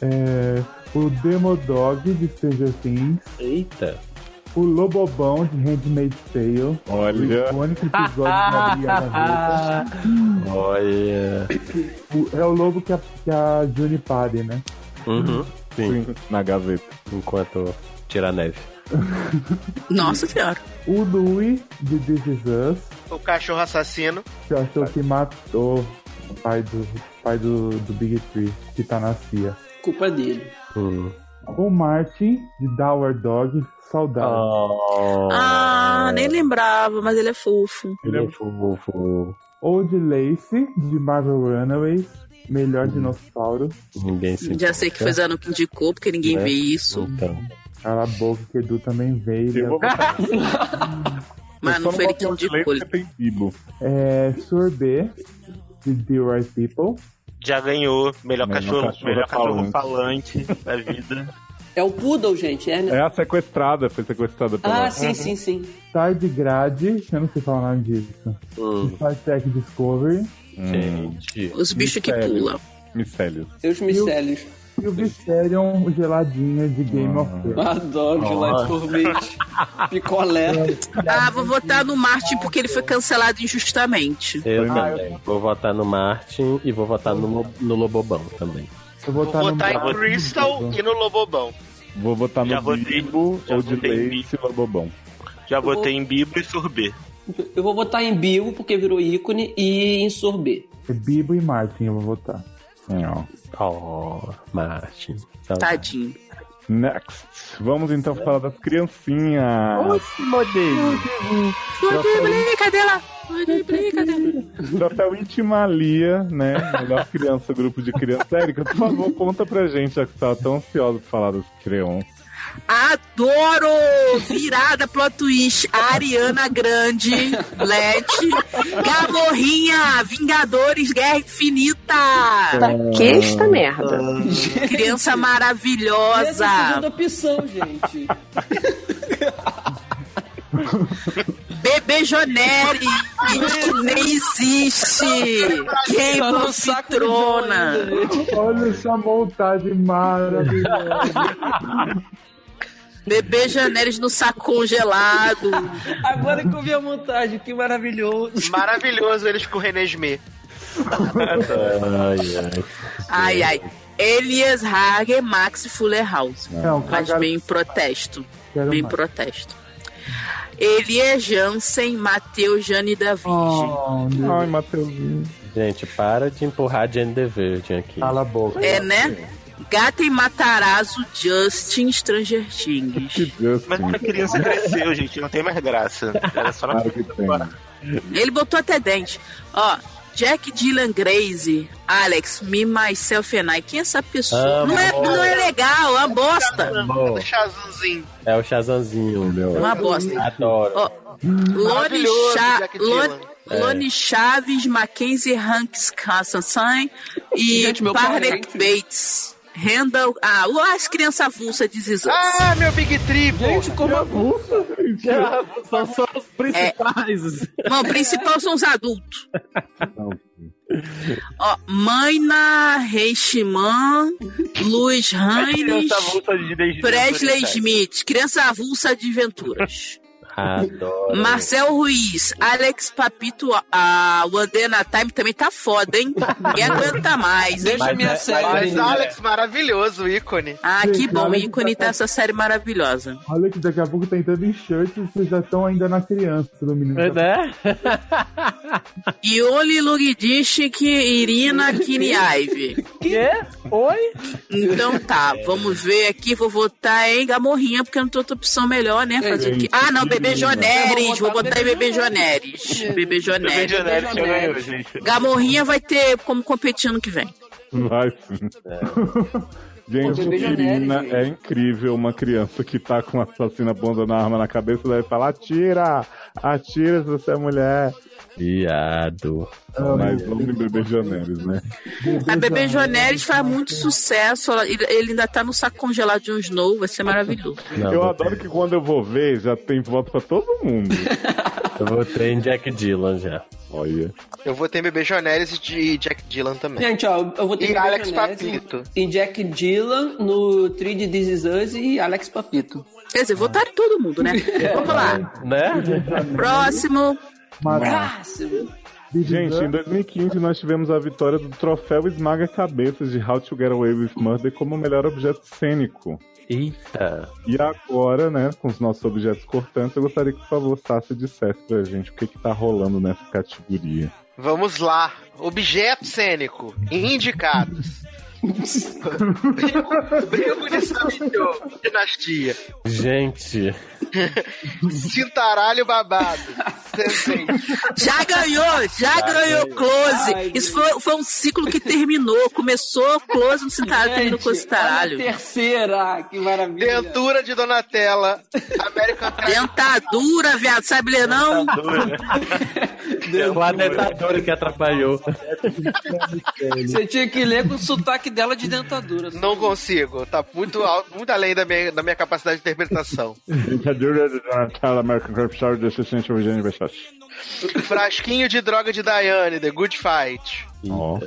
É, o Demodog de Stranger Things. Eita. O Lobobão de Handmaid's Tale. O Olha, icônico episódio da Brianna Russo. Olha. O- É o lobo que a, que a Juni pare, né? Uhum. Sim, sim, na gaveta. enquanto tira a neve. Nossa senhora. O Louis de This Is Us, O cachorro assassino. que achou que matou o pai do, pai do, do Big Tree, que tá na CIA. é. Culpa dele. Hum. O Martin, de Dower Dog, saudade. Oh, Ah, nem lembrava, mas ele é fofo. Ele é fofo. Old Lace, de Marvel Runaways, melhor dinossauro. Ninguém se então, Já sei que foi Zano que indicou, porque ninguém Né? vê isso. Cala a boca que Edu também veio. Eu vou botar. Mas não foi ele que indicou. ele- Tem Bibo. É, Sorbet, de The Right People. Já ganhou. Melhor, cachorro, cachorro melhor cachorro falante. falante da vida. É o Poodle, gente. É, É a sequestrada, foi sequestrada pela. Ah, sim, sim, sim. Tardigrade, eu não sei falar o nome disso. Star Trek Discovery. Hum. Gente. Os bichos que Micélios. pulam. Micélios. Seus micélios. E o Viserion, o geladinho de Game of Ah. Thrones. Adoro gelado gourmet. Picolé. Ah, vou votar no Martin porque ele foi cancelado injustamente. Eu também. Vou votar no Martin e vou votar no, Lo- no Lobobão também. Eu vou Vou botar Martin. em Crystal e no Lobobão. Vou votar Já no votei. Bibo, Já ou de votei em leite ou bobão. Já botei em Bibo e Sorbê. Eu vou votar em Bigo, porque virou ícone, e em Sorbet. É Bibo e Martin, eu vou votar. É, Oh, Martin. Tá. Saudade. Tadinho. Next. Vamos então falar das criancinhas. Esse modelo. Cadê lá? Cadê Troféu Intimalia, né? Melhor criança, grupo de criança. Érica, por favor, conta pra gente, já que você tava tão ansiosa pra falar dos creons. Adoro! Virada plot twist. Ariana Grande, Lete, Gamorrinha, Vingadores, Guerra Infinita. Que esta merda. Criança Essa é a segunda maravilhosa. opção, gente. Bebê Jonelli, que nem existe. Tá Game no of saco do Trona. John ainda, gente. Olha essa montagem maravilhosa. Bebê Janelles no saco congelado. Agora que eu vi a montagem, que maravilhoso. Maravilhoso eles com o Renesmee. Ai, ai. Ai, ai. Elias Hager, Max Fuller House. Não, Mas cagaram- bem protesto. Quero Bem mais. protesto. Elias Jansen, Matheus Jane da Virgem. Oh, meu Ai, Matheusinho. Gente, para de empurrar a Jane the Virgin aqui. Cala a boca. É, né? Gata e Matarazzo, Justin Stranger Things. Que Deus, Mas sim, a criança cresceu, gente. Não tem mais graça. Tá Era só na claro que tem. Ele botou até dente. Ó, Jack Dylan Graze, Alex, Me, Myself and I. Quem é essa pessoa? Ah, não, é, boa. não é legal, é uma bosta. Bom, Do Shazamzinho. é o Shazanzinho, meu. Uma bosta. Adoro. Ó, Lone, Maravilhoso, Cha- Jack Dylan. É. Lone, Lone Chaves, Mackenzie Hanks Cassansan e Gente, meu Parley parente. Bates. Randall. Ah, o- as crianças avulsas de Zizans. Ah, meu Big Tree, pô. Gente, como a São só os principais. Não, o principal são os adultos. Não. Ó, Maina Reichiman, Luiz Raines, criança volta de né, desde Presley desde- Smith, criança avulsa de aventuras. Ah, Adoro. Marcel Ruiz, Alex Papito, a Wandena Time também tá foda, hein? Ninguém aguenta mais, hein? Deixa Mas minha é- série. Mas Sim. Alex, maravilhoso, ícone. Ah, que Gente, bom, olha que ícone tá essa série maravilhosa. Olha que daqui a pouco tá entrando em shirt e vocês já estão ainda na criança do É, menino. Né? Yoli Lugdishik Irina <laughs> Kiniaive. Quê? Oi? Então tá, vamos ver aqui, vou votar em Gamorrinha, porque não tem outra opção melhor, né? Fazer o quê? Ah, não, Bebê Joneres, vou botar em Bebê Joneres. Bebê Bebê Joneres. Janelle já Bebê Janelle. ganhou, gente. Gamorrinha vai ter como competir ano que vem. Vai sim. Gente, Pô, bebê Irina genérico, é incrível. Uma criança que tá com uma assassina bonza na arma na cabeça deve falar: atira! Atira se você é mulher. Ah, Viado. Mas vamos em bebê janeiro, né? A Bebê Joneres faz muito sucesso, ela- ele ele ainda tá no saco congelado de um Snow, vai ser maravilhoso. Não, eu vou- adoro que quando eu vou ver, já tem voto pra todo <laughs> mundo. Eu votei em Jack Dylan já. Olha. Eu vou ter bebê Jonelis de Jack Dylan também. Gente, ó, eu vou ter E Alex Beijonese Papito. Em Jack Dylan, no Tree de This Is Us e Alex Papito. Quer dizer, votaram em todo mundo, <laughs> né? Vamos lá. Né? Próximo. Próximo. Gente, em 2015 nós tivemos a vitória do troféu Esmaga Cabeças de How to Get Away with Murder como melhor objeto cênico. Eita. E agora, né, com os nossos objetos cortantes, eu gostaria que, por favor, Sassi dissesse pra gente o que que tá rolando nessa categoria. Vamos lá. Objeto cênico. Indicados. Bem bonita, bicho. Dinastia. Gente. Cintaralho babado. Presente. Já ganhou, já Já ganhou ganhou. close. Ai, Isso foi, foi um ciclo que terminou. Começou close no Cintaralho, terminou com o Cintaralho. olha a terceira, que maravilha. Dentura de Donatella. American Dentadura, viado, sabe ler não? Foi a dentadura que atrapalhou. Você tinha que ler com o sotaque dela de dentadura. Não consigo. Tá muito, alto, muito além da minha, da minha capacidade de interpretação. Ditadura é de Natal American Crop Story de Assistente Virginia Versace. Frasquinho de droga de Diane, The Good Fight. Ó.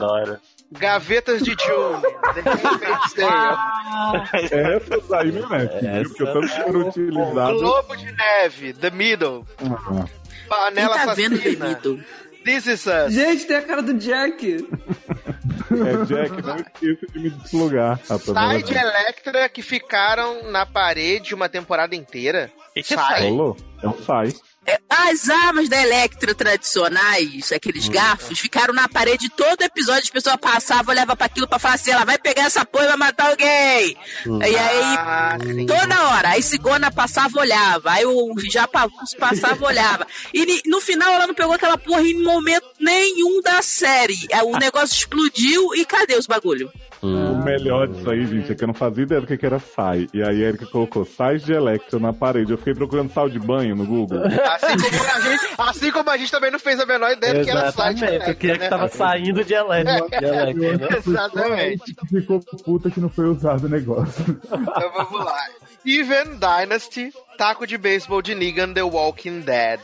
Gavetas de June, The Handmaid's Tale. Essa daí merece, viu? né, Porque eu tanto por utilizado. Globo de Neve, The Middle. Ah. Panela Quem tá vendo Assassina. The Middle? This is Us. Gente, tem a cara do Jack. É, Jack, não esqueça de me desplugar. Ah, tô Sai de vendo. Electra que ficaram na parede uma temporada inteira. Sai. Rolou? Não sai. É, As armas da Electra tradicionais, Hum. aqueles garfos, ficaram na parede todo episódio. As pessoas passavam, olhavam pra aquilo pra falar assim: ela vai pegar essa porra e vai matar alguém. Hum. E aí, toda hora. Aí Cigona passava, olhava. Aí o Japa passava, olhava. E ni- no final ela não pegou aquela porra em momento nenhum da série. Aí O negócio explodiu e cadê os bagulho? O melhor disso aí, gente, é que eu não fazia ideia do que que era sai. E aí a Erika colocou sais de Electra na parede. Eu fiquei procurando sal de banho no Google. Assim como, a gente, assim como a gente também não fez a menor ideia do que É era Sai de Exatamente, Electra. eu queria que tava saindo de elétrico. de elétrico, né? Exatamente. Ficou puta que não foi usado o negócio. Então vamos lá. Even Dynasty, taco de beisebol de Negan, The Walking Dead.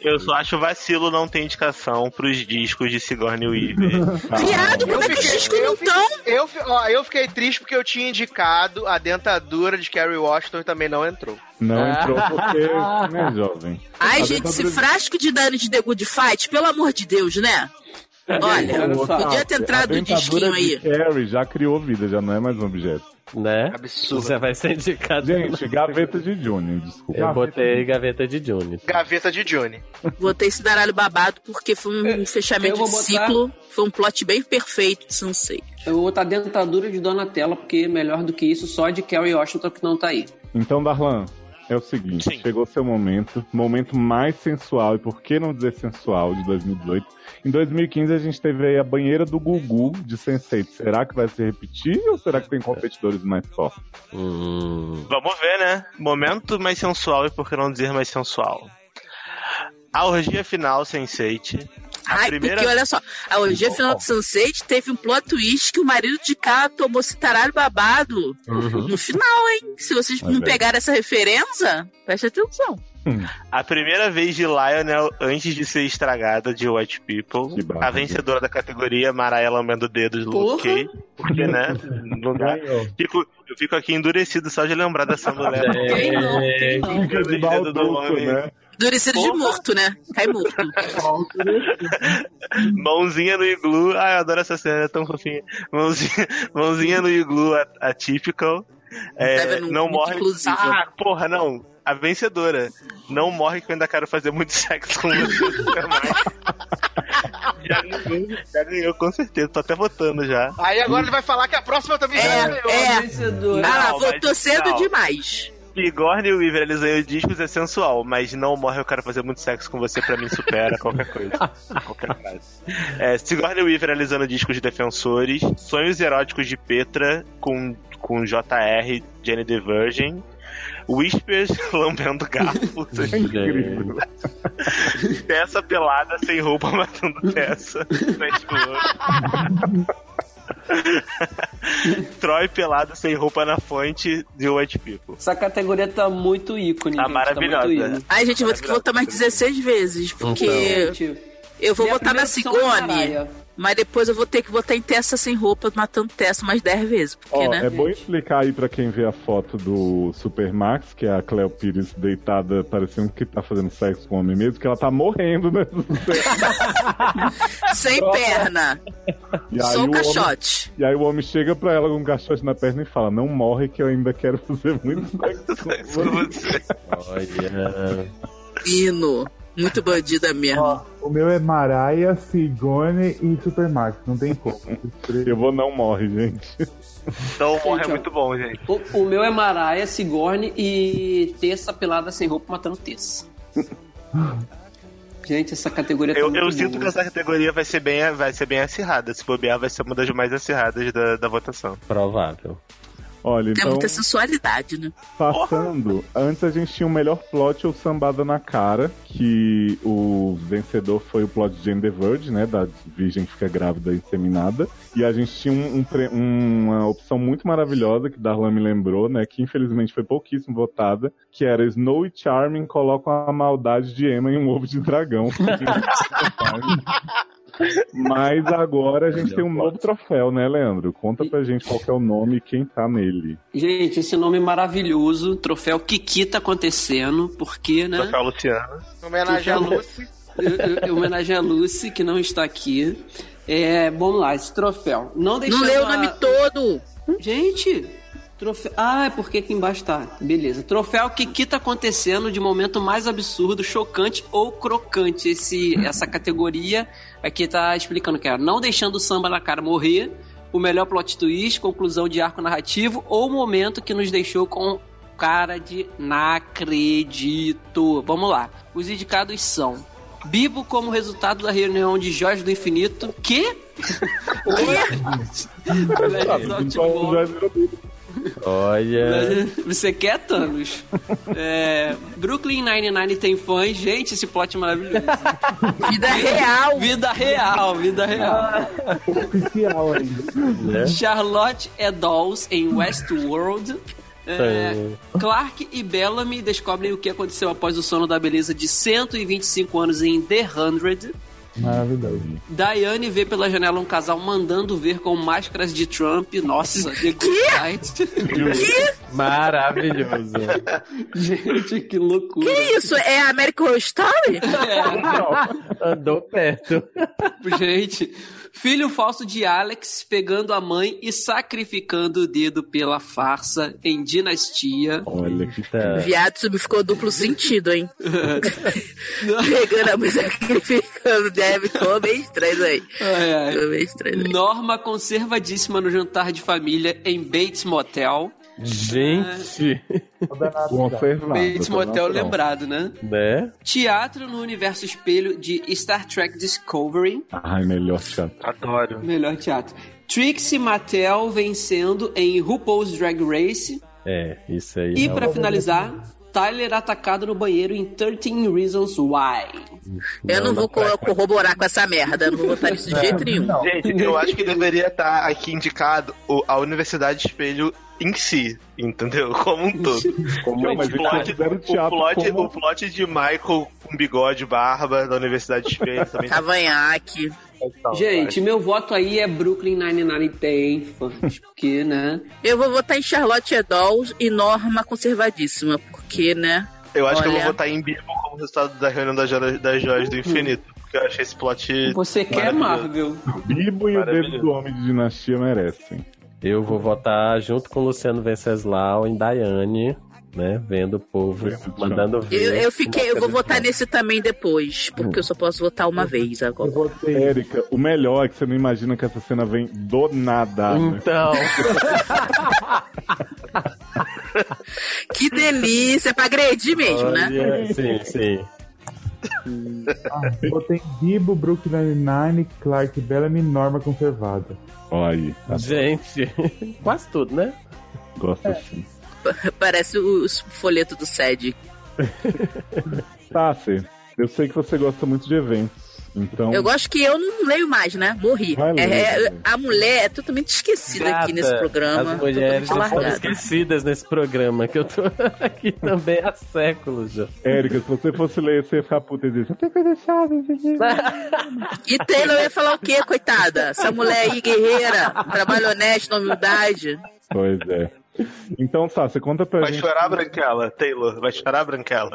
Eu só acho vacilo não ter indicação pros discos de Sigourney Weaver. <laughs> Tá. Viado, Eu como é que os fiquei- discos não tá? eu estão? fi- Eu, fi- ó, eu fiquei triste porque eu tinha indicado a dentadura de Kerry Washington e também não entrou. Não entrou porque, né, jovem? Ai, A gente, esse dentadura- frasco de dano de The Good Fight, pelo amor de Deus, né? Olha, podia ter entrado A o dentadura disquinho de aí. Carrie já criou vida, já não é mais um objeto. Né? Absurdo. Você vai ser indicado. Gente, gaveta de Junior, desculpa. Eu botei gaveta de Juni. Gaveta de Johnny. Botei esse daralho babado porque foi um fechamento É, eu vou de botar- ciclo. Foi um plot bem perfeito de Sansei. Eu vou botar dentadura de Donatella, porque melhor do que isso, só de Kerry Washington que não tá aí. Então, Darlan, é o seguinte: chegou seu momento, momento mais sensual, e por que não dizer sensual, de 2018. Em 2015, a gente teve aí a banheira do Gugu de Sense8. Será que vai se repetir ou será que tem competidores mais fortes? Hum. Vamos ver, né? Momento mais sensual e por que não dizer mais sensual. A orgia final, Sense8. A Ai, primeira... porque olha só, a orgia final de Sansei teve um plot twist que o marido de cá tomou esse taralho babado Uhum. no final, hein? Se vocês Mas não é. pegaram essa referência, preste atenção. A primeira vez de Lionel antes de ser estragada de White People. a vencedora da categoria, Maraela Aumenta o Dedo de Porra. Luke Cage. Porque, <laughs> né? Não dá. Fico, eu fico aqui endurecido só de lembrar dessa mulher. Quem não? Quem não? Fica de né? dedo do homem. né? Endurecido de morto, né? Cai <laughs> morto. Mãozinha no iglu. Ai, eu adoro essa cena, é tão fofinha. Mãozinha, mãozinha no iglu, a, a typical. É, Deve num- não muito morre. inclusivo. Ah, porra, não. A vencedora. Não morre que eu ainda quero fazer muito <laughs> sexo com você. nunca mais. já ganhou, já ganhou, com certeza. Tô até votando já. Aí agora ele vai falar que a próxima também já ganhou. é. Ah, voltou cedo demais. Bigorna e Weaver, eles ganham discos, é sensual, mas não morre, eu quero fazer muito sexo com você, pra mim supera qualquer coisa. qualquer frase. É, Sigourney Weaver realizando discos de defensores, Sonhos Eróticos de Petra com, com JR, Jenny the Virgin, Whispers <laughs> lambendo garfo. É incrível. Tessa pelada sem roupa <laughs> matando Tessa. Night Glow. <laughs> Troy pelado sem roupa na fonte de White People. Essa categoria tá muito ícone. Tá gente, maravilhosa, Tá muito né? ícone. Ai, gente, eu vou ter que votar mais 16 vezes, porque Então. eu vou Minha votar na primeira opção é Cigone, Mariah. mas depois eu vou ter que votar em Tessa sem roupa, matando Tessa mais 10 vezes, porque, Ó, né? é bom explicar aí pra quem vê a foto do Supermax, que é a Cleo Pires deitada, parecendo que tá fazendo sexo com o homem mesmo, que ela tá morrendo, né? Sem perna. E Só aí um o homem- caixote. E aí o homem chega pra ela com um caixote na perna e fala: Não morre que eu ainda quero <laughs> fazer muito sexo com você. Olha. Hino. Muito bandida mesmo. O meu é Maraia, Sigone e Supermax. Não tem como. Eu vou não morre, gente. Então, Não morre é Gente, ó. muito bom, gente. O, o meu é Maraia, Sigourney e Tessa pelada sem roupa matando <laughs> Tessa. Gente, essa categoria tá Eu, muito eu boa. sinto que essa categoria vai ser bem, vai ser bem acirrada. Se bobear, vai ser uma das mais acirradas da, da votação. <laughs> Provável. Olha, É então, muita sensualidade, né? passando, antes a gente tinha o melhor plot ou sambada na cara, que o vencedor foi o plot de Jane the Verge, né, da virgem que fica grávida e inseminada, e a gente tinha um- um pre- uma opção muito maravilhosa, que Darlan me lembrou, né, que infelizmente foi pouquíssimo votada, que era Snow e Charming colocam a maldade de Emma em um ovo de dragão. Mas agora a gente tem um novo troféu, né, Leandro? Conta pra gente qual que é o nome e quem tá nele. Gente, esse nome é maravilhoso, troféu Kiki tá acontecendo, porque, né? Troféu Luciana. Homenagem à Lucy. <laughs> Eu- eu- eu- homenagem a Lucy, que não está aqui. É, vamos lá, esse troféu. Não deixa Não leu o nome todo! Gente, troféu. Ah, é porque aqui embaixo tá. Beleza. Troféu que que tá acontecendo de momento mais absurdo, chocante ou crocante. Esse, essa categoria aqui tá explicando que é não deixando o samba na cara morrer, o melhor plot twist, conclusão de arco narrativo ou momento que nos deixou com cara de não acredito. Vamos lá. Os indicados são Bibo como resultado da reunião de Jorge do Infinito, que tipo, Então, Olha. <laughs> Você quer, Thanos? É, Brooklyn Nine-Nine tem fãs. Gente, esse plot é maravilhoso. <laughs> Vida real! Vida real, vida real. Oficial ainda. Charlotte é Dolls em Westworld. Tá É, Sim. Clark e Bellamy descobrem o que aconteceu após o sono da beleza de 125 anos em The Hundred. Maravilhoso. Diane vê pela janela um casal mandando ver com máscaras de Trump. Nossa, The Good Fight. Maravilhoso. <laughs> Gente, que loucura. É. Que isso? É American Horror Story? É. Andou perto. <laughs> Gente, filho falso de Alex pegando a mãe e sacrificando o dedo pela farsa em Dinastia. Olha que Tá. Viado, isso me ficou duplo sentido, <laughs> hein? Pegando a música sacrificando, deve ficou bem estranho aí. Ai, ai. Ficou bem estranho aí. Norma conservadíssima no jantar de família em Bates Motel. Gente, Conservado. Bates tá Motel natural. lembrado, né? né? Teatro no universo espelho de Star Trek Discovery. Ai, melhor chato. É. Adoro. Melhor teatro. Trixie Mattel vencendo em RuPaul's Drag Race. É, isso aí. E não. pra finalizar, Tyler atacado no banheiro em 13 Reasons Why. Eu não, vou co- corroborar com essa merda, não vou botar isso É. de jeito nenhum. Gente, Eu acho que deveria estar aqui indicado o- a Universidade Espelho em si, entendeu? <laughs> Como um <laughs> todo. Como é O plot, fizeram o, plot, o plot de Michael com bigode, barba, da Universidade Espelho também. tá Cavanhaque. legal, Gente, meu voto aí é Brooklyn Nine-Nine tem fãs, porque, né? Eu vou votar em Charlotte Edols e Norma Conservadíssima, porque, né? Eu acho que eu Olha. vou votar em Bibo como resultado da reunião das joias, das joias do infinito. Porque eu achei esse plot. <laughs> Você quer Marvel. Bibo e o dedo Maravilhoso. do homem de dinastia merecem. Eu vou votar junto com o Luciano Venceslau em Daiane, né? Vendo o povo Vendo, mandando ver. Eu, eu fiquei, eu vou é votar nesse também depois, porque eu só posso votar Hum. uma vez Eu agora. votei. Érica, o melhor é que você não imagina que essa cena vem do nada. né? Então, Que delícia, é pra agredir mesmo, né? olha, sim, sim. Ah, Votei em Bibo, Brooklyn Nine-Nine, Clark Bellamy, Norma Conservada. Ó aí, tá- Gente, quase tudo, né? É. gosto assim. Parece os folhetos do SED. Tassi, Tá, eu sei que você gosta muito de eventos. Então, Eu gosto que eu não leio mais, né? Morri. Vai ler, É- é- né? a mulher é totalmente esquecida aqui nesse programa. As mulheres totalmente estão largada. esquecidas nesse programa, que eu tô <laughs> aqui também há séculos já. Érica, se você fosse ler, você ia ficar puta e dizer: Você tem coisa chata, isso aqui." E Taylor ia falar o quê, coitada? Essa mulher aí, guerreira, um trabalho honesto, na humildade. Pois é. Então, Tassi, conta pra Vai gente. chorar, Branquela, Taylor. Vai chorar, Branquela.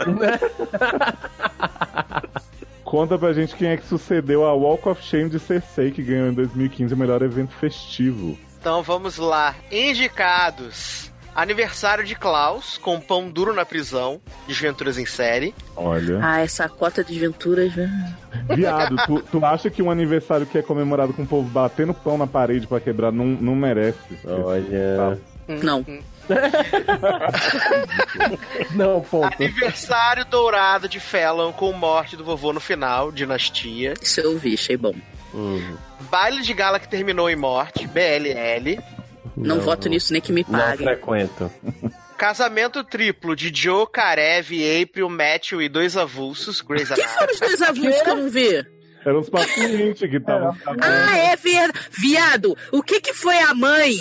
Conta pra gente quem é que sucedeu a Walk of Shame de Cersei, que ganhou em 2015 o melhor evento festivo. Então vamos lá. Indicados. Aniversário de Klaus, com Pão Duro na Prisão, Desventuras em Série. Olha. Ah, essa cota de aventuras, né? Viado, tu, tu acha que um aniversário que é comemorado com o povo batendo pão na parede pra quebrar não, não merece? Olha. Não. Não, ponto. Aniversário dourado de Fallon com morte do vovô no final, Dinastia. Isso eu vi, achei bom. Baile de gala que terminou em morte, BLL. Não, voto nisso nem que me Não paguem. frequento. Casamento triplo de Joe, Karev, April, Matthew e dois avulsos, Grey's Quem foram os dois avulsos que eu não vi? Eram os pacientes que estavam Ah, é verdade. Viado, o que que foi a mãe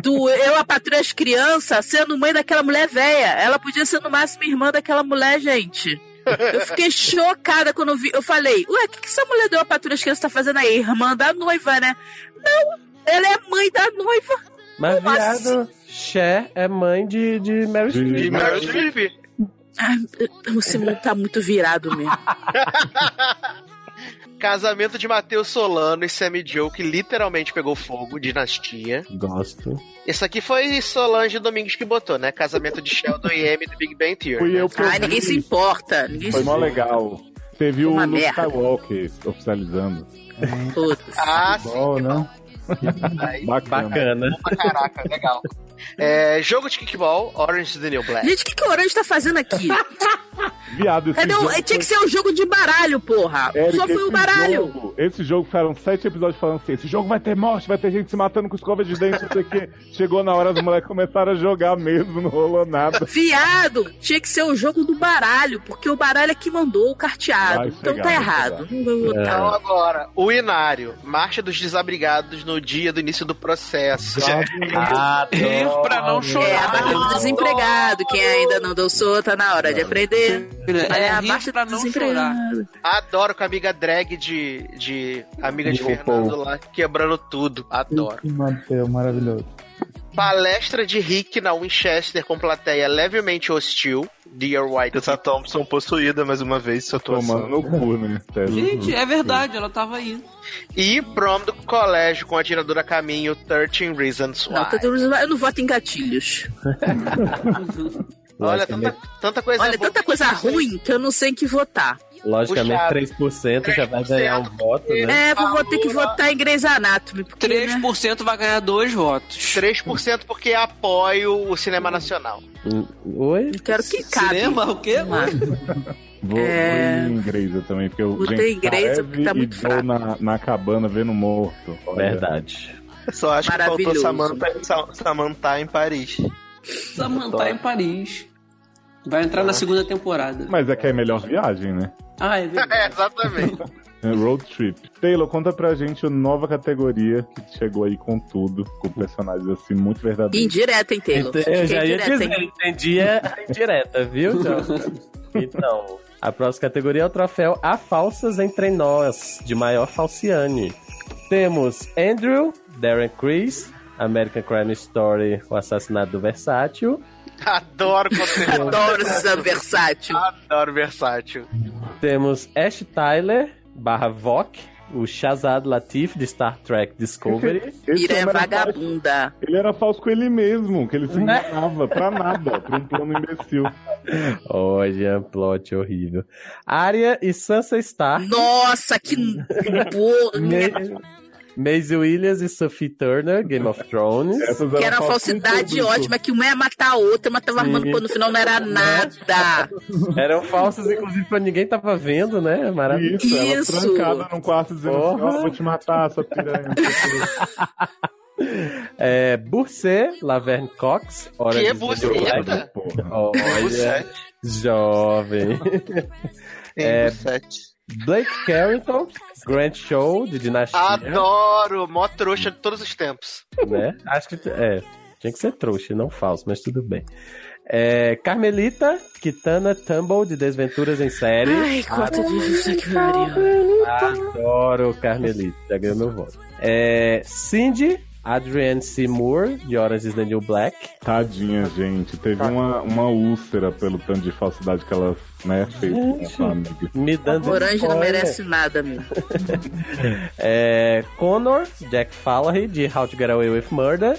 do Eu, a Patrulha as Crianças, sendo mãe daquela mulher velha? Ela podia ser no máximo irmã daquela mulher, gente. Eu <laughs> fiquei chocada quando eu vi. Eu falei, ué, o que, que essa mulher do Eu, a Patrulha as Crianças tá fazendo aí? Irmã da noiva, né? Não, ela é mãe da noiva. Mas, Como viado, Cher é mãe de, de Meryl Streep. De Meryl Streep. Ai, esse mundo tá muito virado mesmo. Casamento de Matheus Solano e Sammy Joe, que literalmente pegou fogo, Dinastia. Gosto. Isso aqui foi Solange Domingues que botou, né? Casamento de Sheldon e Amy do Big Bang Theory. Fui eu que eu Ai, vi. ninguém se importa. Ninguém Foi se mó importa. legal. Teve o Uma Luke merda. Skywalker oficializando. Putz. Ah, sim. Bom, né? <laughs> Aí, Bacana. Bacana. pra caraca, legal. É, jogo de kickball, Orange is the New Black. Gente, o que, que o Orange tá fazendo aqui? Viado, esse Cadê o... jogo... Tinha que ser um jogo de baralho, porra. Eric, Só foi o esse baralho. jogo- esse jogo ficaram sete episódios falando assim: esse jogo vai ter morte, vai ter gente se matando com escova de dente, não sei o quê. Chegou na hora, os moleques começaram a jogar mesmo, não rolou <laughs> nada. Viado, tinha que ser o jogo do baralho, porque o baralho é que mandou o carteado. Vai então chegar, tá vai errado. Não vou Então É. botar. agora, o Inário, Marcha dos Desabrigados no dia do início do processo. Ah. Adoro. Ir pra não É a chorar. marcha do desempregado. Quem ainda não dançou, tá na hora de aprender. É a rir marcha pra do não chorar. desempregado. Adoro com a amiga drag de, de amiga de De RuPaul. Fernando lá, quebrando tudo. Adoro. Que Matheus, maravilhoso. Palestra de Rick na Winchester com plateia levemente hostil. Dear White. Essa Thompson possuída mais uma vez, sua Tomando atuação. no cu, né? Sério. Gente, é verdade, ela tava aí. E prom do colégio com a tiradora a caminho 13 Reasons Why. Não, tá tudo- eu não voto em gatilhos. é Olha, tanta, tanta coisa Olha, boa. tanta coisa ruim que eu não sei em que votar. Logicamente, Puxado. 3% já vai ganhar um voto, né? É, vou, vou ter que votar em Grey's Anatomy, porque, né? 3% vai ganhar dois votos. 3% porque apoio o cinema nacional. É. Oi? Eu Quero que cabe. Cinema, o quê? Mas- Vou, É. vou em Greysa também, porque eu Botei em Greysa porque tá muito e Joe fraco. na, na cabana vendo morto. Olha. Verdade. Eu Só acho que faltou Maravilhoso. Samantha, Sa- Samantha em Paris. Samantha em Paris. Vai entrar na segunda temporada. Mas é que é a melhor viagem, né? Ah, é verdade. <laughs> É, exatamente. É Road Trip. Taylor, conta pra gente a nova categoria que chegou aí com tudo, com personagens assim muito verdadeiros. Indireta, hein, Taylor? Ente- Então, eu já Fiquei ia direta, dizer, hein? entendi a a indireta, viu? <laughs> Jonathan? então, a próxima categoria é o troféu A Falsas Entre Nós, de maior falciane. Temos Andrew, Darren Criss, American Crime Story, O Assassinato do Versátil. Adoro quando <laughs> você Adoro esse versátil. Adoro versátil. Temos Ash Tyler, barra Vok, o Shazad Latif, de Star <laughs> Trek Discovery. Esse Ira é homem era falso- vagabunda. Ele era falso com ele mesmo, que ele se Né? enganava pra nada, pra um plano imbecil. Olha, plot horrível. Arya e Sansa Stark. Nossa, que <laughs> porra! Ma- Maisie Williams e Sophie Turner, Game of Thrones. Essas Que eram era uma falsas com falsidade público. ótima, que uma ia matar a outra, mas tava Sim. armando quando no final não era nada. Eram falsas, inclusive, pra ninguém tava vendo, né? Maravilha. Isso, ela Isso. trancada num quarto dizendo assim, Porra. ó, vou te matar, sua piranha. É, Bursé, Laverne Cox. Hora Que é de Zodiac. buceta? É Porra. Olha, jovem. É. Em 7. Blake Carrington, Grand Show, de Dinastia. Adoro, mó trouxa de todos os tempos. né? Acho que é, tinha que ser trouxa, não falso, mas tudo bem. É, Carmelita, Kitana Tumble de Desventuras em Série. Ah, Ai, cota de justiça que pariu. Adoro Carmelita, já ganhou meu voto. É, Cindy, Adrienne Seymour de Orange is the New Black. Tadinha, gente. Teve uma, uma úlcera pelo tanto de falsidade que ela né, fez com essa amiga. Me dando Orange não é. spoiler. merece nada, amigo. É, Connor, Jack Fallahy de How to Get Away with Murder.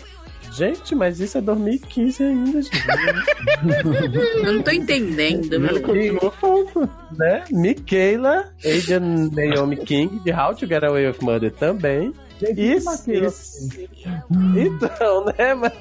Gente, mas isso é 2015 ainda, gente. <laughs> Eu não tô entendendo. Ele continua falso. Né? Michaela, Agent Naomi King, de How to Get Away with Murder também. Isso, isso. Então, né? Mas,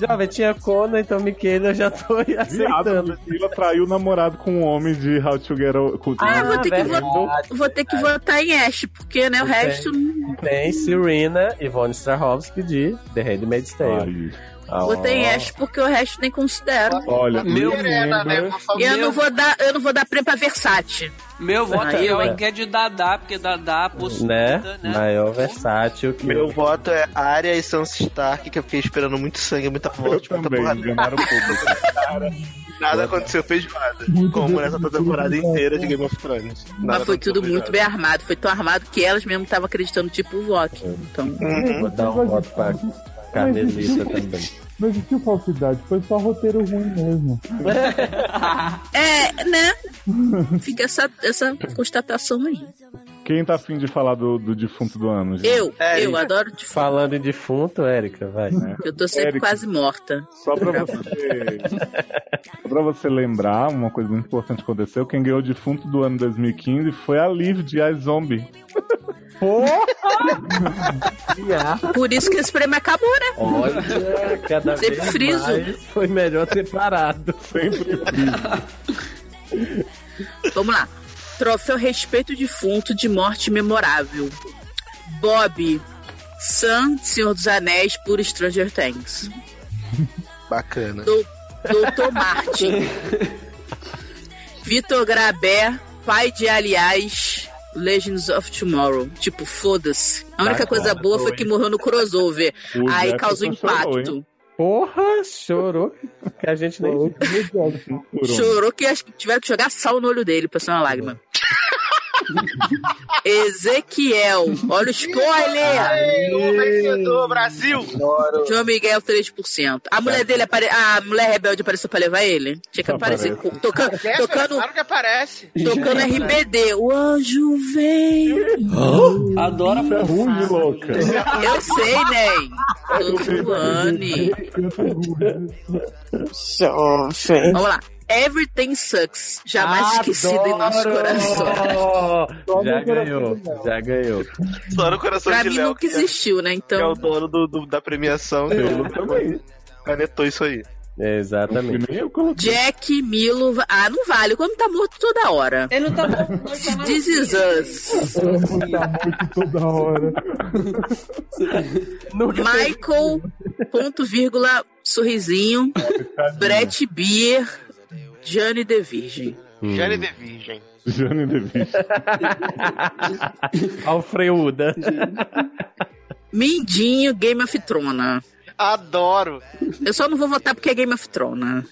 jovem, tinha Conan, então Michaela eu já tô aí aceitando. Ela traiu o namorado com um homem de How to Get Away- com- Ah, vou ter, que verdade. vo- vou ter que votar em Ash, porque né, o Tem- resto. Tem Serena Yvonne Strahovski de The Handmaid's Tale. Ah, Votei em ó. Ash porque o resto nem considero. Olha, Meu é Serena, mundo, né? Eu não vou dar, eu não vou dar prêmio pra Versace. Meu voto Aí, é o né? enquete de Dadá, porque Dadá possui. né? Maior versátil que Meu voto é Arya e Sansa Stark, que eu fiquei esperando muito sangue, muita morte, muita também, porrada. enganaram o público. Cara, nada aconteceu feijoada. Como nessa temporada inteira de Game of Thrones. Nada Mas foi aconteceu tudo muito feijoada. bem armado. Foi tão armado que elas mesmo estavam acreditando, tipo o Loki. Então. Vou dar um voto pra Carmelita também. Não existiu é falsidade, foi só roteiro ruim mesmo. É, né? Fica essa, essa constatação aí. Quem tá afim de falar do, do defunto do ano? gente? Eu, eu adoro. Falando em defunto, Érica, vai. Eu tô sempre Érica. quase morta. Só pra você. Só pra você lembrar, uma coisa muito importante aconteceu: quem ganhou o defunto do ano 2015 foi a Liv de I Zombie. Por isso que esse prêmio acabou, né? Olha, cada Sempre vez friso. mais foi melhor separado. Sempre Vamos lá. Troféu Respeito Defunto de Morte Memorável. Bob. Sam, Senhor dos Anéis, por Stranger Things. Bacana. Dou- Doutor Martin. Vitor Grabé, pai de Aliás, Legends of Tomorrow. Tipo, foda-se. A única Bacana, coisa boa foi que morreu no crossover. né? O né? Aí Jefferson causou chorou, impacto. hein? Porra, chorou. Que a gente nem. assim, um. Chorou que acho que tiveram que jogar sal no olho dele pra ser uma <laughs> lágrima. Ezequiel, olha o Ah, spoiler! O vencedor, Brasil! João Miguel 3%. A mulher dele apare... a mulher rebelde apareceu pra levar ele? Tinha que aparecer com- tocando, Jéssica, tocando, claro é que aparece. tocando RBD. O anjo vem. Adora Isso é ruim, louca. Eu sei, né? Ney. Tô né? zoando. Jovem. Vamos lá. Everything sucks. Jamais Tá esquecido em nossos corações. Oh, já ganhou, já ganhou. Só no coração Pra de mim Léo, nunca existiu, né? que é Então. o dono do- do- da premiação. Ele canetou É, então isso aí. Exatamente. Nem eu coloquei. Jack, Milo. va- Ah, não vale. Como tá morto toda hora. Ele não tá bom, não tá nada. <laughs> This is us. tá Toda hora. Michael, ponto, vírgula, sorrisinho. Brett Beer. Jane The Virgem. Jane The Virgem. Jane DeVito. Alfreuda. Mindinho, Game of Thrones. Adoro. Eu só não vou votar porque é Game of Thrones.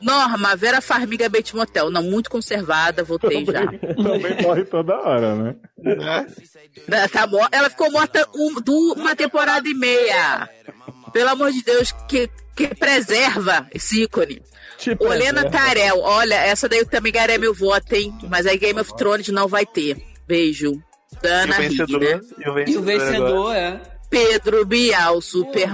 Norma, Vera Farmiga Bates Motel. Não, muito conservada, votei já. <laughs> Também morre toda hora, né? Ela, tá mor- ela ficou morta um- du- uma temporada e meia. Pelo amor de Deus, que, que preserva esse ícone. Tipo, é. Olena Tarel, olha, essa daí eu também garei meu voto, hein? Mas aí Game of Thrones não vai ter. Beijo. E o Dana Rigg, vencedor. né? E o E o vencedor. agora. vencedor é. Pedro Bial,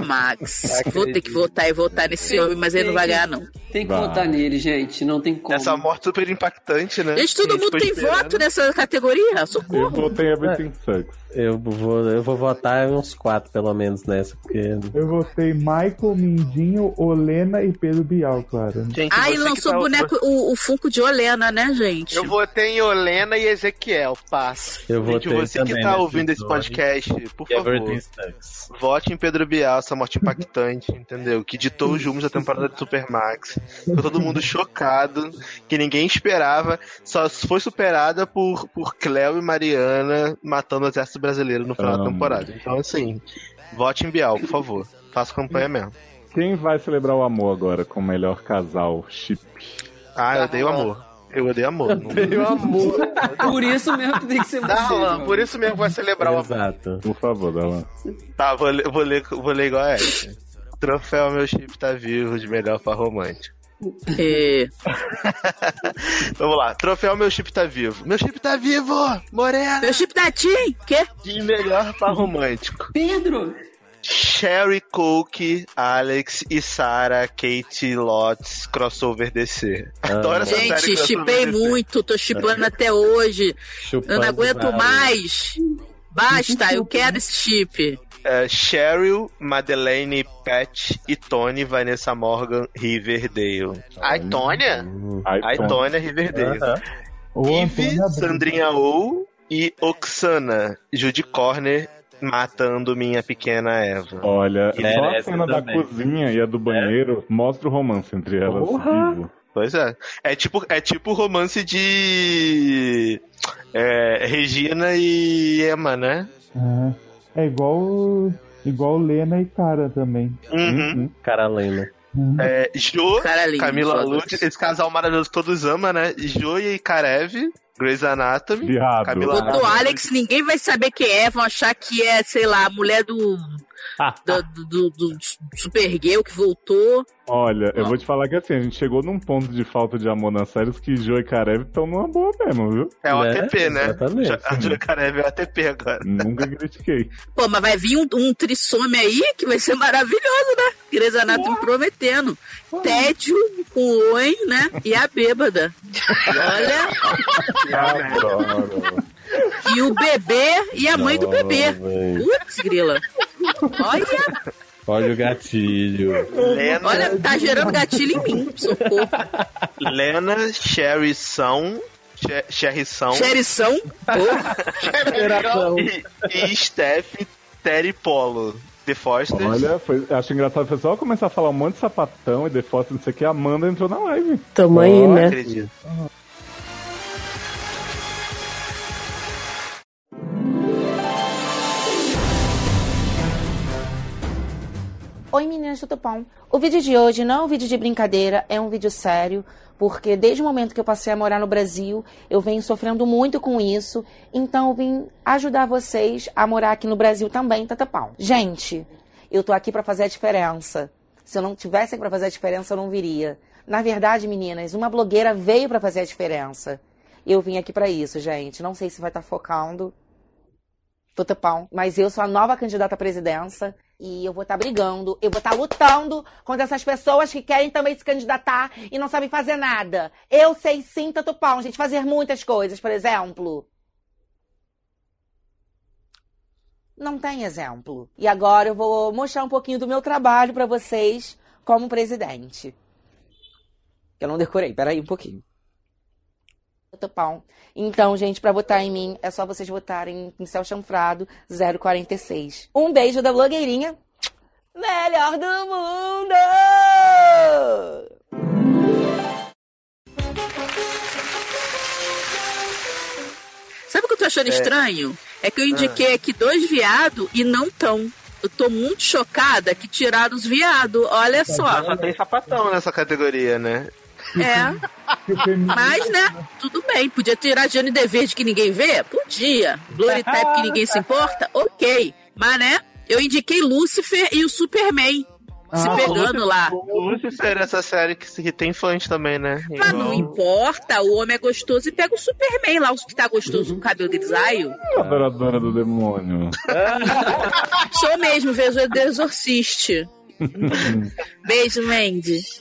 Supermax. Vou ter que votar e votar nesse homem, mas ele não vai ganhar, não. Tem que Vai. votar nele, gente. Não tem como. Essa morte super impactante, né? Gente, todo mundo tem voto nessa categoria? Eu Socorro. votei Everything Sucks. eu vou, eu vou votar uns quatro pelo menos nessa, porque Eu votei Michael, Mindinho, Olena e Pedro Bial, claro. Gente, Ah, e você que lançou tá- o boneco, o, o Funko de Olena, né, gente? Eu votei em Olena e Ezequiel. Passa. eu vou Gente, ter você que tá ouvindo esse podcast, por favor, vote em Pedro Bial, essa morte impactante, entendeu? Que ditou os rumos da temporada de Supermax. Ficou todo mundo chocado, que ninguém esperava. Só foi superada por, por Cleo e Mariana matando o exército brasileiro no final da Amo. temporada. Então, assim, vote em Bial, por favor. Faça campanha mesmo. Quem vai celebrar o amor agora com o melhor casal? Chip. Ah, eu odeio amor. Eu odeio amor. Não- Meu amor. Por isso mesmo que tem que ser você. Darlan, mano. por isso mesmo vai celebrar o Exato. Por favor, Dalan. Tá, vou ler, vou ler, vou ler igual a essa. Troféu Meu Chip Tá Vivo de melhor par romântico. É. Vamos lá. Troféu Meu Chip Tá Vivo. Meu Chip Tá Vivo! Morena! Meu chip da TIM? tá Quê? De melhor par romântico. Pedro! Sherry Coke, Alex e Sarah, Kate Lotz, crossover DC. Adoro essa série. Gente, crossover chipei DC. muito, tô chipando até hoje. assim. É. Chupando eu não aguento vários. mais. Basta, eu quero esse chip. É, Cheryl, Madeleine, Pat e Tony, Vanessa Morgan, Riverdale. Ai, Tônia? Ai, Tônia, Riverdale. Aham. Eve, Sandrinha Ou e Oxana, Judy Corner, matando minha pequena Eva. Olha, E só a merece cena da também. cozinha e a do banheiro mostra o romance entre elas. Porra! vivo. Pois é. É tipo, é tipo romance de é, Regina e Emma, né? Ah, é igual igual Lena e Cara também. Uhum. Cara Lena. É, Jo, Cara lindo, Camila foda-se. Lutz, esse casal maravilhoso que todos ama, né? Jo e Karev, Grey's Anatomy, Camila Botou Alex, ninguém vai saber quem é, vão achar que é, sei lá, a mulher do. do, do, do, do Supergirl que voltou. Olha, eu vou te falar que assim, a gente chegou num ponto de falta de amor nas séries que Joe e Karev estão numa boa mesmo, viu? É o ATP, né? Exatamente. Jo- A Jo e Karev é o ATP agora. Nunca critiquei. Pô, mas vai vir um, um trissome aí que vai ser maravilhoso, né? Grey's Anatomy prometendo. Tédio, o Oen, né? E a bêbada. E o bebê e a mãe do bebê. Putz, grila. Olha, Olha o gatilho. Lena, olha, tá gerando gatilho em mim. Socorro. Lena, Sherry São, She- Sherry São, Xerição. Geração. e, e Steph Terry Polo, The <laughs> Foster. Olha, foi, acho engraçado o pessoal começar a falar um monte de sapatão e de foto, não sei o que, a Amanda entrou na live. Tamo aí, Ó, né? acredito. Oi meninas do Tupão. O vídeo de hoje não é um vídeo de brincadeira, é um vídeo sério, porque desde o momento que eu passei a morar no Brasil, eu venho sofrendo muito com isso, então eu vim ajudar vocês a morar aqui no Brasil também, tá Tupão? Gente, eu tô aqui pra fazer a diferença. Se eu não tivesse aqui pra fazer a diferença, eu não viria. Na verdade, meninas, uma blogueira veio pra fazer a diferença. Eu vim aqui pra isso, gente. Não sei se vai estar focando, Tutupão. Mas eu sou a nova candidata à presidência e eu vou estar brigando, eu vou estar lutando contra essas pessoas que querem também se candidatar e não sabem fazer nada. Eu sei sim, Tutupão, gente, fazer muitas coisas, por exemplo. Não tem exemplo. E agora eu vou mostrar um pouquinho do meu trabalho para vocês como presidente. Eu não decorei, peraí um pouquinho. Tutupão. Então, gente, pra votar em mim, é só vocês votarem em Céu Chanfrado 046. Um beijo da blogueirinha. Melhor do mundo! Sabe o que eu tô achando É. estranho? É que eu indiquei aqui dois viado e não tão. Eu tô muito chocada que tiraram os viado. Olha só. Só tem sapatão nessa categoria, <laughs> né? É. Mas, né? Tudo bem. Podia tirar Jane de Verde que ninguém vê? Podia. Glory Type que ninguém se importa? Ok. Mas, né? Eu indiquei Lúcifer e o Superman. se pegando lá. Lucifer, essa série que, se- que tem fãs também, né? Mas não importa, o homem é gostoso e pega o Superman lá, os que tá gostoso com cabelo grisalho. É. Adoradora do demônio. Sou mesmo, vejo o exorciste. <laughs> Beijo, Mendes.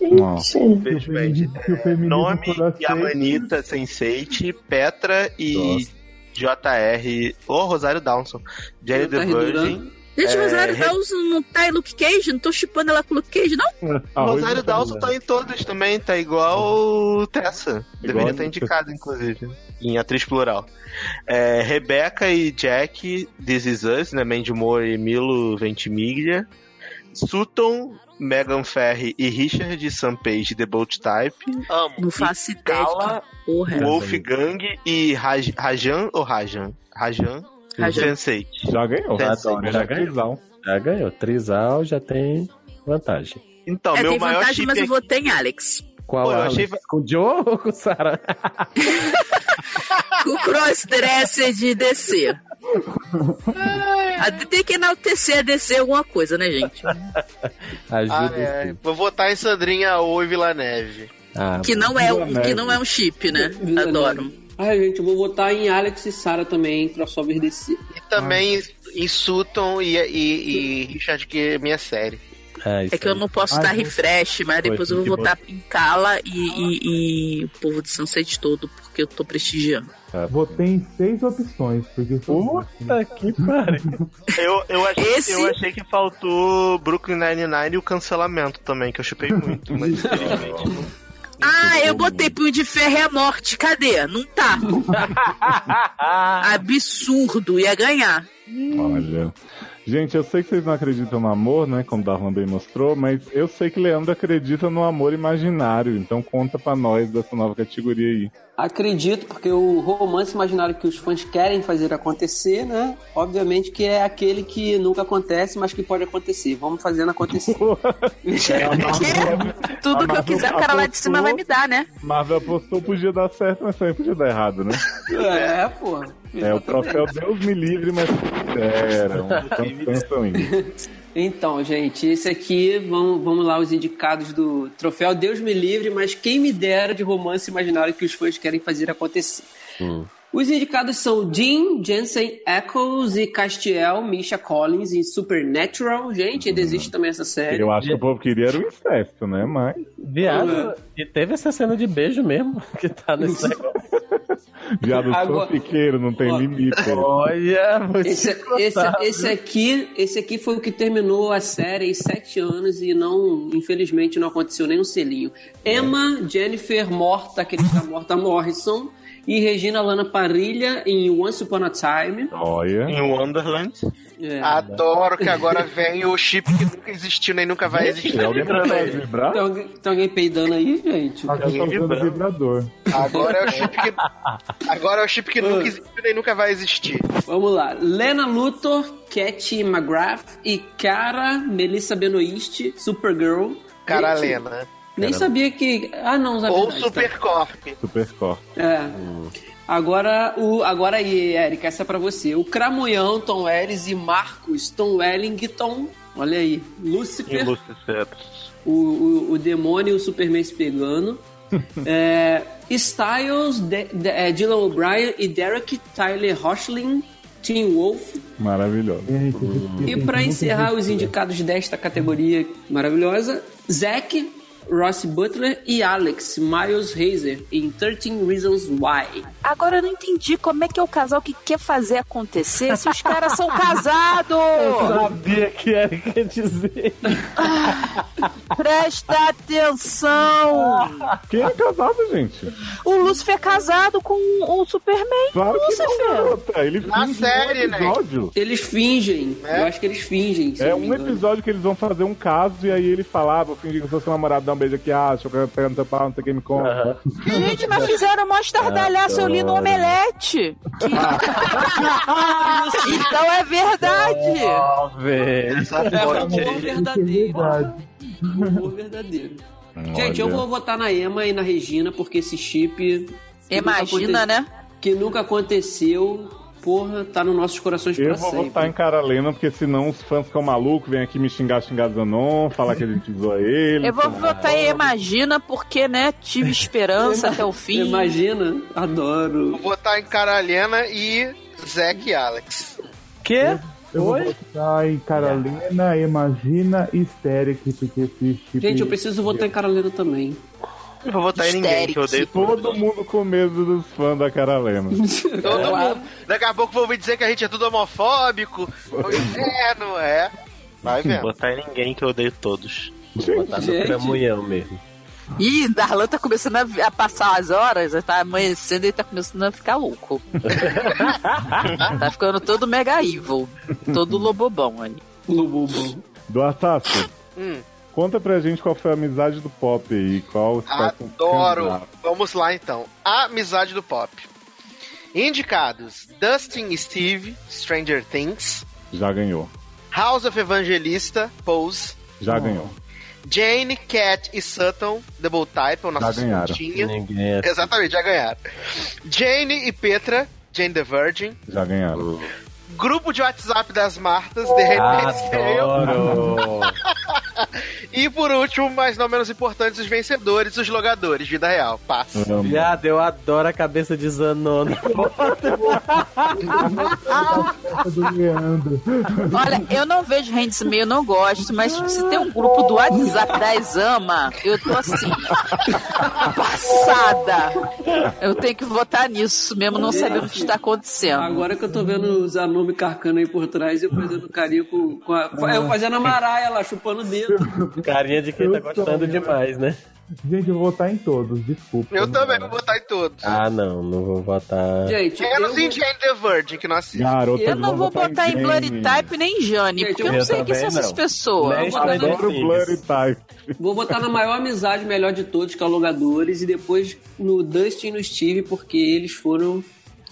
Beijo, beijo. É, Nome, Yamanita Senseite, Petra e JR, ou Rosário Dawson. Jerry tá The Virgin. Gente, é, Rosário Re- Dawson não tá em Luke Cage? Não tô chipando ela com Luke Cage, Ah, não? Rosário Dawson tá em todas também, tá igual Tessa. Deveria estar indicado, inclusive. Em atriz plural. É, Rebecca e Jack, This Is Us, né? Mandy Moore e Milo Ventimiglia. Sutton, Megan Ferry e Richard Sampage, The Bolt Type. Amo. Não faço ideia Gala, de que porra é. Wolfgang e Raj- Rajan ou Rajan? Rajan. Rajan. Sensei. Já ganhou. Já, Sensei. já ganhou. Já ganhou. Trisal já tem vantagem. Então, é, meu tem maior vantagem, chip mas eu aqui- votei em Alex. Qual é, Pô, eu Alex? achei- Com o Joe ou com o Sarah? O crossdresser de DC. Ah, Tem que enaltecer a DC alguma coisa, né, gente? Ah, Ai, é. ai. Vou votar em Sandrinha ou em Vila Neve. Ah, Que não é, um- que não é um chip, né? Adoro. Ai, gente, eu vou votar em Alex e Sarah também, crossover DC. Também insultam e, e, e Richard que é minha série. É que eu não posso Ai, dar gente. refresh, mas depois eu Foi, vou que voltar a pincá-la e, e- e o povo de Sunset todo, porque eu tô prestigiando. Votei em seis opções, porque foi. Puta que pariu. Eu, eu, achei, Esse- eu achei que faltou Brooklyn Nine-Nine e o cancelamento também, que eu chupei muito. <laughs> Mas, infelizmente, não. Ah, eu botei punho de ferro é a morte. Cadê? Não tá. Absurdo, ia ganhar. Olha. Gente, eu sei que vocês não acreditam no amor, né? Como Darlan bem mostrou, mas eu sei que Leandro acredita no amor imaginário. Então conta pra nós dessa nova categoria aí. Acredito, porque o romance imaginário que os fãs querem fazer acontecer, né? Obviamente que é aquele que nunca acontece, mas que pode acontecer. Vamos fazendo acontecer. Tudo que eu Marvel quiser, o cara lá de cima vai me dar, né? Marvel apostou, podia dar certo, mas também podia dar errado, né? É, pô. É o troféu Deus me livre, mas fizeram. Então, pensam em- Então, gente, esse aqui, vamos, vamos lá, os indicados do troféu Deus me livre, mas quem me dera de romance imaginário que os fãs querem fazer acontecer. Os indicados são Dean, Jensen Ackles e Castiel, Misha Collins e Supernatural. Gente, ainda existe também essa série. Eu acho que o povo queria era o incesto, né? Mas. Viado, e teve essa cena de beijo mesmo <laughs> que tá nesse negócio. Viado Agora- fanfiqueiro, não tem limite. Olha, <laughs> é- Esse, esse, esse aqui, esse aqui foi o que terminou a série em sete anos e não, infelizmente, não aconteceu nenhum selinho. Emma Jennifer morta, que está morta Morrison, e Regina Lana Parilha em Once Upon a Time. É. Olha. Em Wonderland. Ah. Adoro que agora vem o chip que nunca existiu nem nunca vai existir. tá Tem alguém- tem alguém peidando aí, gente? Ah. Aqui tá usando vibrador. Agora é o chip que, agora é o chip que nunca existiu nem nunca vai existir. Vamos lá. Lena Luthor, Cat McGrath e Cara Melissa Benoist, Supergirl. Cara Gente, Lena. Nem Cara- sabia que. Ah, não, sabia. Ou não, Supercorp. Supercore. É. Agora, o, agora aí, Érica, essa é pra você. O Cramunhão, Tom Ellis e Marcos, Tom Wellington. Olha aí. Lúcifer, O, o, o demônio e o Superman se pegando. É, Styles, De- De- é, Dylan O'Brien e Derek Tyler Hoechlin, Tim Wolf. Hum. Maravilhoso. E pra encerrar os indicados desta categoria maravilhosa, Zack, Ross Butler e Alex Miles Hazer em 13 Reasons Why. Agora eu não entendi como é que é o casal que quer fazer acontecer se os caras são casados. sabia que era o que ia dizer. Presta atenção. Quem é casado, gente? O Lúcifer é casado com o Superman. Claro que não, Lúcifer. garota. Ele Na finge série, um né? episódio. Eles fingem. É? Eu acho que eles fingem. se É eu não um me engano. episódio que eles vão fazer um caso e aí ele fala, ah, vou fingir que eu sou seu namorado, dá um beijo aqui, ah, deixa eu pegar no teu pau, não sei quem me conta. Gente, mas fizeram mó estardalhaço, eu li no Adoro. Omelete. Que- então é verdade. É o amor verdadeiro. O amor verdadeiro. Gente, eu Olha. vou votar na Emma e na Regina, porque esse chip. que Imagina, nunca aconte- né? Que nunca aconteceu, porra, tá nos nossos corações Eu pra vou sempre. votar em cara Lena, porque senão os fãs ficam malucos, vêm aqui me xingar, xingar Zanon, falar que a gente zoa ele. Eu vou votar em Imagina, porque, né, tive esperança até o fim. Imagina, adoro. Vou botar em cara Lena e Zack e Alex. Quê? Eu vou votar em Carolina, Imagina e Histérica, porque esse tipo chip... Gente, eu preciso votar em Carolina também. Eu vou votar em ninguém, que eu odeio Todo mundo com medo dos fãs da cara Lena. Todo mundo. Daqui a pouco vão me dizer que a gente é tudo homofóbico. O inferno, é. Vai Vou vendo. botar em ninguém, que eu odeio todos. Vou É? botar no gente. cramunhão mesmo. Ih, Darlan tá começando a, vi- a passar as horas, já tá amanhecendo e tá começando a ficar louco. tá ficando todo mega evil, todo lobobão aí. Lobobão. Do Atasso, Hum, conta pra gente qual foi a amizade do Pop aí, qual... tá adoro. Vamos lá então. A amizade do pop. Indicados: Dustin e Steve, Stranger Things, Já ganhou, House of Evangelista, Pose, já ganhou. Jane, Cat e Sutton, Double Type, é o nosso Já ganharam. Ninguém é- Exatamente, já ganharam. Jane e Petra, Jane the Virgin, Já ganharam. Ah, <laughs> Grupo de WhatsApp das Martas, The Handmaid's Tale. Adoro! E por último, mas não menos importante, os vencedores, os jogadores, vida real. Passa. Hum. Viado, eu adoro a cabeça de Zanona. Olha, eu não vejo Handmaid, eu não gosto, mas se tem um grupo do WhatsApp da Exama, eu tô assim, passada. Eu tenho que votar nisso, mesmo não sabendo o que está acontecendo. Agora que eu tô vendo os Zanome carcando aí por trás e eu fazendo carinho com, com a. Eu fazendo a maraia lá, chupando o dedo. <laughs> Carinha de quem tá gostando demais, né? Gente, eu vou votar em todos, desculpa. Eu também vou votar em todos. Ah, não, não vou votar. Gente, Menos em Jane the Virgin, que não assisto. Garota, Eu eles não vão vou votar botar em Bloody Type nem Jane, porque eu não eu sei quem são também essas não. pessoas. Nem Eu vou botar Stranger no- Adoro o Blurry Type. Vou botar na maior amizade, melhor de todos, com alugadores, e depois no Dustin e no Steve, porque eles foram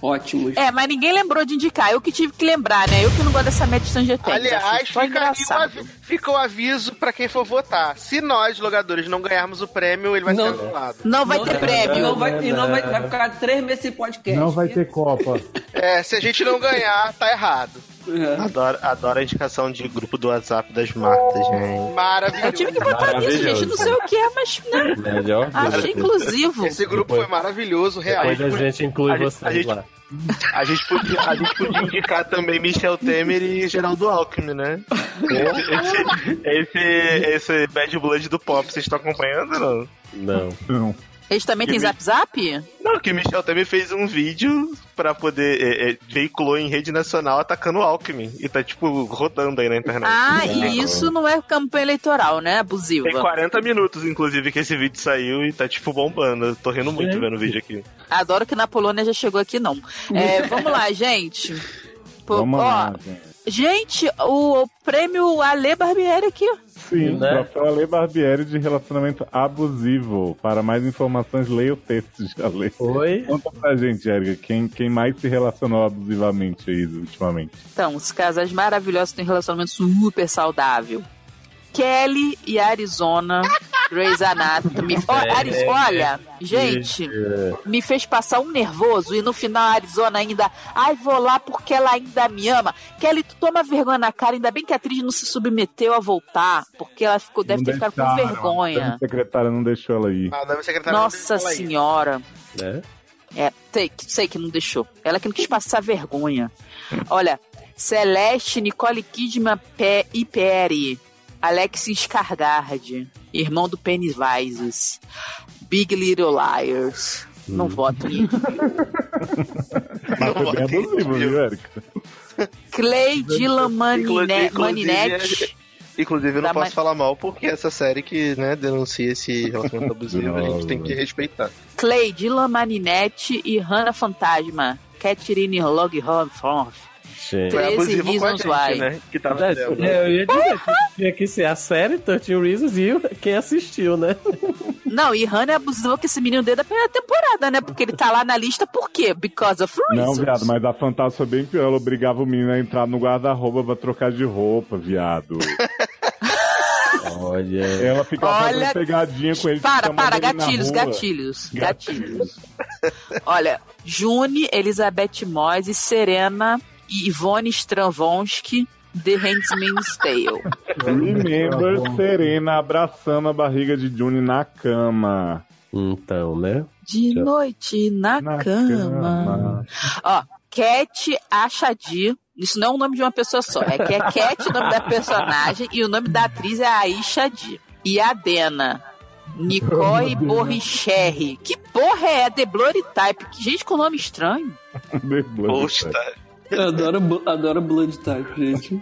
ótimos. É, mas ninguém lembrou de indicar. Eu que tive que lembrar, né? Eu que não gosto dessa média de Stranger Things. Aliás, acho só fica, aqui o engraçado. avi- fica o aviso pra quem for votar. Se nós, jogadores, não ganharmos o prêmio, ele vai Não. ser anulado. Não vai ter prêmio. Não vai, e não vai, vai ficar três meses sem podcast. Não vai ter Copa. É, se a gente não ganhar, tá errado. É. Adoro, adoro a indicação de grupo do WhatsApp das marcas, gente. Eu Maravilhoso. tive que botar nisso, gente. Não sei o que é, mas né? Melhor achei inclusivo. Esse grupo foi maravilhoso, real. Depois a gente inclui a gente- vocês a gente- lá. A gente podia, a gente podia indicar também Michel Temer e Geraldo Alckmin, né? É. Esse, esse, esse Bad Blood do pop, vocês estão acompanhando não? Não. Eles também têm zap zap? Não, que Michel Temer fez um vídeo pra poder. É, é, veiculou em rede nacional atacando o Alckmin. E tá, tipo, rodando aí na internet. Ah, e isso não é campanha eleitoral, né? Abusiva. Tem 40 minutos, inclusive, que esse vídeo saiu e tá, tipo, bombando. Eu Tô rindo muito vendo o vídeo aqui. Adoro que na Polônia já chegou aqui, não. É, vamos lá, gente. Pô, Vamos ó, lá, gente. gente, o, o prêmio Ale Barbieri aqui. Sim, Né? troféu Ale Barbieri de relacionamento abusivo. Para mais informações, leia o texto <laughs> de Ale. Oi? Conta pra gente, Erika, quem, quem mais se relacionou abusivamente aí ultimamente? Então, os casais maravilhosos têm um relacionamento super saudável. Kelly e Arizona, Grey's Anatomy. Ó, Ari- olha, gente, me fez passar um nervoso e no final a Arizona ainda. Ai, vou lá porque ela ainda me ama. Kelly, tu toma vergonha na cara, ainda bem que a atriz não se submeteu a voltar, porque ela ficou, deve Não ter ficado com deixaram, vergonha. A secretária não deixou ela ir. Ah, deve ser secretário Nossa dela aí. senhora. É? É, sei, que- sei que não deixou. Ela que não quis passar vergonha. Olha, Celeste, Nicole Kidman Pe e Perry, Alex Scargard, irmão do Pennywise, Big Little Liars. Hum. Não voto em Mas foi bem abusivo, viu, Erika? <laughs> Clay né, Dylan Manine- inclusive, é- Maninette. Inclusive, eu Dá não posso mais- falar mal, porque essa série que, né, denuncia esse relacionamento abusivo, a gente tem que respeitar. Clay Dylan Maninette e Hannah Fantasma. Catherine Loghoff. Gente. Foi 13 abusivo com a Reasons gente, Why. né? Que tava vendo. É, Eu ia dizer que tinha que ser a série 13 Reasons e o- quem assistiu, né? Não, e Hannah é abusiva com esse menino desde a primeira temporada, né? Porque ele tá lá na lista por quê? Because of Não, reasons. viado, mas a fantasma foi bem pior. Ela obrigava o menino a entrar no guarda-roupa pra trocar de roupa, viado. Olha. Ela ficava Olha- fazendo pegadinha com ele. Para, chamando para, ele na gatilhos, rua. gatilhos, gatilhos. Olha, June, Elizabeth Moise, Serena e Ivone Stravonsky, The Handmaid's Tale. Remember Serena abraçando a barriga de Juni na cama. Então, né? De noite na, cama. Ó, Cat Achadi. Isso não é o nome de uma pessoa só. É que é Cat o nome da personagem e o nome da atriz é Aisha Di. E a Dena. Nicole Borricherri. Que porra é? The Blurry Type. Que gente com nome estranho. The Blood Poxa, tá. Type. Eu adoro, bu- adoro Blood Type, gente.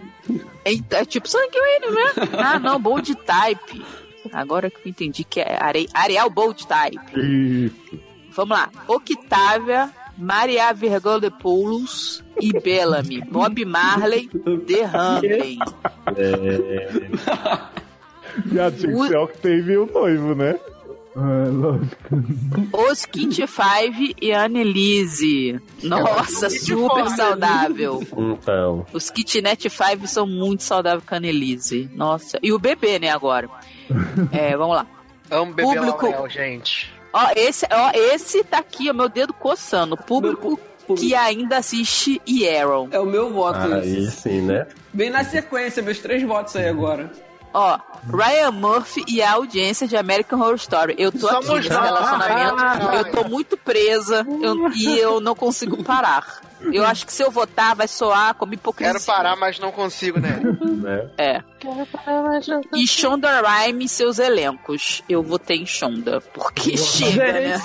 Eita, é tipo sanguíneo, né? Ah, não. Bold Type. Agora que eu entendi que é are... Areal Bold Type. Isso. Vamos lá. Octávia, Maria Vergolepoulos e Bellamy. Bob Marley, The Hunting. Viado, tinha que ser Octave e o noivo, né? Ah, lógico. Os Kit Five e Annelise. Nossa, super saudável. Então. Os Kitnet Five são muito saudáveis com a Annelise. Nossa. E o bebê, né, agora. É, vamos lá. Amo bebê Público. Laurel, gente. Ó, esse, ó, esse tá aqui, ó, meu dedo coçando. Público que ainda assiste e Arrow. É o meu voto. Aí isso. <laughs> sim, né? Bem na sequência, meus três votos aí agora. Ó, Ryan Murphy e a audiência de American Horror Story. Eu tô Só aqui nesse mostrar. relacionamento, eu tô muito presa eu- e eu não consigo parar. Eu acho que se eu votar vai soar como hipocrisia. Quero parar, mas não <laughs> consigo, né? É. E Shonda Rhimes e seus elencos. Eu votei em Shonda, porque chega, né?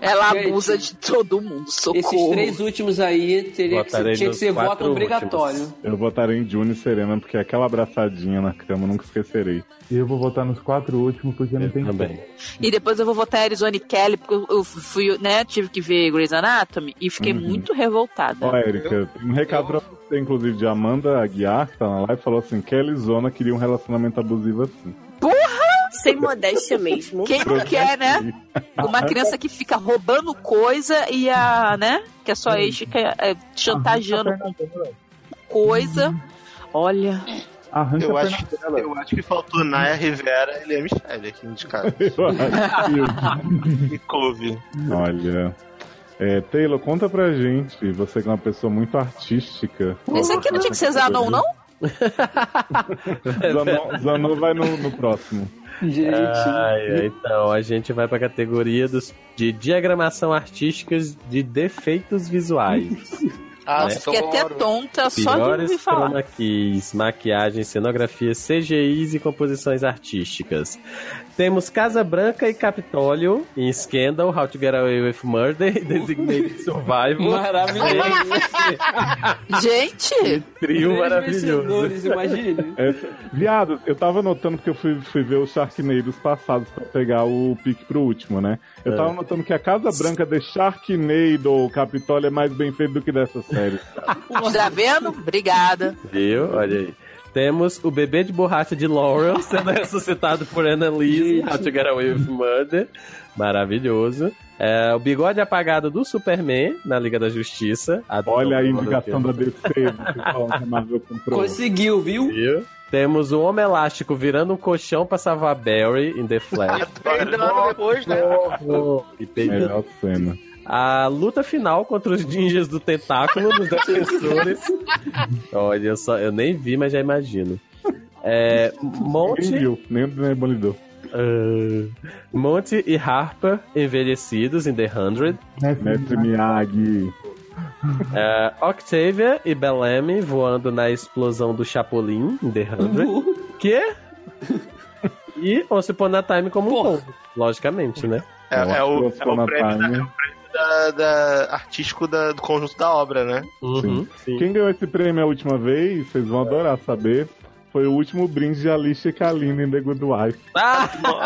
Ela abusa de todo mundo, socorro. Esses três últimos aí teria que ser, Votarei tinha que nos ser voto quatro obrigatório. últimos. Eu votarei em Juni e Serena, porque aquela abraçadinha na cama eu nunca esquecerei. E eu vou votar nos quatro últimos, porque não tem também. E depois eu vou votar Arizona e Kelly, porque eu- eu fui, né, tive que ver Grey's Anatomy e fiquei Uhum. muito revoltada. Ó, Erika, tem um recado pra você, inclusive, de Amanda Aguiar, que tá na live, falou assim: Kelly Zona queria um relacionamento abusivo assim. Porra! Sem modéstia mesmo. Quem não quer, né? Uma criança que fica roubando coisa e a, né? Que a sua ex fica é, chantageando com coisa. Olha. eu, acho, eu acho que faltou Naya Rivera e Lia Michele aqui <laughs> indicado. e couve. Olha. É, Taylor, conta pra gente, você que é uma pessoa muito artística. Esse aqui não tinha que ser Zanon, não? Zanon, Zanon vai no, no próximo. Gente. Ai, ai, então, a gente vai pra categoria dos, de diagramação artísticas de defeitos visuais. Ah, É. né? Fiquei até tonta só de Piores ouvir falar. chroma keys, maquiagem, cenografia, CGIs e composições artísticas. Temos Casa Branca e Capitólio em Scandal, How to Get Away with Murder <laughs> e Designated É, <laughs> Survival. Maravilhoso. Gente! Trio vencedores, maravilhoso. imagine. É, viado, eu tava notando porque eu fui, fui ver os Sharknados passados pra pegar o pique pro último, né? Eu É. tava notando que a Casa Branca de Sharknado ou Capitólio é mais bem feito do que dessa série. Tá vendo? Obrigada. Viu? Olha aí. Temos o bebê de borracha de Laurel <laughs> sendo ressuscitado por Annalise, How to Get Away with Murder. Maravilhoso. É, o bigode apagado do Superman na Liga da Justiça. Olha a indicação da DC. você é Marvel <laughs> comprou. Conseguiu, viu? Temos o Homem Elástico virando um colchão pra salvar Barry em The Flash. Peidando depois, né? E tem- Melhor cena. A luta final contra os ninjas do tentáculo dos defensores. Olha, eu, só, eu nem vi, mas já imagino. É, Monte. Nem viu, nem o Demolidor. Monte é, e Harper envelhecidos em The Hundred. né, Mestre Miyagi. É, Octavia e Bellamy voando na explosão do Chapolin em The Hundred. Que? E Once Upon a Time como um todo, logicamente, né? É, é o, é o prêmio, da, é o prêmio da- da- artístico da- do conjunto da obra, né? Uhum. Sim. Quem ganhou esse prêmio a última vez, vocês vão adorar saber, foi o último brinde de Alicia Kalina em The Good Wife.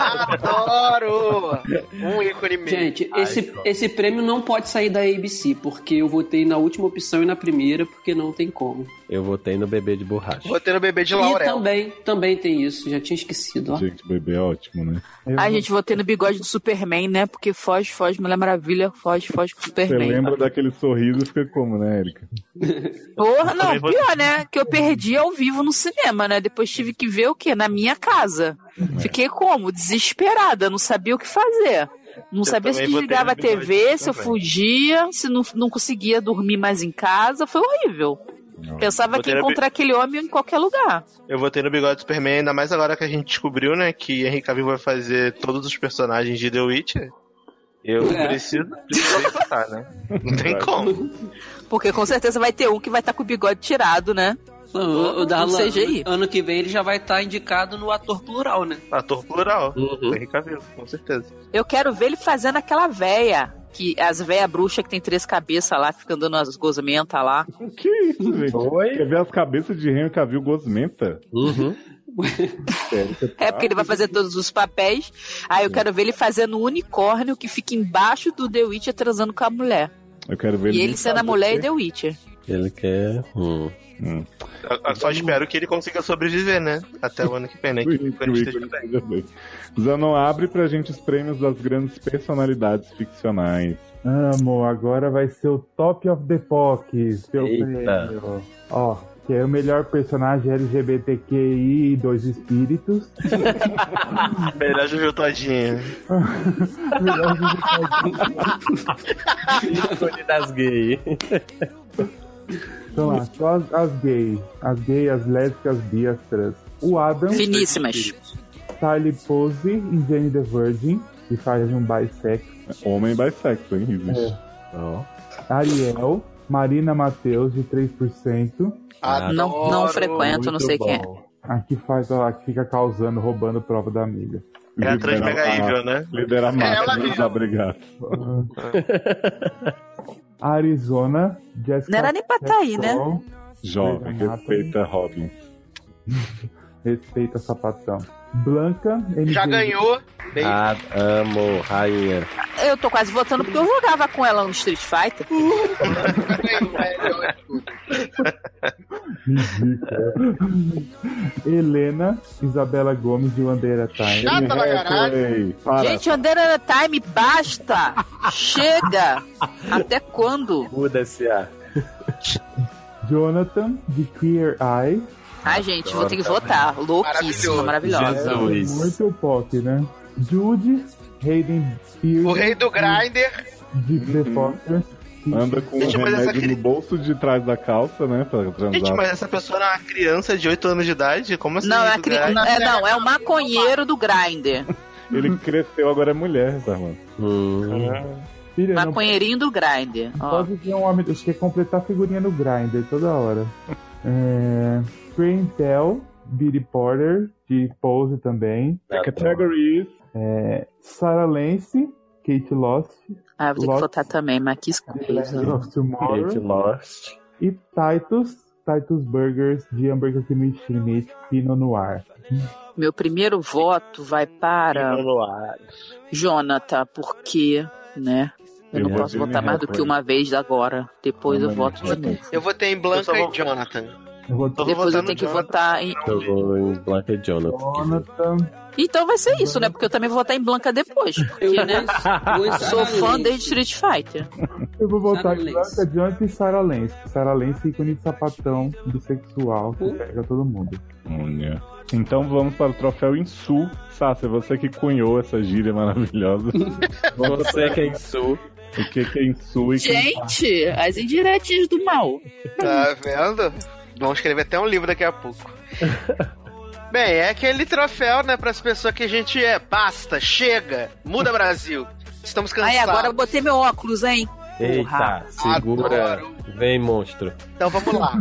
Adoro! <laughs> Um ícone mesmo. Gente, esse, esse prêmio não pode sair da ABC, porque eu votei na última opção e na primeira, porque não tem como. Eu votei no bebê de borracha. Roteiro bebê de E Então- Laurel. também, também tem isso, já tinha Ah. esquecido, ó. Gente, bebê é ótimo, né? A gente votei no bigode do Superman, né? Porque foge, foge, Mulher Maravilha, foge, foge com o Você Superman. lembra daquele sorriso e fica como, né, Erika? Porra, não, pior, né? Que eu perdi ao vivo no cinema, né? Depois tive que ver o quê? Na minha casa. Fiquei como? Desesperada, não sabia o que fazer. Não Eu sabia se também botei desligava a no bigode TV, se eu também. fugia, se não, não conseguia dormir mais em casa. Foi horrível. Pensava que Botei ia no bi- encontrar aquele homem em qualquer lugar. Eu votei no bigode do Superman, ainda mais agora que a gente descobriu, né, que Henry Cavill vai fazer todos os personagens de The Witcher. Eu É. preciso, preciso votar, né? Não tem Vai. como. Porque com certeza vai ter um que vai estar com o bigode tirado, né? Não, o Não Darlan, seja aí. ano que vem ele já vai estar indicado no ator plural, né? Ator plural. Henry Cavill, com certeza. Eu quero ver ele fazendo aquela véia. Que as véia bruxa que tem três cabeças lá, que fica andando as gozamentas lá. Que isso, gente? Oi? Quer ver as cabeças de Henry Cavill Gosmenta? Uhum. É porque ele vai fazer todos os papéis. Aí eu quero ver ele fazendo o unicórnio que fica embaixo do The Witcher transando com a mulher. Eu quero ver e ele nem sendo a saber. mulher e The Witcher. Ele quer. Hum. Eu- eu só espero que ele consiga sobreviver, né? Até o ano que vem, né? Que o ícone esteja bem. Zanon, abre pra gente os prêmios das grandes personalidades ficcionais. Amo, agora vai ser o Top of the Pock, seu Eita. prêmio. Ó, que é o melhor personagem LGBTQI dois espíritos. <laughs> Melhor Juju Todinho. melhor Juju Ícone das gays. Então lá, só as, as gays. As gays, as lésbicas, as bias, trans. o Adam. Finíssimas. Charlie Pose em Jane the Virgin, que faz um bisex. Homem bissexo, hein, Rives? Ariel, Marina Matheus, de 3%. Ah, não- não frequento, não sei quem é. Aqui faz, ó, a que fica causando, roubando prova da amiga. É a trans mega evil, né? Lidera a É ela massa, mesmo. obrigado. Arizona, Jessica. Não era nem pra tá aí, né? Chastain, Jovem, Renata. respeita Robin. Respeita sapatão. Blanca, Já ganhou. Bem- Ah, amo, rainha. Eu tô quase votando porque eu jogava com ela no Street Fighter. É, Helena, Isabela Gomes de Wandeira Time. Chata pra caralho. Para. Gente, Andera Time, basta! Chega! Até quando? Muda-se a. Jonathan, de Queer Eye. Ai, gente, vou ter que votar. Louquíssima, maravilhosa. É muito pop, né? Jude, Hayden Pierce. O rei do grinder. De The Uhum. Foster. Anda com Gente, um mas essa remédio no cri- bolso de trás da calça, né? Pra transar. Gente, mas essa pessoa era uma criança de 8 anos de idade? Como assim? Não, é, de cri... idade? é, não, é o maconheiro do Grindr. Ele cresceu, agora é mulher, tá, mano? Hum. Filha, não Maconheirinho do Grindr. Ó. pode ver um homem. Acho que é completar a figurinha no Grindr toda hora. É... Tell, Billy Porter, de Pose também. The category is. É... Sarah Lance, Kate Lost. Ah, vou ter que Lost. votar também, mas que Legend escravo. of Tomorrow. Kate Lost. E Titus, Titus Burgers de Hamburger que me chime, Pinot Noir. Meu primeiro voto vai para Jonathan, porque, né? Eu, Eu não vou posso de votar mais do Manhattan. que uma vez agora. Depois eu voto de novo. Eu votei em Blanca e Jonathan. Depois eu tenho que votar em. Eu vou em Blanca Jonathan. Então vai ser isso, né? Porque eu também vou votar em Blanca depois. Porque, né? Sou fã desde Street Fighter. Eu vou voltar em Blanca Jump e Sarah Lenz. Sarah Lenz, ícone de sapatão bissexual que pega todo mundo. Olha. Então vamos para o troféu Insu. Sácia, você que cunhou essa gíria <laughs> maravilhosa. Você que é Insu. O que que é Insu e quem faz? Gente, as indiretas do mal. Tá vendo? Vamos escrever até um livro daqui a pouco. <laughs> Bem, é aquele troféu, né, pras pessoas que a gente é. Basta, chega, muda Brasil. Estamos cansados. Aí agora eu botei meu óculos, hein? Eita, segura. Vem, monstro. Então vamos lá.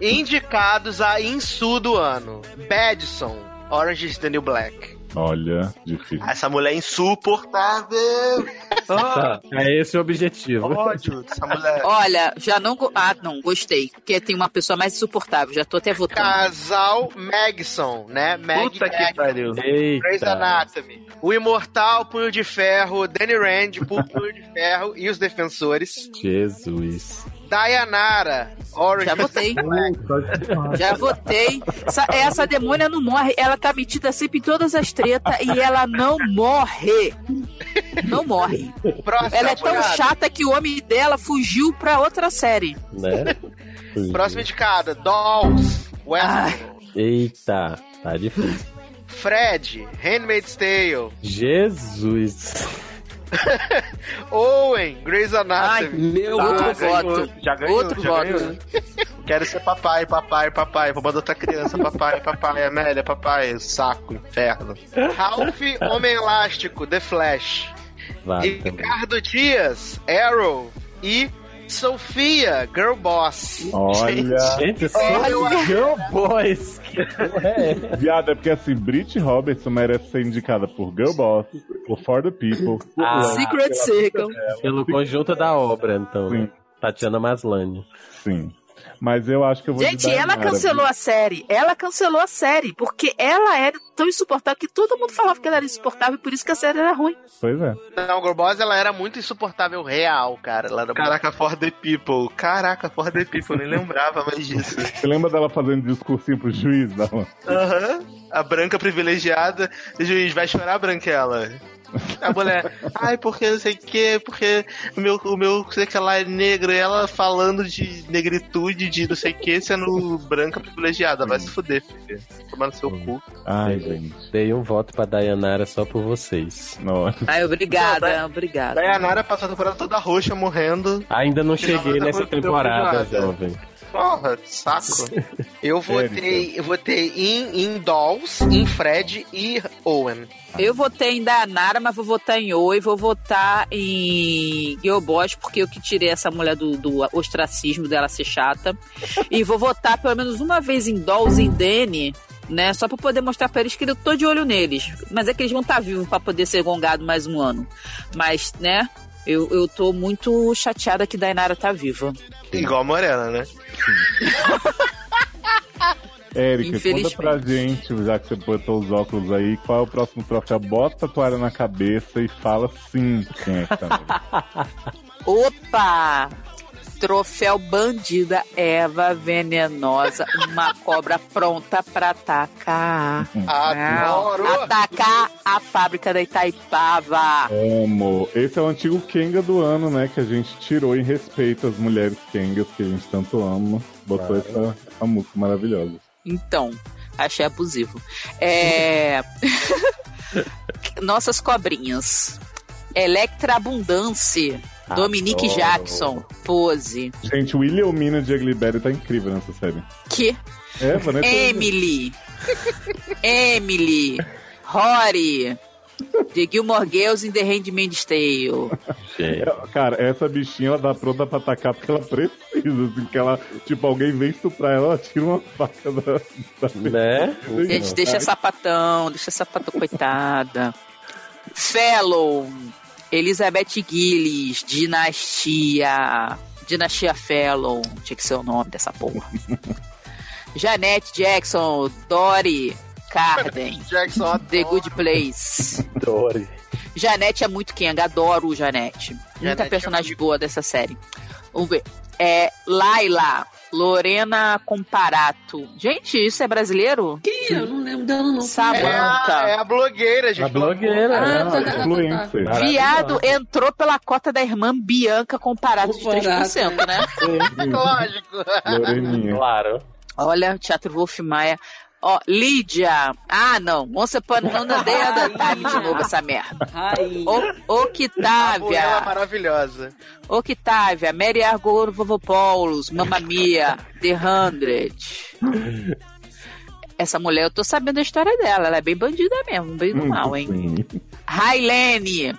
Indicados a Insu do ano: Badson, Orange is the New Black. Olha, difícil. Essa mulher é <laughs> insuportável! Tá, é esse o objetivo. Ódio dessa mulher. Olha, já não. go- Ah, não, gostei. Porque tem uma pessoa mais insuportável. Já tô até votando. Casal Magson, né? Mag Puta que Mag- pariu. Grey's Anatomy. O Imortal Punho de Ferro, Danny Rand, Pu- Punho de Ferro e os Defensores. Jesus. Dayanara, Orange. Já is the votei. New Black. Já votei. Essa, essa demônia não morre. Ela tá metida sempre em todas as tretas e ela não morre. Não morre. Próxima ela é tão mulher. chata que o homem dela fugiu pra outra série. Né? Próxima indicada, Dolls, Westworld, Eita, tá difícil. Ah. Fred, Handmaid's Tale, Jesus. Owen, Grey's Anatomy. meu Tá, ganhou, Já ganhou, Outro já voto. ganhou. Quero ser papai, papai, papai. Vou mandar outra criança, papai, papai. Amélia, papai. Saco, inferno. Ralph, Homem Elástico, The Flash. Vai. também. Ricardo Dias, Arrow e Sofia, Girl Boss. Olha. Gente, só Girl Boys. Que porra é essa? Viado, é porque assim, Brit Robertson merece ser indicada por Girl Boss, por For the People, por Ah, Love, Secret Circle. Pelo conjunto da obra, então. né? Tatiana Maslany. sim. Mas eu acho que eu vou. Gente, ela cancelou a série. Ela cancelou a série. Porque ela era tão insuportável que todo mundo falava que ela era insuportável e por isso que a série era ruim. Pois é. Não, Girl Boss, ela era muito insuportável real, cara. Ela era Caraca, for the people. Caraca, for the people. Nem lembrava mais <laughs> disso. Você lembra dela fazendo discursinho pro juiz, não? Aham. A branca privilegiada. O juiz vai chorar, branquela. A mulher, ai, porque não sei o que, porque o meu, o meu, sei que lá é negro, e ela falando de negritude, de não sei o que, sendo branca privilegiada. Vai se fuder, filha. Tomar no seu cu. Ai, gente. Dei um voto pra Dayanara só por vocês. Não. Ai, obrigada, Não, obrigada. Dayanara passou a temporada toda roxa, morrendo. Ainda não cheguei Não, nessa não deu temporada, nada. jovem. Porra, <laughs> saco. Eu votei, eu votei em, em Dolls, em Fred e Owen. Eu votei em Danara, mas vou votar em Oi, vou votar em Geoboys, porque eu que tirei essa mulher do, do ostracismo dela ser chata. E vou votar pelo menos uma vez em Dolls e em Dene, né? Só pra poder mostrar pra eles que eu tô de olho neles. Mas é que eles vão estar vivos pra poder ser gongado mais um ano. Mas, né? Eu, eu tô muito chateada que Dainara tá viva. Igual a Morena, né? Érica, conta pra gente, já que você botou os óculos aí, qual é o próximo troféu? Bota a toalha na cabeça e fala sim quem é que tá nele. Opa! Troféu bandida Eva Venenosa, uma cobra pronta pra atacar. Ah. Adoro! Atacar a fábrica da Itaipava. Amo. Esse é o antigo Kenga do ano, né? Que a gente tirou em respeito às mulheres Kengas que a gente tanto ama. Botou essa, essa música maravilhosa. Então, achei abusivo. É... Nossas cobrinhas. Electra Abundance. Dominique Adoro. Jackson, pose. Gente, o Wilhelmina de Agliberry tá incrível nessa série. Que? É, Vanessa. Emily. Emily. Rory. De Gilmore Girls in The Handmaid's Tale. É, Cara, essa bichinha ela dá pronta pra atacar porque ela precisa, assim, que ela, tipo, alguém vem estuprar ela, ela tira uma faca da. da né? Gente, deixa sapatão, deixa sapatão, coitada. Fellow. Elizabeth Gillis, Dinastia. Dinastia Fellow. Tinha que ser o nome dessa porra. Janete Jackson, Dory Carden. Jackson, The Good Place. Dori. Janete é muito quem, adoro o Janete. Muita Janete personagem boa dessa série. Vamos ver. É Laila, Lorena Comparato. Gente, isso é brasileiro? Ih, eu não lembro dela, É não. a, é Samanta. a blogueira, gente. A blogueira, Ah, né? tá, tá, tá, tá. Influencer. Viado entrou pela cota da irmã Bianca Comparato de Comparato. 3%, né? Ah, Lógico. Loreninha. Claro. Olha, Teatro Wolf Maia. Ó, Lídia. Ah, não. Once upon não dei a Time de novo essa merda. Rainha. O, Ah, A Buela Octávia. maravilhosa. Octávia. Mary Argoro Vovopoulos. Mamma Mia. The Hundred. Essa mulher, eu tô sabendo a história dela. Ela é bem bandida mesmo. Bem Hum, do mal, hein? Sim. Railene.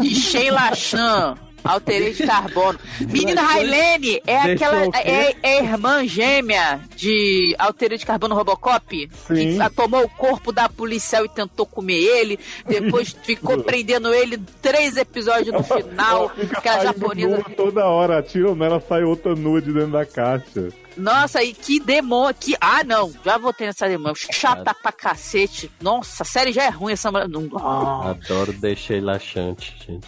De Sheila Chan. Alterei de carbono. Menina Railene é Deixou aquela. o quê? É, é irmã gêmea de Alterei de Carbono Robocop? Sim. Que fa- tomou o corpo da policial e tentou comer ele. <laughs> Depois ficou prendendo ele três episódios no final. Fica Aquela saindo japonesa. nua toda hora, atiram nela, sai outra nua de dentro da caixa. Nossa, e que demônio. Que... Ah, não. Já votei nessa demônio. Chata pra cacete. Nossa, a série já é ruim essa. mulher- Não- Ah. Adoro deixei laxante, gente.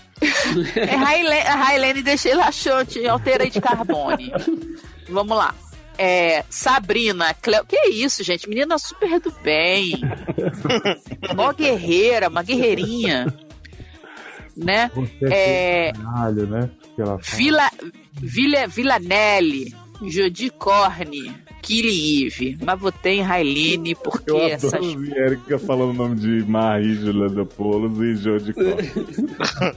É Raile- Railene deixei laxante, alterei de carbone. Vamos lá. É, Sabrina, Cleo. Que é isso, gente? Menina super do bem. Mó guerreira, uma guerreirinha. Né? Você É, caralho, né? Que ela fala. Vila, Vila, Vila Nelly, Jodi Corne, Killy Eve. Mas votei em Railene porque Eu essas. adoro ver Erika falando o nome de Marie, Julia de Poulos e Joe de Costa.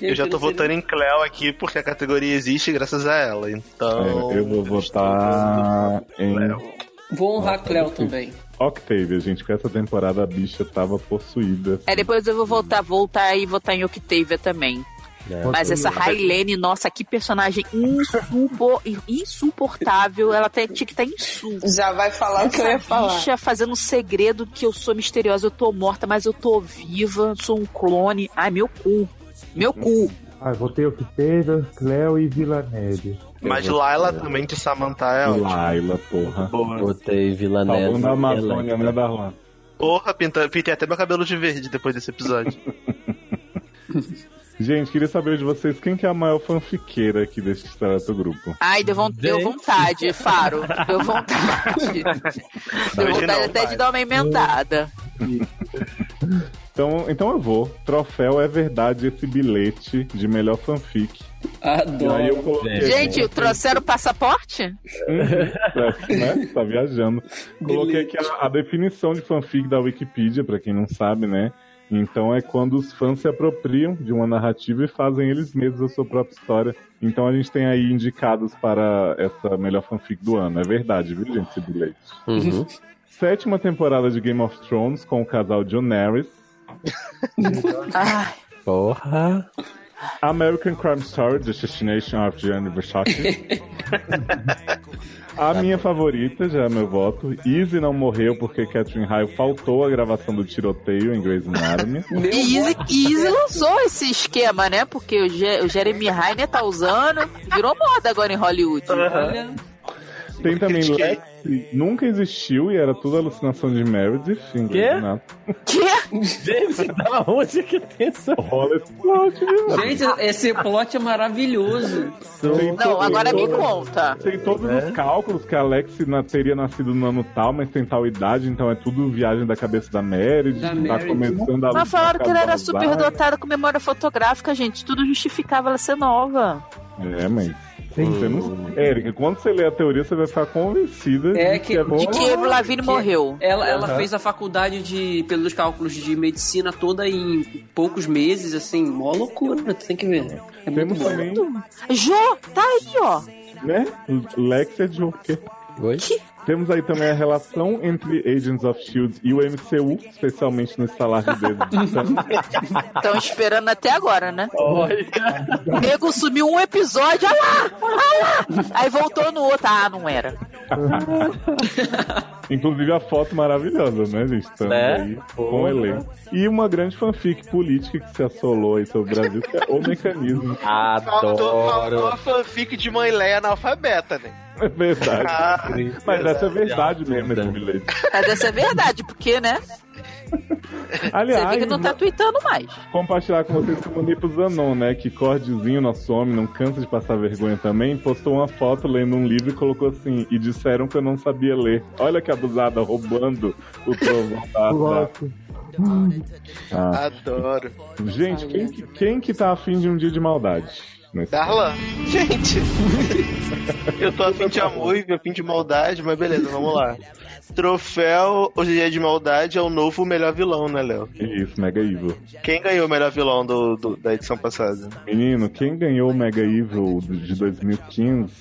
Eu já tô votando em Cleo aqui porque a categoria existe graças a ela. Então. É, eu vou votar em Vou honrar Cleo também. Octavia, gente, que essa temporada a bicha tava possuída. É, depois eu vou voltar, voltar e votar em Octavia também. É. Mas essa Railene, nossa, que personagem insupo- insuportável. Ela tem, tinha que estar insu. Já vai falar o que eu ia Essa falar. bicha fazendo um segredo que eu sou misteriosa, eu tô morta, mas eu tô viva, sou um clone. Ai, meu cu. Meu cu. Ah, eu votei o que teve, Cleo e Villanelli. Mas Laila também de Samantha é ótimo. Laila, porra. Boa. Botei Vila Falando da Nela. Amazônia, né, da Juan? Porra, pinta- pintei até meu cabelo de verde depois desse episódio. Gente, queria saber de vocês quem que é a maior fanfiqueira aqui desse extrato grupo. Ai, deu, von- deu Gente. vontade, Faro. Deu vontade. deu Hoje vontade não, até vai. de dar uma emendada. Então, então eu vou. Troféu é verdade esse bilhete de melhor fanfic. E aí eu Adoro. coloquei. Gente, trouxeram o passaporte? Parece, né? Tá viajando. Coloquei aqui a, a definição de fanfic da Wikipedia, pra quem não sabe, né? Então é quando os fãs se apropriam de uma narrativa e fazem eles mesmos a sua própria história. Então a gente tem aí indicados para essa melhor fanfic do ano. É verdade, viu, gente? Sibyl Leite. Uhum. Sétima temporada de Game of Thrones com o casal John Harris. Porra! American Crime Story, The Destination of Gianni <laughs> Versace. A minha favorita, já é meu voto. Izzy não morreu porque Catherine Hale faltou a gravação do tiroteio em Grey's <laughs> Anatomy. E Easy, Easy lançou esse esquema, né? Porque o, Je- o Jeremy Rainer tá usando. Virou moda agora em Hollywood. Olha. Tem também Lexi, nunca existiu e era tudo alucinação de Meredith em Grey's Anatomy. Que? Gente, da onde que tem essa? Rola esse plot, viu? Gente, esse plot é maravilhoso. Tem todo- é tem todo- Tem todos É. os cálculos que a Alex na- teria nascido no ano tal, mas tem tal idade, então é tudo viagem da cabeça da Meredith. Da tá Meredith. começando a Mas falaram que ela era super superdotada. dotada com memória fotográfica, gente. Tudo justificava ela ser nova. É, mãe. Hum. Você não... Érica, quando você lê a teoria, você vai ficar convencida É que, bom. né? Lavigne morreu. Ela, ela Aham. fez a faculdade de, pelos cálculos de medicina toda em poucos meses, assim, mó loucura, tu tem que ver. É muito bom. também- Jô, tá aí, ó. Né? Lex é de o quê? Oi? Temos aí também a relação entre Agents of S.H.I.E.L.D. e o MCU, especialmente no estalar de dedos. do Sam. Estão esperando até agora, né? O nego sumiu um episódio, olha lá, olha lá. Aí voltou no outro. Ah, não era. Inclusive a foto maravilhosa, né, gente? Estamos Né? aí com o Porra. elenco. E uma grande fanfic política que se assolou aí sobre o Brasil, que é o mecanismo. <laughs> Faltou, faltou a fanfic de mãe Leia analfabeta, né? É verdade. Ah, Mas essa é verdade mesmo, esse bilhete. Mas essa é verdade, porque, né? Você vê Aliás, que não tá tweetando mais. compartilhar com vocês que o Nipo Zanon, né? Que cordezinho, nosso homem, não cansa de passar vergonha também, postou uma foto lendo um livro e colocou assim, e disseram que eu não sabia ler. Olha que abusada, roubando o trovão <laughs> da... da... Ah. Adoro. Gente, quem que, quem que tá afim de um dia de maldade? nesse Darlan. Gente. <laughs> eu tô afim de amor e afim de maldade, mas beleza, vamos lá. Troféu Hoje é de Maldade é o novo melhor vilão, né, Léo? Isso, Mega Evil. Quem ganhou o melhor vilão do, do- da edição passada? Menino, quem ganhou o Mega Evil de 2015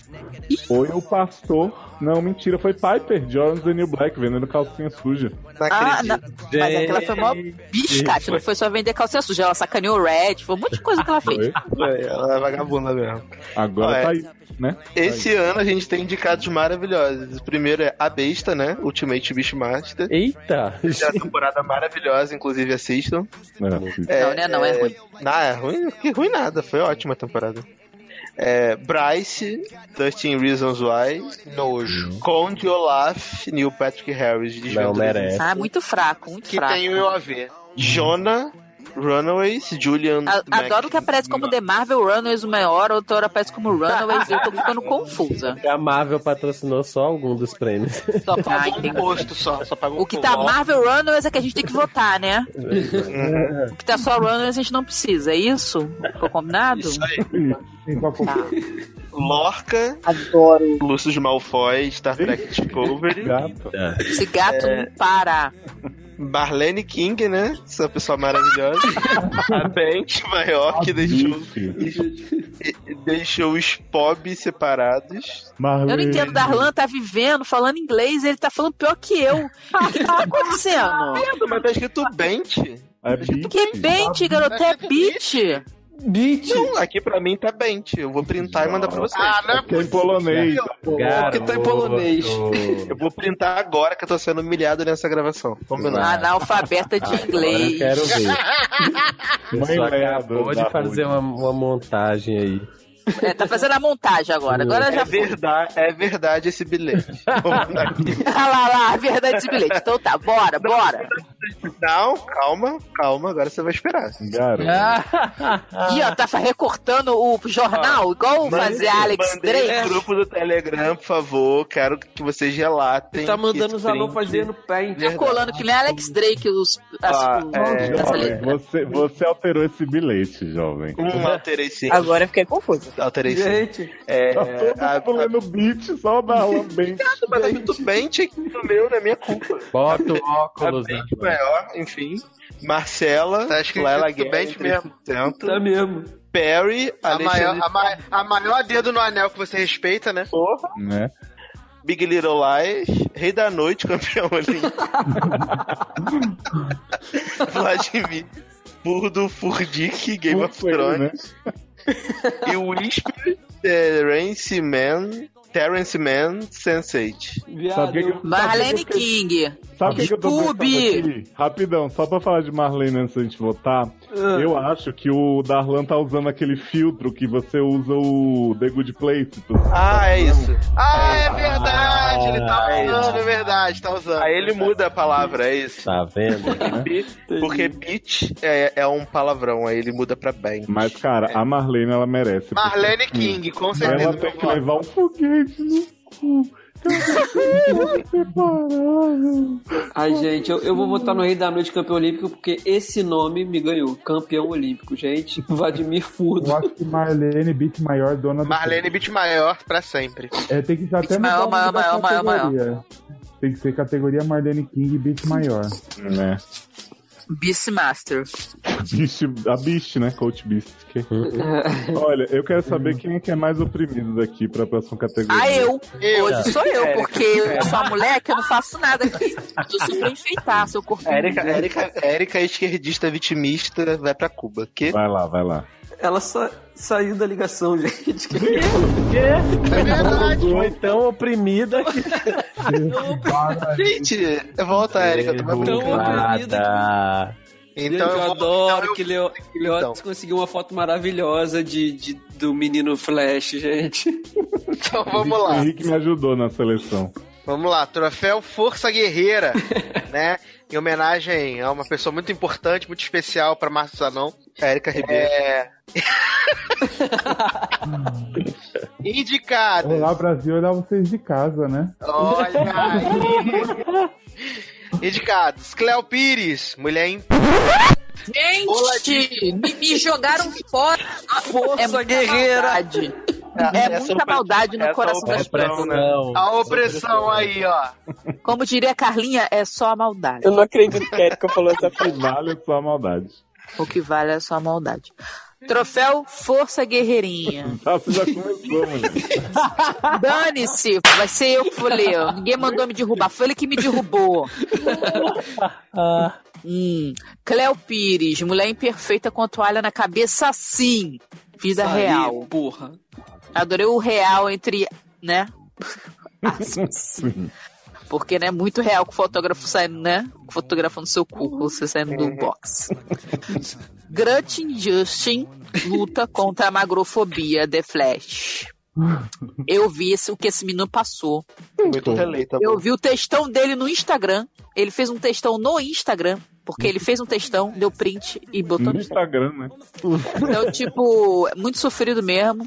foi o pastor. Não, mentira, foi Piper de Orange is the New Black vendendo calcinha suja. Ah, na- Mas aquela foi mó biscate, não foi só vender calcinha suja. Ela sacaneou o Red, foi um monte de coisa que ela fez. É, Ela é vagabunda mesmo. Agora Olha, tá aí, né? Esse ano a gente tem indicados maravilhosos. O primeiro é A Besta, né? Ultimate Beastmaster. Eita! Já é uma temporada maravilhosa, inclusive assistam. Não, né? Não, é ruim. Não, é <laughs> ruim, que ruim nada. Foi ótima a temporada. É, Bryce, 13 Reasons Why. Nojo. Conde Olaf, Neil Patrick Harris. de Juventude. Ah, muito fraco, muito Que fraco. tem o AV. Jonah, Runaways, Julian. A- Mac- Adoro que aparece como The Marvel Runaways uma hora, outra hora aparece <laughs> como Runaways, eu tô ficando confusa. A Marvel patrocinou só algum dos prêmios. Só pagou um posto só, só um pagou O que tá Marvel Runaways é que a gente tem que votar, <laughs> né? O que tá só Runaways a gente não precisa, é isso? Ficou combinado? Lorca. Adoro. Lúcio Malfoy, Star Trek Discovery. Esse gato É. não para. Marlene King, né? Essa pessoa maravilhosa. A Bente maior que deixou, <laughs> e- deixou os pobs separados. Eu não entendo, Darlan tá vivendo, falando inglês, ele tá falando pior que eu. O que, que tá <laughs> acontecendo? Mas tá escrito Bente. Que bente, garoto, é beat. Beat. Não, aqui pra mim tá Bente. Eu vou printar e mandar pra vocês. Ah, não é Porque é em polonês. Porque tá em polonês. Eu vou printar agora que eu tô sendo humilhado nessa gravação. Combinado. Analfabeta de inglês. Agora eu quero ver. Mãe <laughs> Só é Leia acabou do- da de fazer uma, uma montagem aí. É, tá fazendo a montagem agora. Agora é já foi. verdade, é verdade esse <laughs> bilhete. Ah lá, lá, a verdade desse bilhete. Então tá, bora, bora. Não, calma, calma, agora você vai esperar. Garoto. Ah, Ih, ó, tá recortando o jornal, igual fazer Alex mandei no Drake. É, grupo do Telegram, por favor. Quero que vocês relatem. Tá que mandando os esse alunos print- fazendo pé. Tá colando que nem Alex Drake os. as- Ah, o- é. essa Jovem, letra. você, você alterou esse bilhete, jovem. Hum, alterei sim. Agora eu fiquei confuso. Alterei sim. Gente, É, Tá todo a- mundo lendo beat, só o <laughs> Darlan bem. é Mas tá muito bem, tinha que ir no meu, não é minha culpa. Bota o óculos. Bem, né? tipo, maior, enfim. Marcela, Tá escrito Laila tudo Guerra, bem entre mesmo. 100%. Tá mesmo. Perry, A maior, Alexandre a, ma- a maior dedo no anel que você respeita, né? Porra. Né? Big Little Lies, Rei da Noite, <laughs> campeão olímpico. <laughs> Vladimir, Burdo, Furdick, Game of né? né? Thrones. e Whisper, Terence Mann, Terence Mann, Sense8. Sabe o que que eu- Marlene King. Sabe o que, que eu tô pensando Scooby. aqui? Rapidão, só pra falar de Marlene antes da gente votar. Ah. Eu acho que o Darlan tá usando aquele filtro que você usa o The Good Place. Ah, é isso. Ah, é verdade, ele tá Ah, é usando, isso. é verdade, tá usando. Aí ele muda a palavra, é isso. Tá vendo? Porque bitch é, é um palavrão, aí ele muda pra bem. Mas, cara, a Marlene, ela merece. assim, Marlene King, com certeza. Ela tem que levar um foguete no cu. Ai, gente, eu, eu vou votar no Rei da Noite Campeão Olímpico porque esse nome me ganhou. Campeão Olímpico, gente. <laughs> Vladimir Furdo. Eu acho que Marlene Beat maior dona do. Marlene Bitmaior pra sempre. É, tem que ser até Beat mudar maior, o nome maior, da maior, categoria. Tem que ser categoria Marlene King Beat maior. Né? Beastmaster. Bicho, a Beast, né? Coach Beast. Que- Olha, eu quero saber quem é que é mais oprimido daqui pra próxima categoria. Ah, eu. Hoje sou eu, Érica. porque eu sou a mulher que eu não faço nada aqui. Eu sou pra enfeitar seu corpo. Érica, Érica, Érica é esquerdista vitimista, vai pra Cuba. Que? Vai lá, vai lá. Ela sa- saiu da ligação, <laughs> gente. É verdade. Foi tão oprimida que. Gente, volta, Érica, eu tô Derrubada. Então, eu, adoro que Leo, que Leotis conseguiu uma foto maravilhosa de, de- do menino Flash, gente. Então vamos O <laughs> lá. Henrique me ajudou na seleção. Vamos lá, troféu <laughs> Força Guerreira, né? Em homenagem a uma pessoa muito importante, muito especial pra Márcio Zanon. Érica Ribeiro. É... <laughs> Indicado. Olá, É, Brasil, olhar vocês de casa, né? Olha aí. Indicados. Cléo Pires, mulher em... Gente, me, me jogaram fora. Força é muita guerreira. Maldade. É muita maldade no coração Tá das pessoas. é né? né? A opressão aí, ó. Como diria a Carlinha, é só a maldade. Eu não acredito que a Erika falou essa frase. Vale a sua é maldade. O que vale é só a maldade. Troféu Força Guerreirinha. Ah, você já começou, mulher. Dane-se, vai ser eu que vou ler. ó. Ninguém mandou me derrubar, foi ele que me derrubou. Hum. Cléo Pires, mulher imperfeita com toalha na cabeça, sim. Vida Saí, real. Porra. Adorei o real entre, né? Sim. Porque não é muito real que o fotógrafo saindo, né? Fotografando seu cu, você saindo do box. Gretchen Justin luta contra a magrofobia The Flash. Eu vi esse- o que esse menino passou. Muito releita. Eu vi o textão dele no Instagram. Ele fez um textão no Instagram. Porque ele fez um textão, deu print e botou No Instagram, né? então, tipo, é muito sofrido mesmo.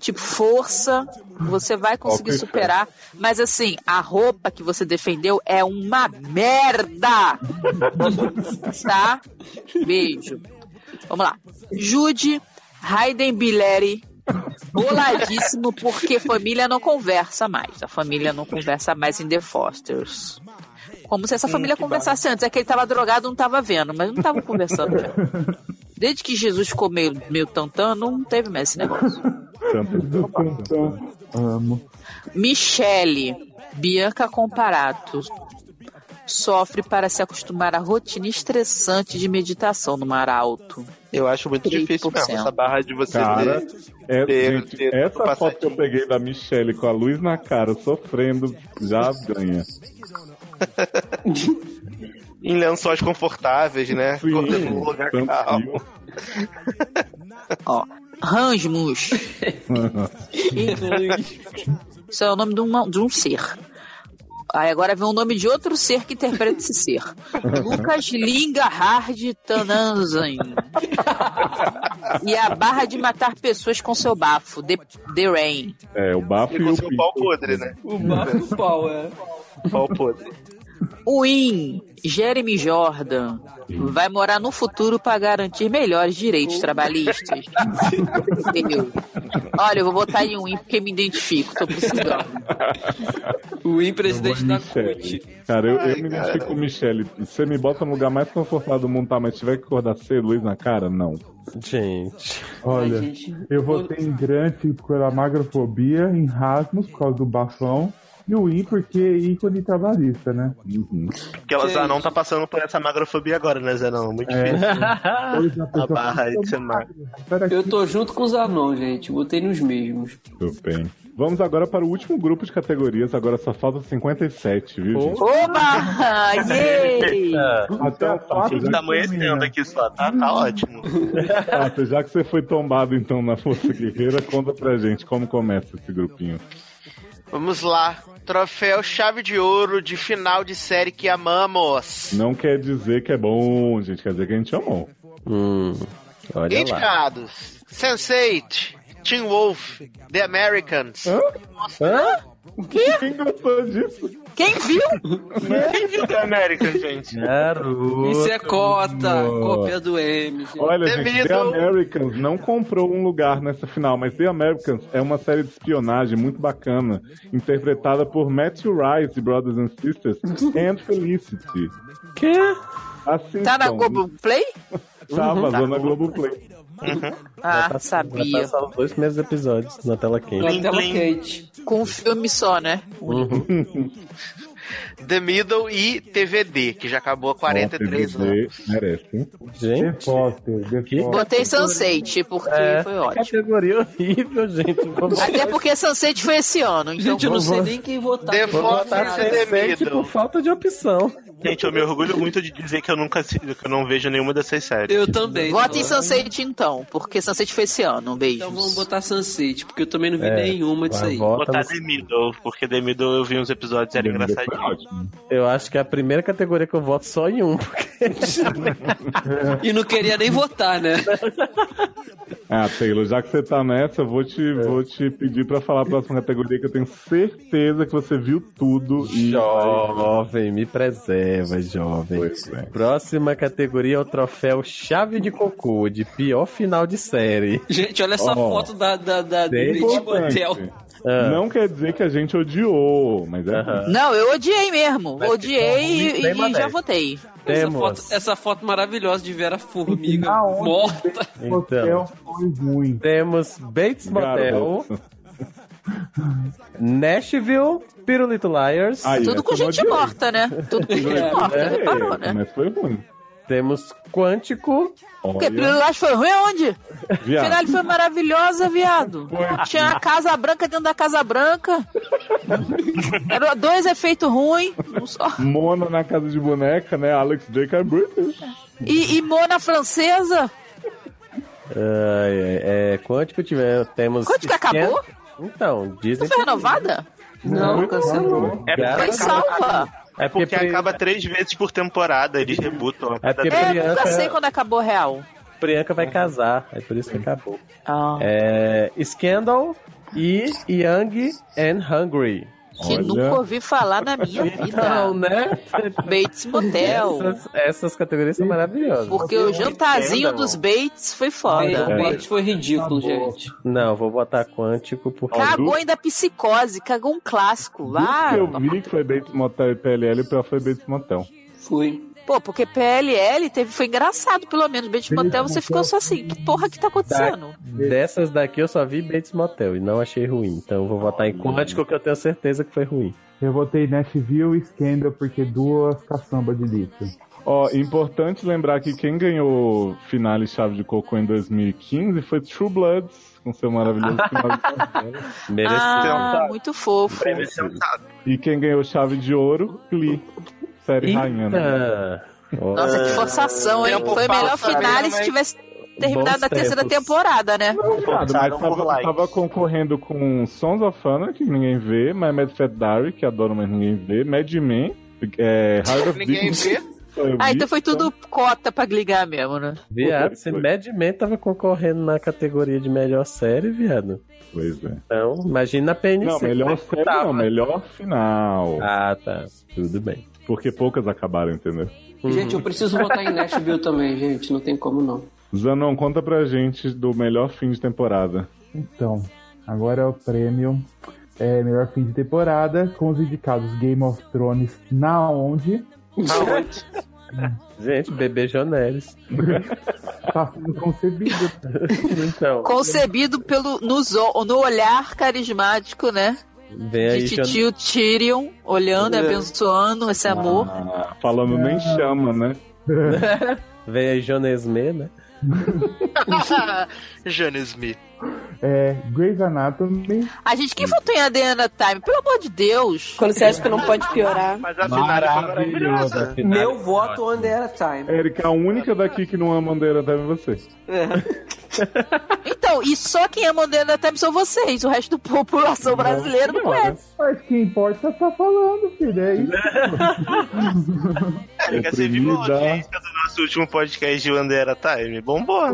Tipo, força, você vai conseguir Óbvio. superar. Mas assim, a roupa que você defendeu é uma merda! tá? Beijo. Vamos lá. Jude Hayden Bileri. Boladíssimo porque família não conversa mais. A família não conversa mais em The Fosters. Como se essa família conversasse antes. É que ele tava drogado, não tava vendo, mas não tava conversando. né? Desde que Jesus ficou meio, meio tantã, não teve mais esse negócio. Do cantão. Amo. Michele, Bianca Comparato, sofre para se acostumar à rotina estressante de meditação no mar alto. Eu acho muito difícil mesmo 3%. essa barra de você Cara, ter. é, ter- gente, ter- essa passar foto que eu peguei da Michelle com a luz na cara, sofrendo, já <laughs> ganha. Em lençóis confortáveis, né? Sim, Cortando um lugar tranquilo. calmo. Ó, Rasmus. Isso é o nome de, uma- de um ser. Aí agora vem o nome de outro ser que interpreta esse ser. Lucas Linga Hard Tananzan. E a barra de matar pessoas com seu bafo, The, The Rain. É, o bafo e, E com o seu pinto. pau podre, né? O bafo do pau, é. Pau podre. O IN, Jeremy Jordan, vai morar no futuro para garantir melhores direitos trabalhistas. Entendeu? Olha, eu vou botar em um IN porque me identifico, tô precisando. O ex-presidente da Michele. Cara, eu, eu me identifico com Michele. Você me bota no lugar mais confortável do mundo, tá? Mas se tiver que acordar cedo, luz na cara, não. Gente. Olha, eu votei em Grant pela magrofobia, em Rasmus por causa do bafão, e o I porque é ícone trabalhista, né? Porque o Zanon tá passando por essa magrofobia agora, né, Zanon? Muito É, <laughs> difícil. sim. A barra de ser magro. Eu tô junto com os Zanon, gente. Botei nos mesmos. Tudo bem. Vamos agora para o último grupo de categorias, agora só falta 57, viu, gente? Oba! Yay! Até a A gente tá amanhecendo aqui só, tá? Tá ótimo. Tato, já que você foi tombado então na Força Guerreira, conta pra gente como começa esse grupinho. Vamos lá. Troféu chave de ouro de final de série que amamos. Não quer dizer que é bom, gente, quer dizer que a gente amou. Hum. olha Indicados: Sense8, Teen Wolf, The Americans. Hã? O quê? Quem gostou disso? Quem viu? Quem viu da América, gente? Garoto. Isso é cota, Amor. cópia do M. gente. Olha, gente, The Americans não comprou um lugar nessa final, mas The Americans é uma série de espionagem muito bacana, interpretada por Matthew Rice, de Brothers and Sisters, and Felicity. Que? Assim, Tá na então, Globoplay? Tá, Uhum. vazou na Globoplay. Ah, Vai sabia. passar os dois primeiros episódios na tela quente. Tela quente. Com um filme só, né? Uhum. The Middle e TVD, que já acabou há 43 Nossa, anos. DVD Merece. Gente. The Foster, The Foster. Botei Sunset, porque É, foi que ótimo. categoria horrível, gente. Vamos Até porque Sunset foi esse ano, então. Gente, eu não sei nem quem votar. The Fox botar e é The Tencent Middle. por falta de opção. Gente, eu me orgulho muito de dizer que eu nunca assi- que eu não vejo nenhuma dessas séries. Eu também. Vota em Então, Sunset então, porque Sunset foi esse ano. Um beijo. Então vamos botar Sunset, porque eu também não vi É, nenhuma disso vai, aí. Vou vota botar no- The Middle, porque The Middle eu vi uns episódios, era Foi engraçadinho. é ótimo. Eu acho que é a primeira categoria que eu voto só em um. Porque... E não queria nem votar, né? Ah, Taylor, já que você tá nessa, eu vou te, É. vou te pedir pra falar a próxima categoria, que eu tenho certeza que você viu tudo e. jovem, me preserva, jovem. Pois é. Próxima categoria é o troféu Chave de Cocô, de pior final de série. Gente, olha essa Ó. foto da, da, da do Tem Petit é Importante. Motel. Ah. Não quer dizer que a gente odiou, mas é. Aham. Não, eu odiei mesmo. Mas odiei um ficou ruim, e, e bem já modesto. votei. Essa Temos. foto, essa foto maravilhosa de Vera Formiga Aonde morta. The Então. Hotel foi ruim. Temos Bates Motel, Garoto. Nashville, Pirulito Liars. Aí, Tudo com essa eu gente odiei. morta, né? <laughs> Tudo com gente É, morta, É, reparou, né? Mas foi ruim. Temos Quântico. Porque Olha, Brilho Lash foi ruim onde? A é viado. final foi maravilhosa, viado. Tinha a Casa Branca dentro da Casa Branca. Eram dois efeitos ruins. um só. Mona na casa de boneca, né? Alex Drake é British. E, e Mona Francesa. Ai, ai, é, Quântico tiver, temos. Quântico acabou? Então, Não dizem. foi renovada? Não, cancelou. É Foi porque, salva. É porque pri- acaba três vezes por temporada, eles rebutam. a É cada porque- É, temporada. eu nunca Priyanka- sei quando acabou real. Priyanka vai casar, é por isso que acabou. Ah, É, Scandal e Young and Hungry. que Olha. nunca ouvi falar na minha Então, vida. né? Bates Motel. Essas, essas categorias são maravilhosas. Porque o jantarzinho entenda, dos Bates foi O foda. Bates foi ridículo, gente. Não, vou botar Quântico porque. Cagou ainda a psicose, cagou um clássico. Ah, Vá. Eu vi que foi Bates Motel e PLL, o pior foi Bates Motel. Foi. Pô, porque PLL teve, foi engraçado, pelo menos. Bates Motel você ficou só assim, que porra que tá acontecendo? Dessas daqui eu só vi Bates Motel e não achei ruim. Então eu vou votar em Quântico que eu tenho certeza que foi ruim. Eu votei Nashville e Scandal porque duas caçambas de lixo. Ó, importante lembrar que quem ganhou finale Chave de Coco em 2015 foi True Bloods, com seu maravilhoso final de carreira. Mereceu. Ah, muito fofo. Prêmio sentado. E quem ganhou Chave de Ouro, Glee, série rainha. né? Eita! Olha, Nossa, que forçação, hein? Tempo Foi o melhor passa, finale né, se mas- tivesse terminado Bons na terceira tempos. temporada, né? Obrigado, mas Votaram por tava, likes. tava concorrendo com Sons of Anarchy, que ninguém vê, My Mad Fat Diary, que adoro, mas ninguém vê, Mad Men, é, Heart of Ninguém Dignity, <laughs> vê. que eu Ah, vi, então foi tudo cota pra ligar mesmo, né? Viado, se Foi. Mad Men tava concorrendo na categoria de melhor série, viado. Pois é. Então, imagina a PNC. Ah. Não, melhor série não, melhor final. Ah, tá. Tudo bem. Porque poucas acabaram, entendeu? Gente, eu preciso votar em Nashville também, gente. Não tem como não. Zanon, conta pra gente do melhor fim de temporada. Então, agora é o prêmio é, melhor fim de temporada com os indicados Game of Thrones na onde? Gente, bebê Jonelis. tá sendo concebido. Então, Concebido pelo, no, zo- no olhar carismático, né? vem aí. De titio Tyrion, olhando e É. abençoando esse amor. Ah, falando nem chama, né? Vem aí Jonesme, né? Jane Smith. É, Grey's Anatomy. <laughs> A gente, quem votou em Adriana Time? Pelo amor de Deus. Quando você acha que não pode piorar. Mas a finale foi maravilhosa. Meu voto on the other time. Erika, a única daqui que não ama bandeira deve você. É. Então, e só quem é modelo da Time são vocês. O resto da população brasileira não Senhora. conhece. Mas quem importa tá falando, filho. É isso. Érica, você viu a audiência do nosso último podcast de Wanderer Time? Bombou.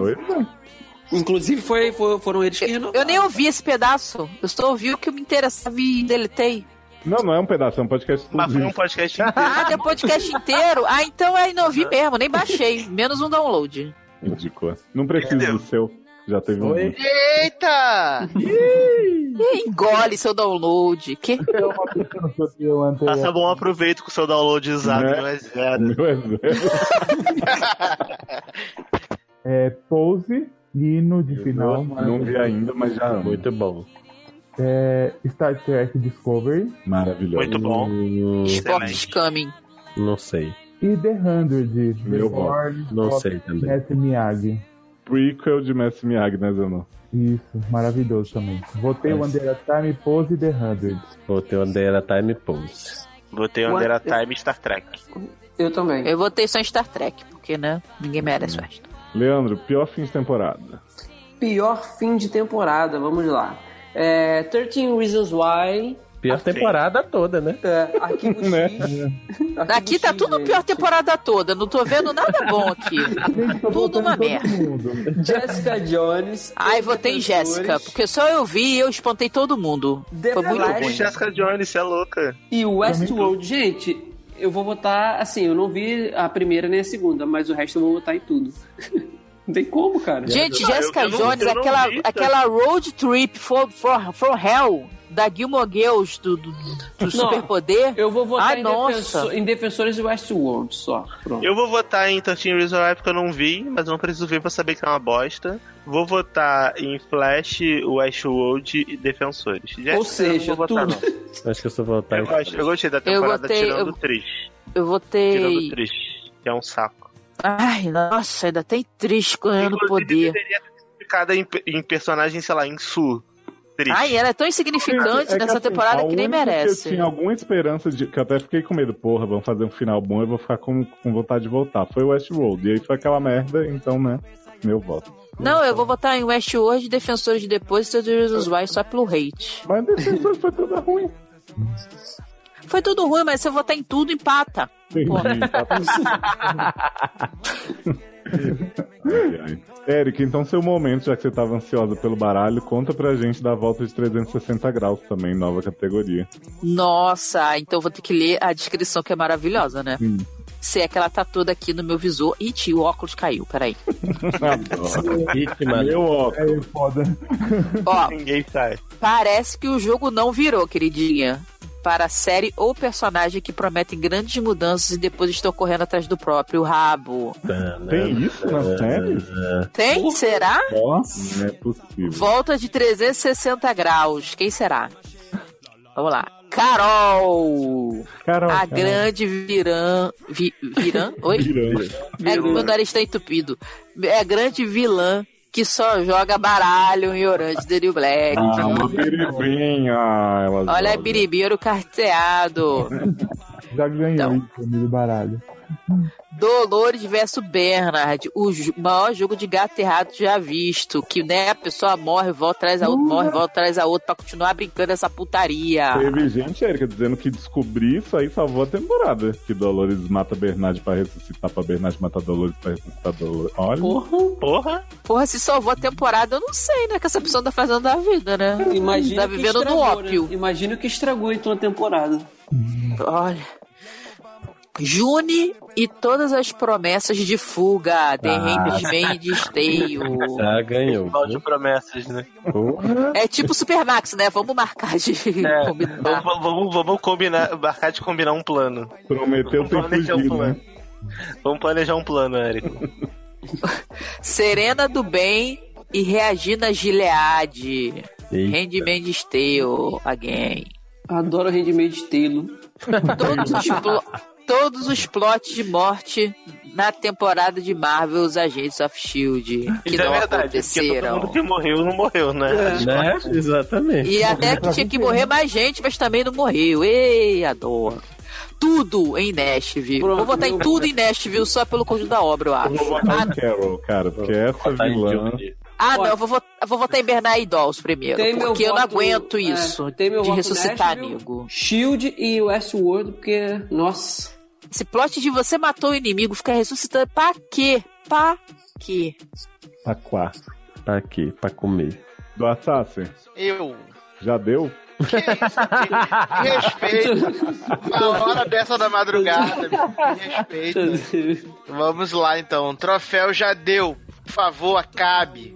Inclusive, foi, foi- foram eles que renovaram. Eu nem ouvi esse pedaço. Eu só ouvi o que me interessava e deletei. Não, não é um pedaço, é um podcast Mas foi exclusivo. um podcast Ah, inteiro. tem podcast inteiro? Ah, então aí não ouvi mesmo, nem baixei. Menos um download. Ridícula. Não precisa do seu. Já teve um. Eita! Ih, Engole seu download. Que? é Passa bom aproveito com o seu download usado, Né? não é zero. <laughs> Meu é É, Pose, Lino de final. Não vi ainda, mas já amo. Muito bom. É, Star Trek Discovery. Maravilhoso. Muito bom. Spock coming. Não sei. E The Hundred. The Meu voto. Born, Não Bob sei também. Mestre Miyagi. Prequel de Messi Miyagi, né, Zanon? Isso, maravilhoso também. Votei o Under a Time, Pose e The Hundred. Botei Wanderer Time Pulse. Botei Wanderer Time e Star Trek. Eu também. Eu votei só em Star Trek, porque, né? Ninguém merece o resto. Leandro, pior fim de temporada. Pior fim de temporada, vamos lá. É, 13 Reasons Why. Pior temporada toda, né? É, Arquivo <laughs> X. Né? Aqui tá tudo pior temporada toda. Não tô vendo nada bom aqui. Tudo uma merda. Jessica Jones. Ai, votei em Jéssica, porque só eu vi e eu espantei todo mundo. Foi muito Caralho, ruim. Jessica Jones, você é louca. E Westworld, gente, eu vou votar assim, eu não vi a primeira nem a segunda, mas o resto eu vou votar em tudo. <laughs> não tem como, cara. Gente, Não, eu- Jessica eu não- Jones, eu não aquela, vi, tá? aquela road trip for, for, from hell da Gilmore Girls do, do, do Não, superpoder. Eu vou votar Ai, em, nossa. defenso- em Defensores de Westworld só. Pronto. Eu vou votar em 13 Reasons Why porque eu não vi, mas não preciso ver pra saber que é uma bosta. Vou votar em Flash, Westworld e Defensores. Jessica, Ou seja, É, eu não vou votar, tudo. não. Acho que eu sou votar Eu, gosto- eu gostei da temporada votei- tirando eu- o Trish. Eu Tirando o votei. Trish, que é um saco. Ai, nossa, ainda tem triste ganhando poder. deveria ter ficado em, em personagem, sei lá, em Su. Trish. Ai, ela é tão insignificante É que, nessa assim, temporada a que nem única merece. Eu tinha alguma esperança de. Que eu até fiquei com medo, porra, vamos fazer um final bom e vou ficar com, com vontade de voltar. Foi o Westworld. E aí foi aquela merda, então, né? Meu voto. Não, eu vou votar em Westworld, Defensores de Depois e Seus Jesus Vai só pelo hate. Mas Defensor foi toda ruim. Foi tudo ruim, mas se eu votar em tudo, empata. Entendi. tá tudo- tá <laughs> Eric, então seu momento, já que você tava ansiosa pelo baralho, conta pra gente da volta de 360 graus também, nova categoria. Nossa, então eu vou ter que ler a descrição que é maravilhosa, né? Hum. Se é que ela tá toda aqui no meu visor. Ih, tio, o óculos caiu, peraí. <laughs> Adoro. Vítima. Meu óculos. É foda. Ó, Ninguém sai. parece que o jogo não virou, queridinha. Para a série ou personagem que prometem grandes mudanças e depois estão correndo atrás do próprio rabo. Tem isso na série? Tem? Será? Nossa. Não É, é possível. Volta de 360 graus. Quem será? Vamos lá. Carol! Carol, A Carol. grande virã. Vi, virã? <laughs> Oi? Virando. É que meu nariz tá entupido. É a grande vilã que só joga baralho em Orange The New Black. Ah, uma biribinha. Ela Então, Olha é a joga. Biribeiro carteado. Já ganhou Então. isso do baralho. Dolores versus Bernard. O ju- maior jogo de gato errado já visto. Que, né, a pessoa morre, volta atrás a outra, Uhum. morre, volta atrás a outra pra continuar brincando essa putaria. Teve gente, Erika, dizendo que descobrir isso aí salvou a temporada. Que Dolores mata Bernard pra ressuscitar, pra Bernard matar Dolores pra ressuscitar Dolores. Olha. <laughs> Porra, Porra! Porra, se salvou a temporada, eu não sei, né? Que essa pessoa tá fazendo da vida, né? imagina tá o que vivendo no estragou, né? ópio. Imagina o que estragou então a temporada. Olha. June e todas as promessas de fuga. The Ah. Handmaid's Tale. Ah, ganhou. Festival de promessas, né? É tipo Supermax, né? Vamos marcar de <laughs> combinar. Vamos, vamos, vamos combinar, marcar de combinar um plano. Prometeu né? vamos planejar um plano. Vamos planejar um plano, Érico. Serena do Bem e Regina Gilead. Handmaid's Tale again. Adoro Handmaid's Tale. Todos os, <laughs> plo- todos os plots de morte na temporada de Marvel, os Agentes of S.H.I.E.L.D. Que Isso é não verdade, porque todo aconteceram. mundo que morreu não morreu, né? Né? Exatamente. E até que tinha que morrer mais gente, mas também não morreu. Ei, adoro. Tudo em Nashville. Vou botar em tudo em Nashville só pelo conjunto da obra, eu acho. Ah, Carol, cara, porque essa tá vilã. ah, não, eu vou votar, eu vou votar em Bernard Dolls primeiro. Tem meu Porque eu não voto, aguento é, isso tem meu de voto ressuscitar, Nashville. amigo. Shield e Westworld, porque. Nossa. <laughs> Esse plot de você matou o inimigo, ficar ressuscitando, pra quê? Pra quê? Pra quá. Pra quê? Tá Pra comer. Do Assassin. Eu. Já deu? Me respeita. Uma hora dessa da madrugada. Me respeita. Vamos lá então. Troféu já deu. Por favor, acabe.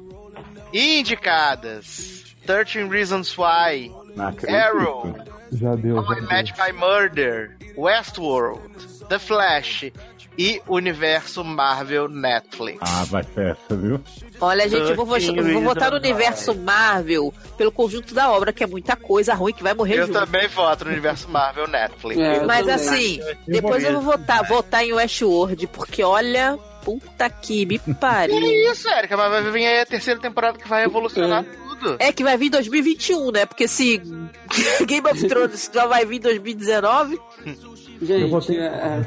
Indicadas: 13 Reasons Why. Arrow. Já deu. How I Met My Murder. Westworld. The Flash. E Universo Marvel Netflix. Ah, vai ser essa, viu? Olha, gente, eu vou, Thirteen eu vou votar no Reasons universo Marvel pelo conjunto da obra, que é muita coisa ruim que vai morrer Eu junto. também voto no Universo Marvel Netflix. Mas assim, depois eu vou votar, votar em Westworld, porque olha, puta que <laughs> me Que pariu. isso, Erika? Mas vai vir aí a terceira temporada que vai revolucionar tudo. É que vai vir em 2021, né? Porque se <laughs> Game of Thrones já vai vir em 2019. Eu votei- é,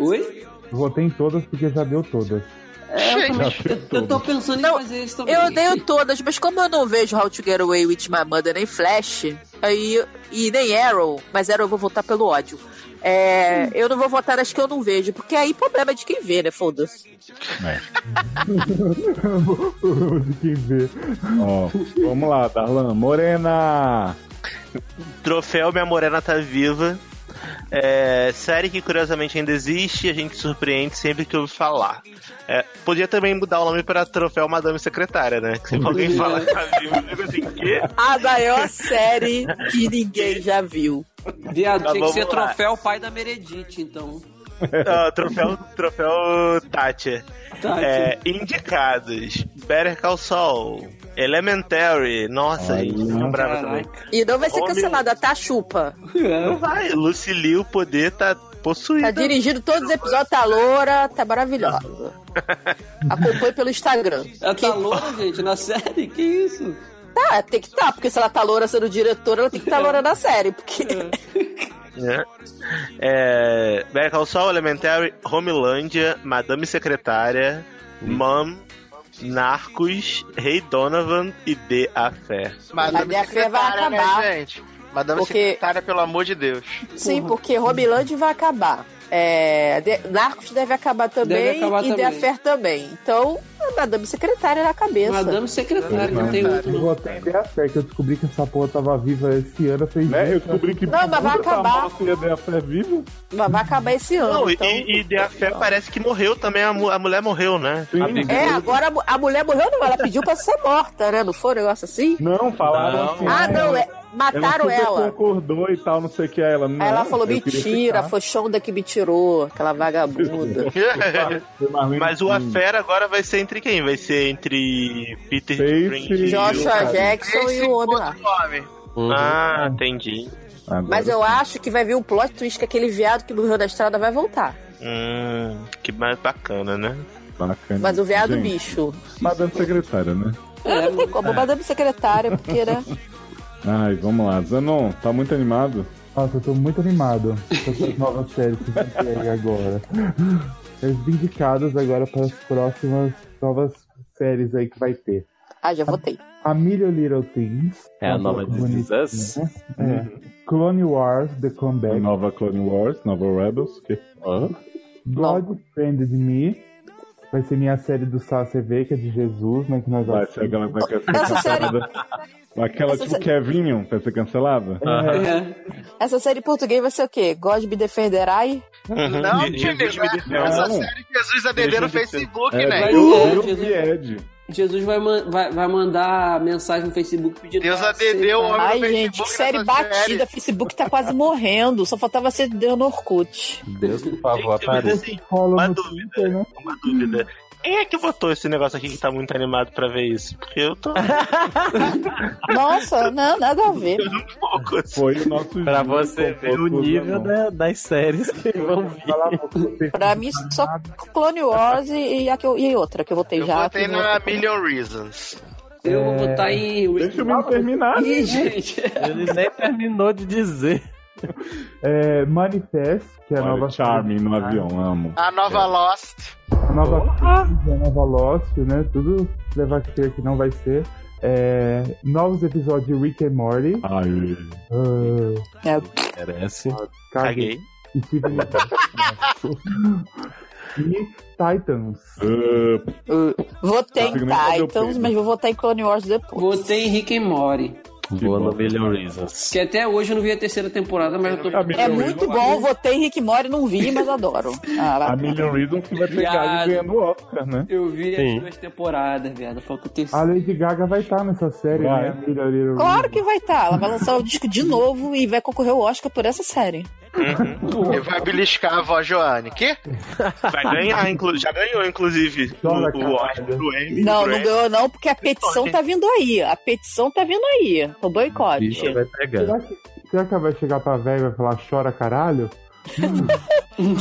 Oi? Votei em todas porque já deu todas. <laughs> É, Já deu todas. pensando em fazer isso também. Eu odeio todas, mas como eu não vejo How to Get Away with My Mother nem Flash, aí, e nem Arrow, mas Arrow eu vou votar pelo ódio. É, eu não vou votar nas que eu não vejo, porque aí problema é de quem vê, né? Foda-se. De quem vê. Ó, vamos lá, Darlan. Morena! Troféu Minha Morena Tá Viva. É, série que curiosamente ainda existe e a gente surpreende sempre que ouve falar. É, podia também mudar o nome pra Troféu Madame Secretária, né? Que sempre alguém fala que tá viva, eu digo assim, quê? A maior série que ninguém já viu. Viado, Tá, tinha que ser vamos lá. troféu pai da Meredith, então. Ah, troféu, troféu Tati. Tati. É, indicados: Better Call Saul, Elementary. Nossa, gente, lembrava um também. E não vai ser Homem- cancelada, tá, chupa? Não vai, Lucille, o poder tá possuído. Tá dirigindo todos os episódios, tá loura, tá maravilhosa. Acompanhe pelo Instagram. Ela tá loura, gente, na série? Que isso? Tá, tem que tá, porque se ela tá loura sendo diretora, ela tem que tá loura na série, porque... né? É, Better Call Saul, Elementary, Homelândia, Madame Secretária, Mom, Narcos, Rei Donovan e The Affair. Madame Cadê a fé? Vai Secretária, acabar. né, gente? Madame Porque- Secretária, pelo amor de Deus. Sim, porque Robilândia vai acabar. É, de- Narcos deve acabar também Deve acabar e The também. Affair também. Então, a Madame Secretária na cabeça. Madame Secretária, não tem outro. Eu votei em The Affair, que eu descobri que essa porra tava viva esse ano. Eu falei, Né, eu descobri que. Não, mas vai acabar. Ia dar fé viva? Mas vai acabar esse ano. Não, e- então... e, e The Affair parece que morreu também, a, mu- a mulher morreu, né? A Big É, Brother. agora a mu- a mulher morreu, não. Ela pediu pra ser morta, né? Não foi um negócio assim? Não, falaram assim. Ah, não, é, mataram super ela. concordou e tal, não sei o que. Aí ela, não, Aí ela falou: eu queria mentira, ficar." foi Shonda que me tirou, aquela vagabunda. Mas o Affair agora vai ser entre quem? Vai ser entre Peter Dinklage e Joshua o- Jackson e o homem lá. Uhum. Uhum. Ah, entendi. Mas eu acho que vai vir um plot twist que aquele viado que morreu na estrada vai voltar. Hum, que mais bacana, né? Bacana. Mas o viado Gente, bicho. Madame Secretária, né? É, não tem como, madame secretária, porque, né? Ai, vamos lá. Zanon, tá muito animado? Nossa, eu tô muito animado com essas novas séries que vão ter aí agora. As indicadas agora para as próximas novas séries aí que vai ter. Ah, já votei. A Million Little Things. É a Uma nova coisa This Is Us? bonitinha, né? É. Clone Wars, The A Comeback. Uhum. Ah. nova Clone Wars, nova Rebels. Que... God Friended Me. Vai ser minha série do Sacer que é de Jesus, né? Que nós Vai ser aquela que vai ser Essa série- cancelada. Aquela Essa tipo série- Kevinho, vai ser cancelada. É. Essa série em português vai ser o quê? God be defenderai? Uhum. Não, time, essa Não. série Jesus ADD no Deixa de ser. Facebook, É, né? vai- Vai- Deus e Ed. Jesus vai, man- vai, vai mandar mensagem no Facebook pedindo. Deus pra ADD, aceitar. o homem Ai, gente, que série batida. Facebook tá quase morrendo. Só faltava ser Deus no Orkut. Deus, por favor, mas apareça. assim, né? uma dúvida. Quem é que botou esse negócio aqui que tá muito animado pra ver isso? Porque eu tô um <laughs> Nossa, não, nada a ver. assim. Foi o nosso Pra você ver o nível da- das séries <laughs> que vão vir. Pra mim, só Clone Wars e, e a que eu- e outra que eu votei já. Botei que na eu- Million Reasons. Eu vou É. botar em. Deixa o menino terminar, né? Ih, gente. Ele nem terminou de dizer. É, Manifest, que é a Olha, nova. Charming no avião, amo. A nova Tá. Lost. A nova Crise, a nova Lost, né? Tudo levar a crer que não vai ser. É, novos episódios de Rick and Morty. Ai, Ah, Merece. caguei. E tive... e Titans. Votei em Consigo nem fazer o Titans, peso. mas vou votar em Clone Wars depois. Votei em Rick and Morty. Boa no Million Reasons. Que até hoje eu não vi a terceira temporada, mas eu tô. É muito bom, votei em Rick Mori, não vi, mas adoro. Ah, A lá. Million Reasons que vai ter Viado. Gag ganhando o Oscar, né? Eu vi Sim. as duas temporadas, viado. Falta o terceiro. A Lady Gaga vai estar nessa série, Vai. né? A Little Little Claro que vai estar. Ela vai lançar o disco de novo e vai concorrer ao Oscar por essa série. E vai beliscar a voz Joane. Que? Vai ganhar, inclu... já ganhou, inclusive, o, Olha, o Oscar pro Emmy. Não, pro não Emmy. ganhou não, porque a petição tá vindo aí. A petição tá vindo aí. O boicote. Bicho vai pegar. Será que, será que ela vai chegar pra velha e vai falar chora caralho?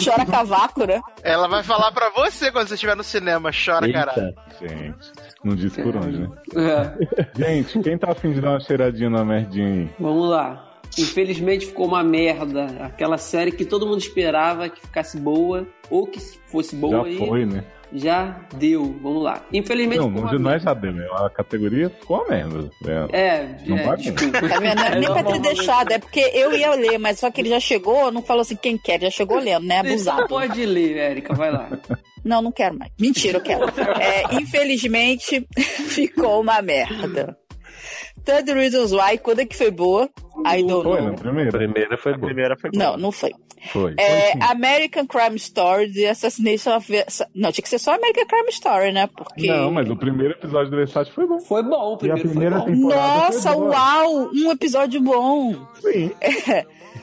Chora cavaco, né? Ela vai falar pra você quando você estiver no cinema. Chora, caralho. Gente, não disse por onde, né? É. <laughs> Gente, quem tá afim de dar uma cheiradinha na merdinha aí? Vamos lá. Infelizmente ficou uma merda. Aquela série que todo mundo esperava que ficasse boa, ou que fosse boa já e foi, né? já deu. Vamos lá. Infelizmente Não, ficou não, uma de merda. nós já deu, né? A categoria ficou uma merda. É, É, não é, vai desculpa. bem. Tá vendo? Não é nem pra ter deixado, é porque eu ia ler, mas só que ele já chegou, não falou assim quem quer, já chegou lendo, né? Você Abusado. pode ler, Érica, vai lá. Não, não quero mais. Mentira, eu quero. É, infelizmente, <laughs> ficou uma merda. Third Reasons Why, quando é que foi boa? I don't Foi, né? na know. primeira. primeira foi boa. primeira foi Não, não foi. Foi. É, American Crime Story The Assassination of... Não, tinha que ser só American Crime Story, né? Porque... Não, mas o primeiro episódio do Versace foi bom. Foi bom, o E a primeiro primeira foi bom. temporada Nossa, foi boa. uau! Um episódio bom. Sim.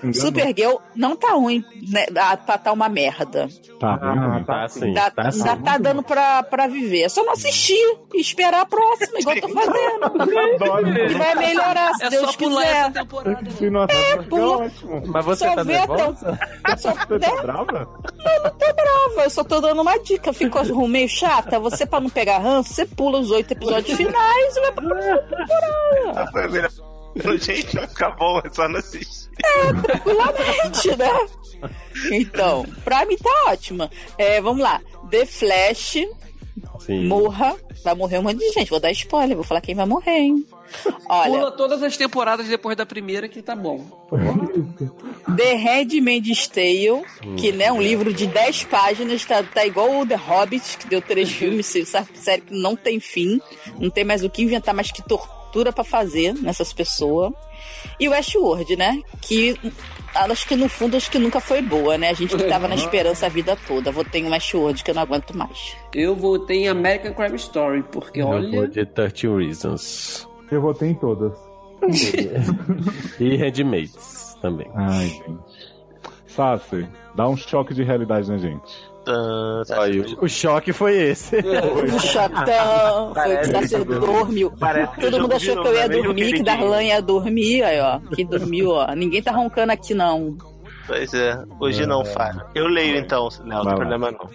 Enganou. Supergirl não tá ruim, né? Ah, tá, tá uma merda. Tá, ruim. Tá sim, Dá, tá sim. dá- tá dando pra, pra viver. É só não assistir e esperar a próxima, igual eu tô <laughs> fazendo. Adoro. E vai melhorar, se É Deus só pular essa quiser. temporada. né? Se não acerta, fica pula. ótimo. Mas você Só tá vê até nervosa? Só, Você né? tá brava? Pô, Eu só tô dando uma dica. Ficou <laughs> ruim, meio chata? Você, pra não pegar ranço, você pula os oito episódios finais e vai pra próxima temporada. Foi a melhor. Gente, vai ficar bom, é só não assistir. É, Tranquilamente, né? Então, pra mim tá ótima. É, vamos lá. The Flash, Sim. morra. Vai morrer um monte de gente. Vou dar spoiler, vou falar quem vai morrer, hein? Olha, Pula todas as temporadas depois da primeira que tá bom. The Handmaid's Tale, que né, é um livro de 10 páginas, tá, tá igual o The Hobbit, que deu três filmes, se- essa série que não tem fim, não tem mais o que inventar, mais que tortura pra fazer nessas pessoas. E Westworld, né, que acho que no fundo acho que nunca foi boa, né, a gente que tava na esperança a vida toda, vou ter um Westworld que eu não aguento mais. Eu voltei em American Crime Story, porque Eu vou olha. de 30 Reasons. Eu votei em todas. E Handmaids também. Ai, gente. Sassi, dá um choque de realidade na gente. Ah, tá. Aí, o- o choque foi esse. é. O <laughs> chatão, um foi que tá sendo- dormiu. Parece que o Todo jogo mundo achou virou, que eu ia né? Mesmo dormir, que queridinho. Darlan ia dormir, aí ó, que dormiu, ó. Ninguém tá roncando aqui não. Pois é, hoje não falha. Eu leio então, não, não Ah. Vai tem lá. problema não.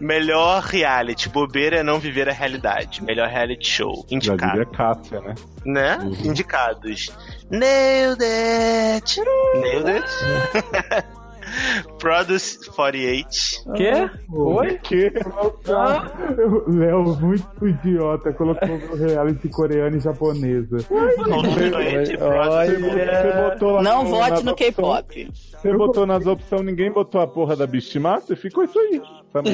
Melhor reality, bobeira é não viver a realidade. Melhor reality show, Já indicado, diria Cássia, né? né? Indicados. Nailed it! Nailed it? <laughs> Produce 48. Quê? Oi? Que? <laughs> Léo, muito idiota, colocou o reality coreano e japonesa. Olha. Você botou lá Não no- vote na no opção- K-pop. Você botou nas opções, ninguém botou a porra da Beastmaster, ficou isso aí. Tá bom.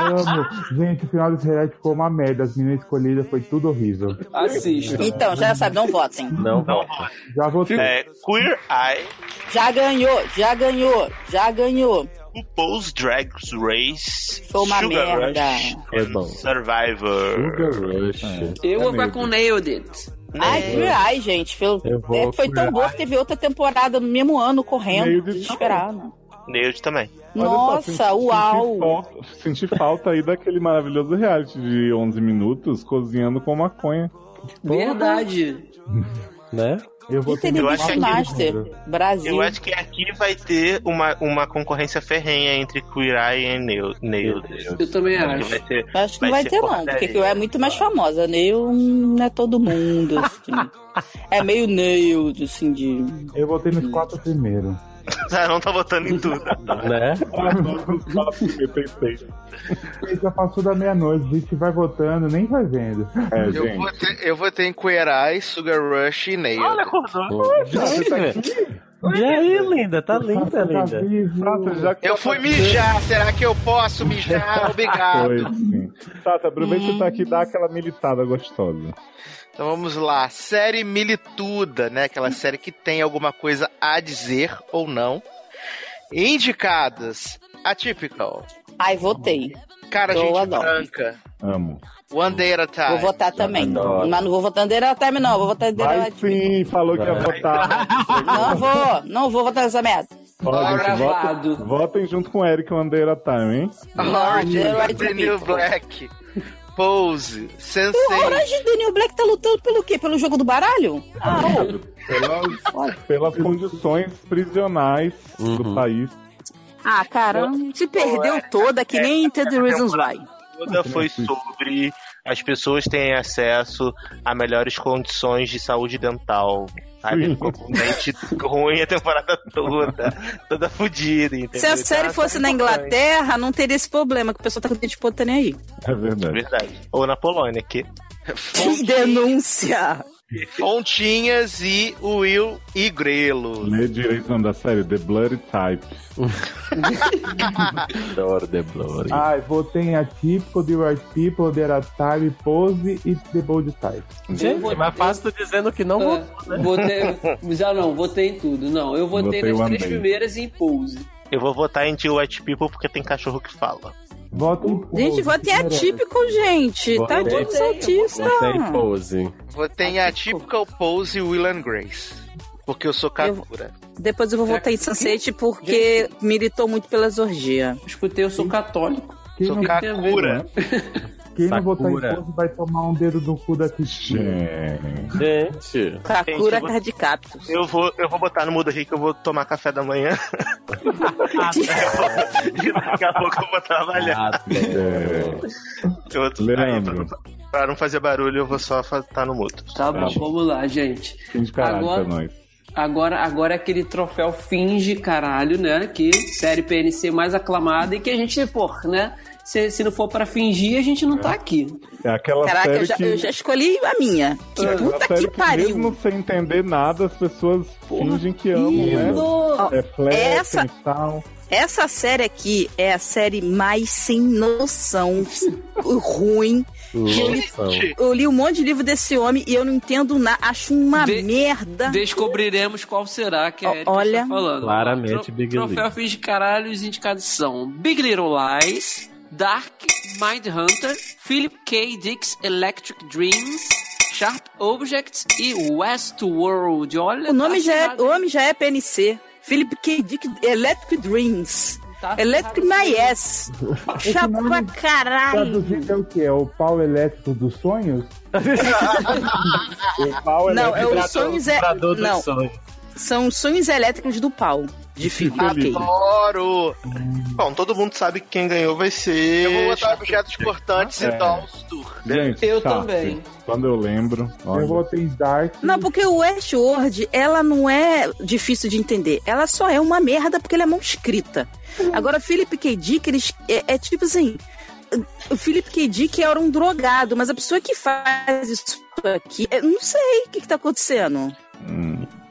Amo. Gente, o final desse reality ficou uma merda. As meninas escolhidas foi tudo horrível. Assista. Então, já sabe, não votem. Não, não. Já votei. É, Queer Eye, Já ganhou, já ganhou, já ganhou. Pose Drag Race, Foi uma Sugar merda. Rush, and Survivor. É. Eu vou mesmo. com o Nailed It. Ai, que ai, gente. Foi, Eu vou é, foi tão curar. boa que teve outra temporada no mesmo ano, correndo, Meio de- desesperada. Nailed também. Nossa, uau. Senti falta aí daquele maravilhoso reality de 11 minutos cozinhando com maconha. Verdade. Né? Eu E teve Eu acho que- é <laughs> Beastmaster, Brasil. Eu acho que aqui vai ter uma, uma concorrência ferrenha entre Queer Eye e Nail- Nailed. Eu também acho. acho. Vai ter, Eu acho que não vai ter, não, porque que eu é muito mais famosa. Neil não é todo mundo, assim. É meio Neil, assim, de. Eu votei nos quatro primeiros. Ah, não tá votando em tudo. né? assim, Ele já passou da meia-noite, a gente vai votando, nem vai vendo. É, Eu vou, ter, eu vou ter em Queer Eye, Sugar Rush e Nail. Olha, acordou. tá E aí, linda? Tá linda, linda. Nossa, já que Eu tá fui aqui- mijar, será que eu <laughs> posso mijar? Foi, Obrigado. sim. Tata, aproveita que tá aqui e dá aquela militada gostosa. Então vamos lá. Série Milituda, né? Aquela série que tem alguma coisa a dizer ou não. Indicadas: Atypical, Ai, votei. Cara, Eu Gente adoro. Branca, Amo. One Day at a Time. Vou votar também. Mas não vou votar Under Time, não. Vou votar Under Time. Sim, falou É. que ia votar. Não vou, não vou votar nessa merda. Ó, gente, Gravado. vota- votem junto com o Eric Bandeira Time, hein? Tá Orange Orange is the New Black, Pose, O Sensei. Orange The New Black tá lutando pelo quê? Pelo jogo do baralho? Ah, Pelas, pelas condições prisionais Uhum. do país. Ah, caramba, se perdeu toda, que nem Into the Reasons Why. toda foi sobre as pessoas terem acesso a melhores condições de saúde dental. Sabe? Ficou com dente ruim a temporada toda, toda fodida, entendeu? Se a Então, série ela fosse tá na importante. Inglaterra, não teria esse problema, que o pessoal tá com o dente podre tá nem aí. É verdade. Verdade. Ou na Polônia, que. Que denúncia! Pontinhas e Will e Grelo. Lê direito o nome da série, The Bloody Type. Adoro The Bloody. Ai, votei em Atípico, The Right People, The Era Time, Pose e The Bold Type. Eu Gente, vou- mas fácil tu dizendo que não É, votou, né? votei, já não, votei em tudo. Não, eu votei, Votei nas One três Day. primeiras em Pose. Eu vou votar em The White People porque tem cachorro que fala. Vota em Gente, votem atípico, gente. Votei. Tá de Votei. saltista. Votei pose. Vou ter em Atypical, Pose e Will and Grace. Porque eu sou Kakura. Depois eu vou votar em Sunset porque militou muito pelas orgias. Escutei, eu sou católico. Quem Sou não- Kakura. Quem não votar em Sakura. Pose vai tomar um dedo no cu da Cristina. Gente. Kakura eu vou- Cardicapto. Eu vou, eu vou botar no mudo aqui que eu vou tomar café da manhã. e daqui a pouco eu vou trabalhar. é. Eu vou- aí, Leandro. pra, pra não fazer barulho, eu vou só estar no mudo. Tá bom, vamos lá, gente. Fim de caralho Agora- pra nós. Agora, agora é aquele troféu finge caralho, né? Que série PNC mais aclamada e que a gente, pô, né? Se, se não for pra fingir, a gente não tá aqui. É aquela Caraca, série eu já, que... eu já escolhi a minha. Que é puta aquela série que pariu. mesmo sem entender nada, as pessoas fingem que amam, Ó, né? É flash essa- e tal. Essa série aqui é a série mais sem noção, ruim. que eu, li, Noção. eu li um monte de livro desse homem e eu não entendo nada. Acho uma De- merda. Descobriremos qual será que a Erika Olha. está falando. Claramente, Big Troféu Little. finge caralho, os indicados são Big Little Lies, Dark, Mind Hunter, Philip K. Dick's Electric Dreams, Sharp Objects e Westworld. Olha, O nome, tá já é, assinado. o nome já é PNC. Philip K. Dick, Electric Dreams. Tá Electric assinado. My Ass. Chato pra caralho. Traduzido é o que? É o pau elétrico dos sonhos? O pau Não, é elétrico- os sonhos é. Comprador dos Não, sonhos. são os sonhos elétricos do pau. Difícil. Adoro! Bom, todo mundo sabe que quem ganhou vai ser. Eu vou botar objetos cortantes É. e dolls do. Gente, Eu chato. também. Quando eu lembro. Eu votei em Dark. Não, porque o Westworld, ela não é difícil de entender. Ela só é uma merda porque ela é mão escrita. Agora, Philip K. Dick, eles, é, é tipo assim... O Philip K. Dick era um drogado, mas a pessoa que faz isso aqui... Eu não sei o que, que tá acontecendo.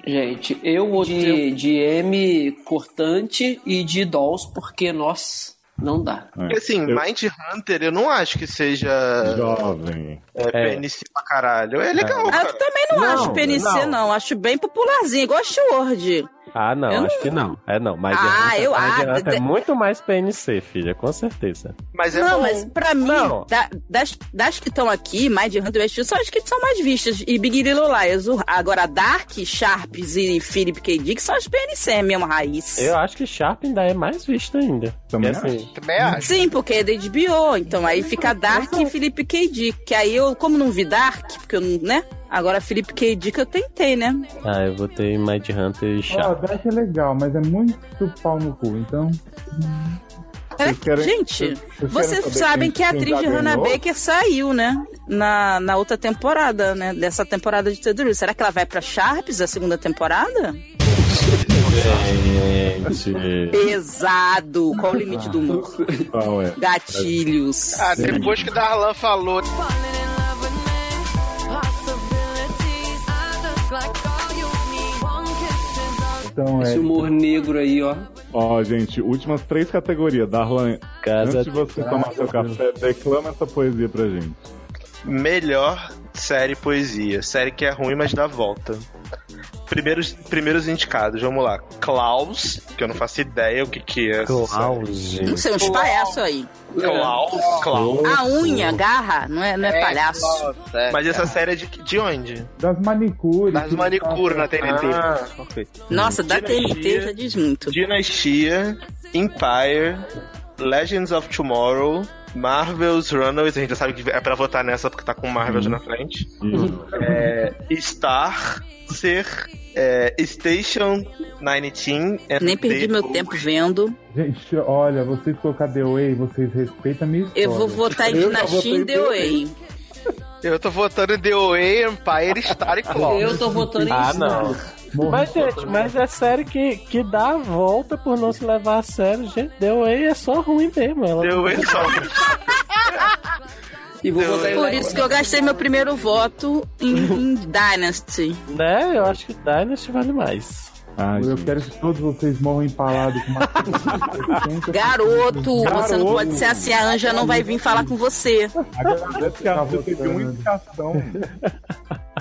Gente, eu vou de, de M cortante e de dolls, porque, nossa, não dá. é. Porque assim, Mind Hunter eu não acho que seja. Jovem. É, PNC pra caralho. É legal. Ah, eu também não, acho PNC, não. Acho bem popularzinho, igual Westworld. Ah, não, Eu acho que não. É não, mas Ah, é, muito- eu- mas ah, é- é de- muito mais PNC, filha, com certeza. é não, mas pra mim, da- das, das que estão aqui, Mind Hunter West, são as que são mais vistas. E Big Little Lies. O- Agora, Dark, Sharps e Philip K. Dick são as PNC mesmo, raiz. Eu acho que Sharp ainda é mais vista ainda. Também Porque, assim, Também acho. Sim, porque é da HBO, então aí fica Dark e Felipe K. Dick. Que aí eu, como não vi Dark, porque eu não, né? Agora Felipe K. Dick eu tentei, né? Ah, eu votei em Mind Hunter e Ó, Sharp. Dark é legal, mas é muito pau no cu, então. Será que- querem- gente, vocês querem vocês saber sabem que quem- a quem atriz já de Hannah ganhou? Baker saiu, né? Na, na outra temporada, né? Dessa temporada de The Drill. Será que ela vai pra Sharps, a segunda temporada? Gente. Pesado! Qual o limite do humor? Qual é? Gatilhos. Ah, depois que Darlan falou. Então Esse humor negro aí, ó. Ó, gente, últimas três categorias. Darlan, Casa antes de você de tomar seu Deus. café, declama essa poesia pra gente. Melhor série poesia. Série que é ruim, mas dá volta. Primeiros, primeiros indicados, vamos lá. Klaus, que eu não faço ideia o que, que é. essa Klaus, série. Não sei, uns palhaços aí. É. Klaus, Klaus. A unha, garra, não é, não é, palhaço. Mas essa série é de, de onde? Das manicures. Das manicures na TNT. Ah, ok. Nossa, da TNT já diz muito. Dinastia, Empire, Legends of Tomorrow, Marvel's Runaways, a gente já sabe que é pra votar nessa porque tá com Marvel na frente. É, Star, Ser, é, Station 19. and Nem perdi meu Deadpool. tempo vendo. <laughs> Gente, olha, vocês colocar The Way, vocês respeitam a minha história. Eu vou votar em Dinastia e The Way. Eu tô votando em The Way, Empire, <laughs> Star e Claw. Eu tô votando em Ah, não. Mas, gente, mas é série que, que dá a volta por não se levar a sério. Gente, deu aí, é só ruim mesmo. Ela deu aí, só E vou votar em Por Leila. isso que eu gastei meu primeiro voto em, em Dynasty. Né? Eu acho que Dynasty vale mais. eu quero que todos vocês morram empalados com uma Garoto, você não Garoto. pode ser assim, a Anja não vai vir falar com você. Agradeço que a Você um teve uma indicação.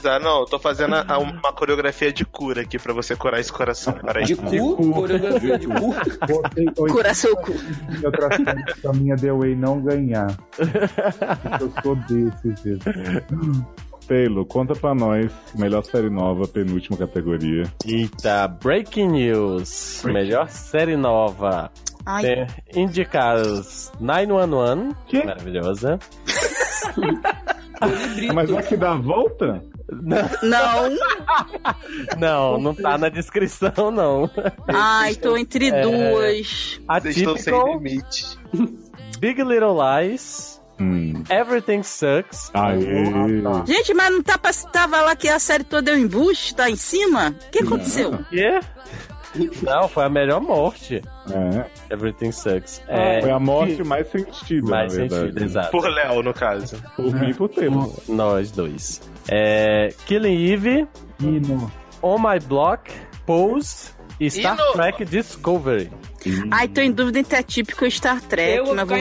Ah, não, eu tô fazendo a- a- uma coreografia de cura aqui pra você curar esse coração. É, Peraí. De um cu? Coreografia <laughs> de cu? Cura seu cu. <laughs> Eu traçando pra minha The Way não ganhar. Eu sou desses, gente. Taylor, conta pra nós. Melhor série nova, penúltima categoria. Eita, Breaking News. Melhor série nova. Ai. Tem indicados 911, maravilhosa. Mas é que dá a volta? Não. Não, não tá na descrição, não. Ai, tô entre É. duas. Estou sem Atípico, limite. Big Little Lies, Hum. Everything Sucks. Aê. Gente, mas não tá, pass- tava lá que a série toda deu embuste, tá em cima? O que aconteceu? Quê? Não, foi a melhor morte. É. Everything Sucks. Ah, Foi a morte mais sentida, é. Mais na verdade. sentida, exato. Por Léo, no caso. Por mim, por Taylor. Nós dois. É, Killing Eve, On My Block, Pose e Star Hino. Trek Discovery. Ai, tô em dúvida entre atípico e Star Trek, Eu vou mas vou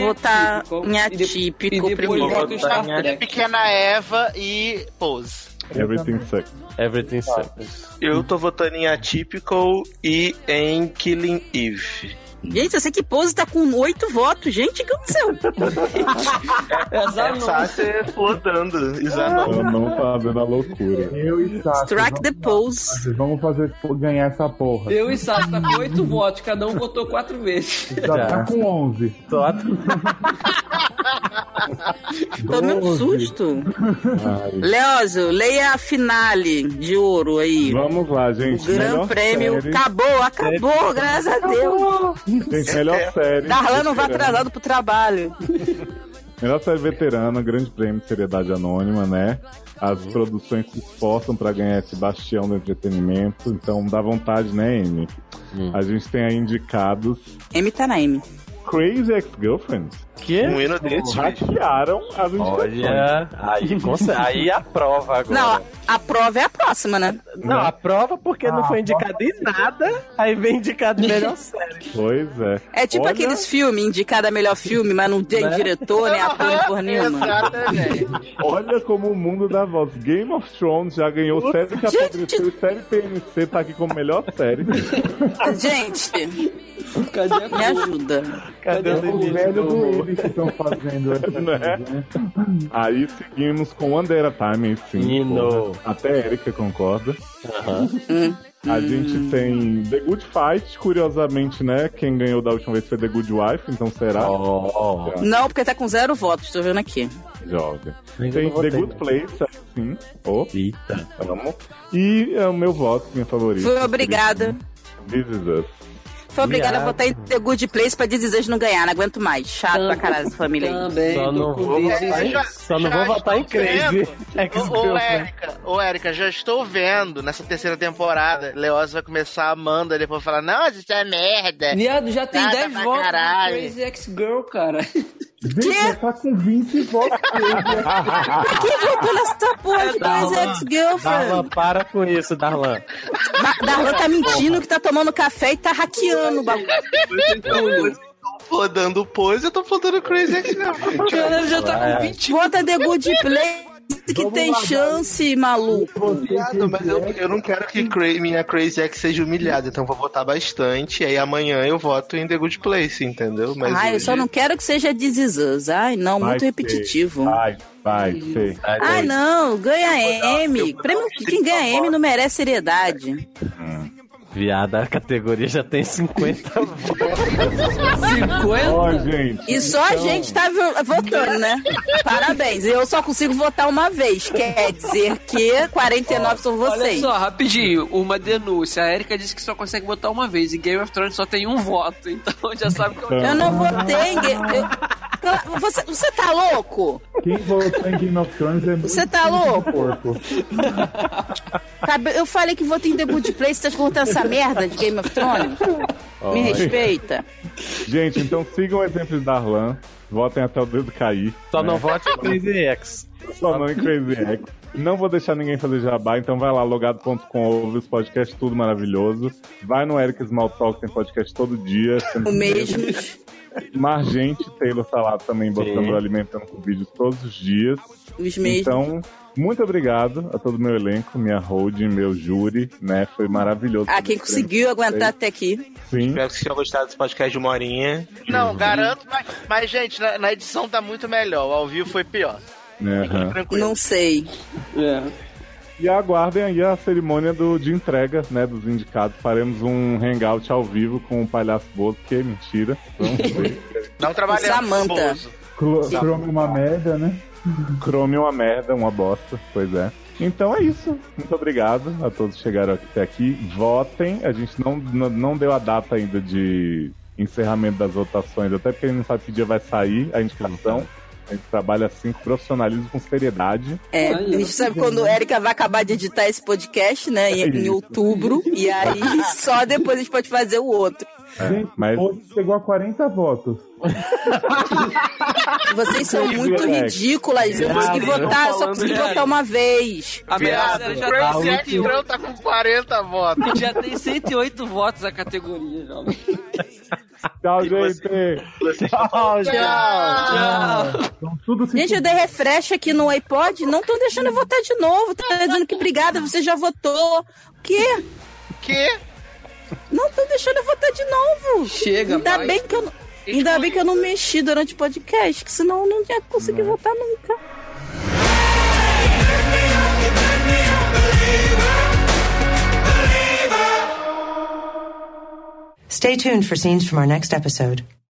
votar ficar em atípico, primeiro. voto em Star Trek. Pequena Eva e Pose. Everything Sucks. Everything Tá. Sucks. Eu tô votando em Atypical e em Killing Eve. Gente, eu sei que Pose tá com oito votos. Gente, o que aconteceu? Essa você flodando. Ah, Ela Exato. Então, não tá fazendo a loucura. Eu e Sasha. Strike the pose. Vocês vamos fazer pô, ganhar essa porra. Eu e Sasha tá com oito votos, tá cada um votou quatro vezes. Já tá com 11. Só a- Tomei um susto. Leózio, leia a finale de ouro aí. Vamos lá, gente. O Gran Melhor Prêmio série. acabou, acabou, Série. graças a Deus. Gente, melhor série. Darlan não vai Veterano. atrasado pro trabalho. Melhor série veterana, grande prêmio de seriedade anônima, né? As produções se esforçam pra ganhar esse bastião do entretenimento, então dá vontade, né, M? Hum. A gente tem aí indicados M tá na M. Crazy Ex-Girlfriend. Que? Um hino desse, Hackearam as indicações. Olha, aí, conse- aí aprova agora. Não, a prova é a próxima, né? Não, a prova porque Ah, não foi indicado em nada, aí vem indicado em <laughs> melhor série. Pois é. É tipo Olha, aqueles filmes, indicado a melhor filme, mas não tem Né? diretor, nem ator, nem por né? nenhuma. Olha como o mundo dá voz. Game of Thrones já ganhou Ufa, série que gente! apodreceu e série PNC tá aqui como melhor <laughs> série. Gente, <laughs> Cadê me ajuda. Cadê o velho do Ives que estão fazendo essa Né? coisa, né? Aí seguimos com Andera Time em 5. Nino. Até a Erika concorda. Hum. A gente tem The Good Fight, curiosamente, né? Quem ganhou da última vez foi The Good Wife, então será? Não, porque tá com zero votos, tô vendo aqui. Joga. Tem Ainda The não votei, Good né? Place, sim. Oh. Amo. E é o meu voto, minha favorita. Fui obrigada. This is us. Fui obrigada a Viado. votar em The Good Place pra desdesejo não ganhar, não aguento mais. Chato pra caralho essa família aí. Também, Só não vou votar em, só não vou votar em <laughs> Crazy. né? Ô, Ex-Girlfriend. Érica, ô, Érica, já estou vendo nessa terceira temporada. Leoz vai começar a Amanda depois falar: Não, isso é merda. Viado, já tem Nada 10 pra votos pra caralho. Crazy Ex-Girl, cara. Gente, tá com 20 votos. Pra quem votou nessa porra de Crazy Darlan, Darlan, Ex-Girlfriend? para com isso, Darlan. Ma- Darlan tá mentindo que tá tomando café e tá hackeando o bagulho. Flodando pose, eu tô flodando Crazy Ex-Girlfriend. <laughs> Caralho, já tá com 20 Tipo, Bota <laughs> The Good Place que tem chance, maluco. Viado, mas eu, é. eu não quero que cra- minha Crazy Ex seja humilhada, então eu vou votar bastante. Aí amanhã eu voto em The Good Place, entendeu? Mas Ai, eu hoje- só não quero que seja This Is Us. Ai, não, Vai muito ser. repetitivo. Vai, vai, sei. Ai, não, ganha M. Prêmio, quem tá ganha M não merece seriedade. Viada, a categoria já tem 50 Ah, é. é? Ó, gente. E só a então, gente tá vo- votando, né? Parabéns. Eu só consigo votar uma vez. Quer dizer que 49 são Olha vocês. só, rapidinho, uma denúncia. A Erika disse que só consegue votar uma vez. E Game of Thrones só tem um voto, então já sabe que eu. Eu não votei. em Ga- eu- Você, você tá louco? Quem votou em Game of Thrones é muito Você tá louco? porco. Cabe- Eu falei que votei em The Good Place, tá contando essa merda de Game of Thrones? Me Olha. respeita. Gente, então sigam o exemplo de Darlan. Votem até o dedo cair. Só não né? vote em Crazy Ex. Só não em Crazy Ex. Não vou deixar ninguém fazer jabá, então vai lá, logado.com, ouve os podcasts, tudo maravilhoso. Vai no Eric Small Talk, tem podcast todo dia. O mesmo. Margente Taylor tá lá também, botando, alimentando com vídeos todos os dias. Os mesmos. Então, muito obrado a todo meu elenco, minha hold, meu júri, né? Foi maravilhoso. A Ah, quem conseguiu aguentar até aqui. Sim. né, Espero que vocês tenham gostado desse podcast de uma horinha. Não, garanto, mas, mas, gente, na, na edição tá muito melhor. Ao vivo foi pior. Aham. Tranquilo. Não sei. E aguardem aí a cerimônia do, de entrega, né, dos indicados. Faremos um hangout ao vivo com o Palhaço Bozo, que é mentira. Vamos ver. Não trabalhamos. Samantha. Bozo. Clo- Chrome é uma merda, né? <laughs> Chrome é uma merda, uma bosta, pois é. Então é isso. Muito obrigado a todos que chegaram até aqui. Votem. A gente não, não, não deu a data ainda de encerramento das votações, até porque a gente não sabe que dia vai sair a indicação. A gente trabalha assim com profissionalismo, com seriedade. É, a gente sabe quando a Erika vai acabar de editar esse podcast, né? Em, em outubro. E aí só depois a gente pode fazer o outro. Gente, mas- hoje chegou a 40 votos. Vocês são muito ridículas. Eu consegui votar, eu só consegui votar uma vez. A Viado, Mercedes já tá Crazy com Ex 108. Girl tá com 40 votos. Já tem 108 votos a categoria, jovem. Tchau, gente! Tchau, Então tudo se Gente, eu dei refresh aqui no iPod, não estão deixando eu votar de novo. Tá dizendo que obrigada, você já votou. O quê? Que? Não estão deixando eu votar de novo. Chega, Ainda vai. bem que eu não- Ainda bem que eu não mexi durante o podcast, que senão eu não é? ia conseguir votar nunca. Stay tuned for scenes from our next episode.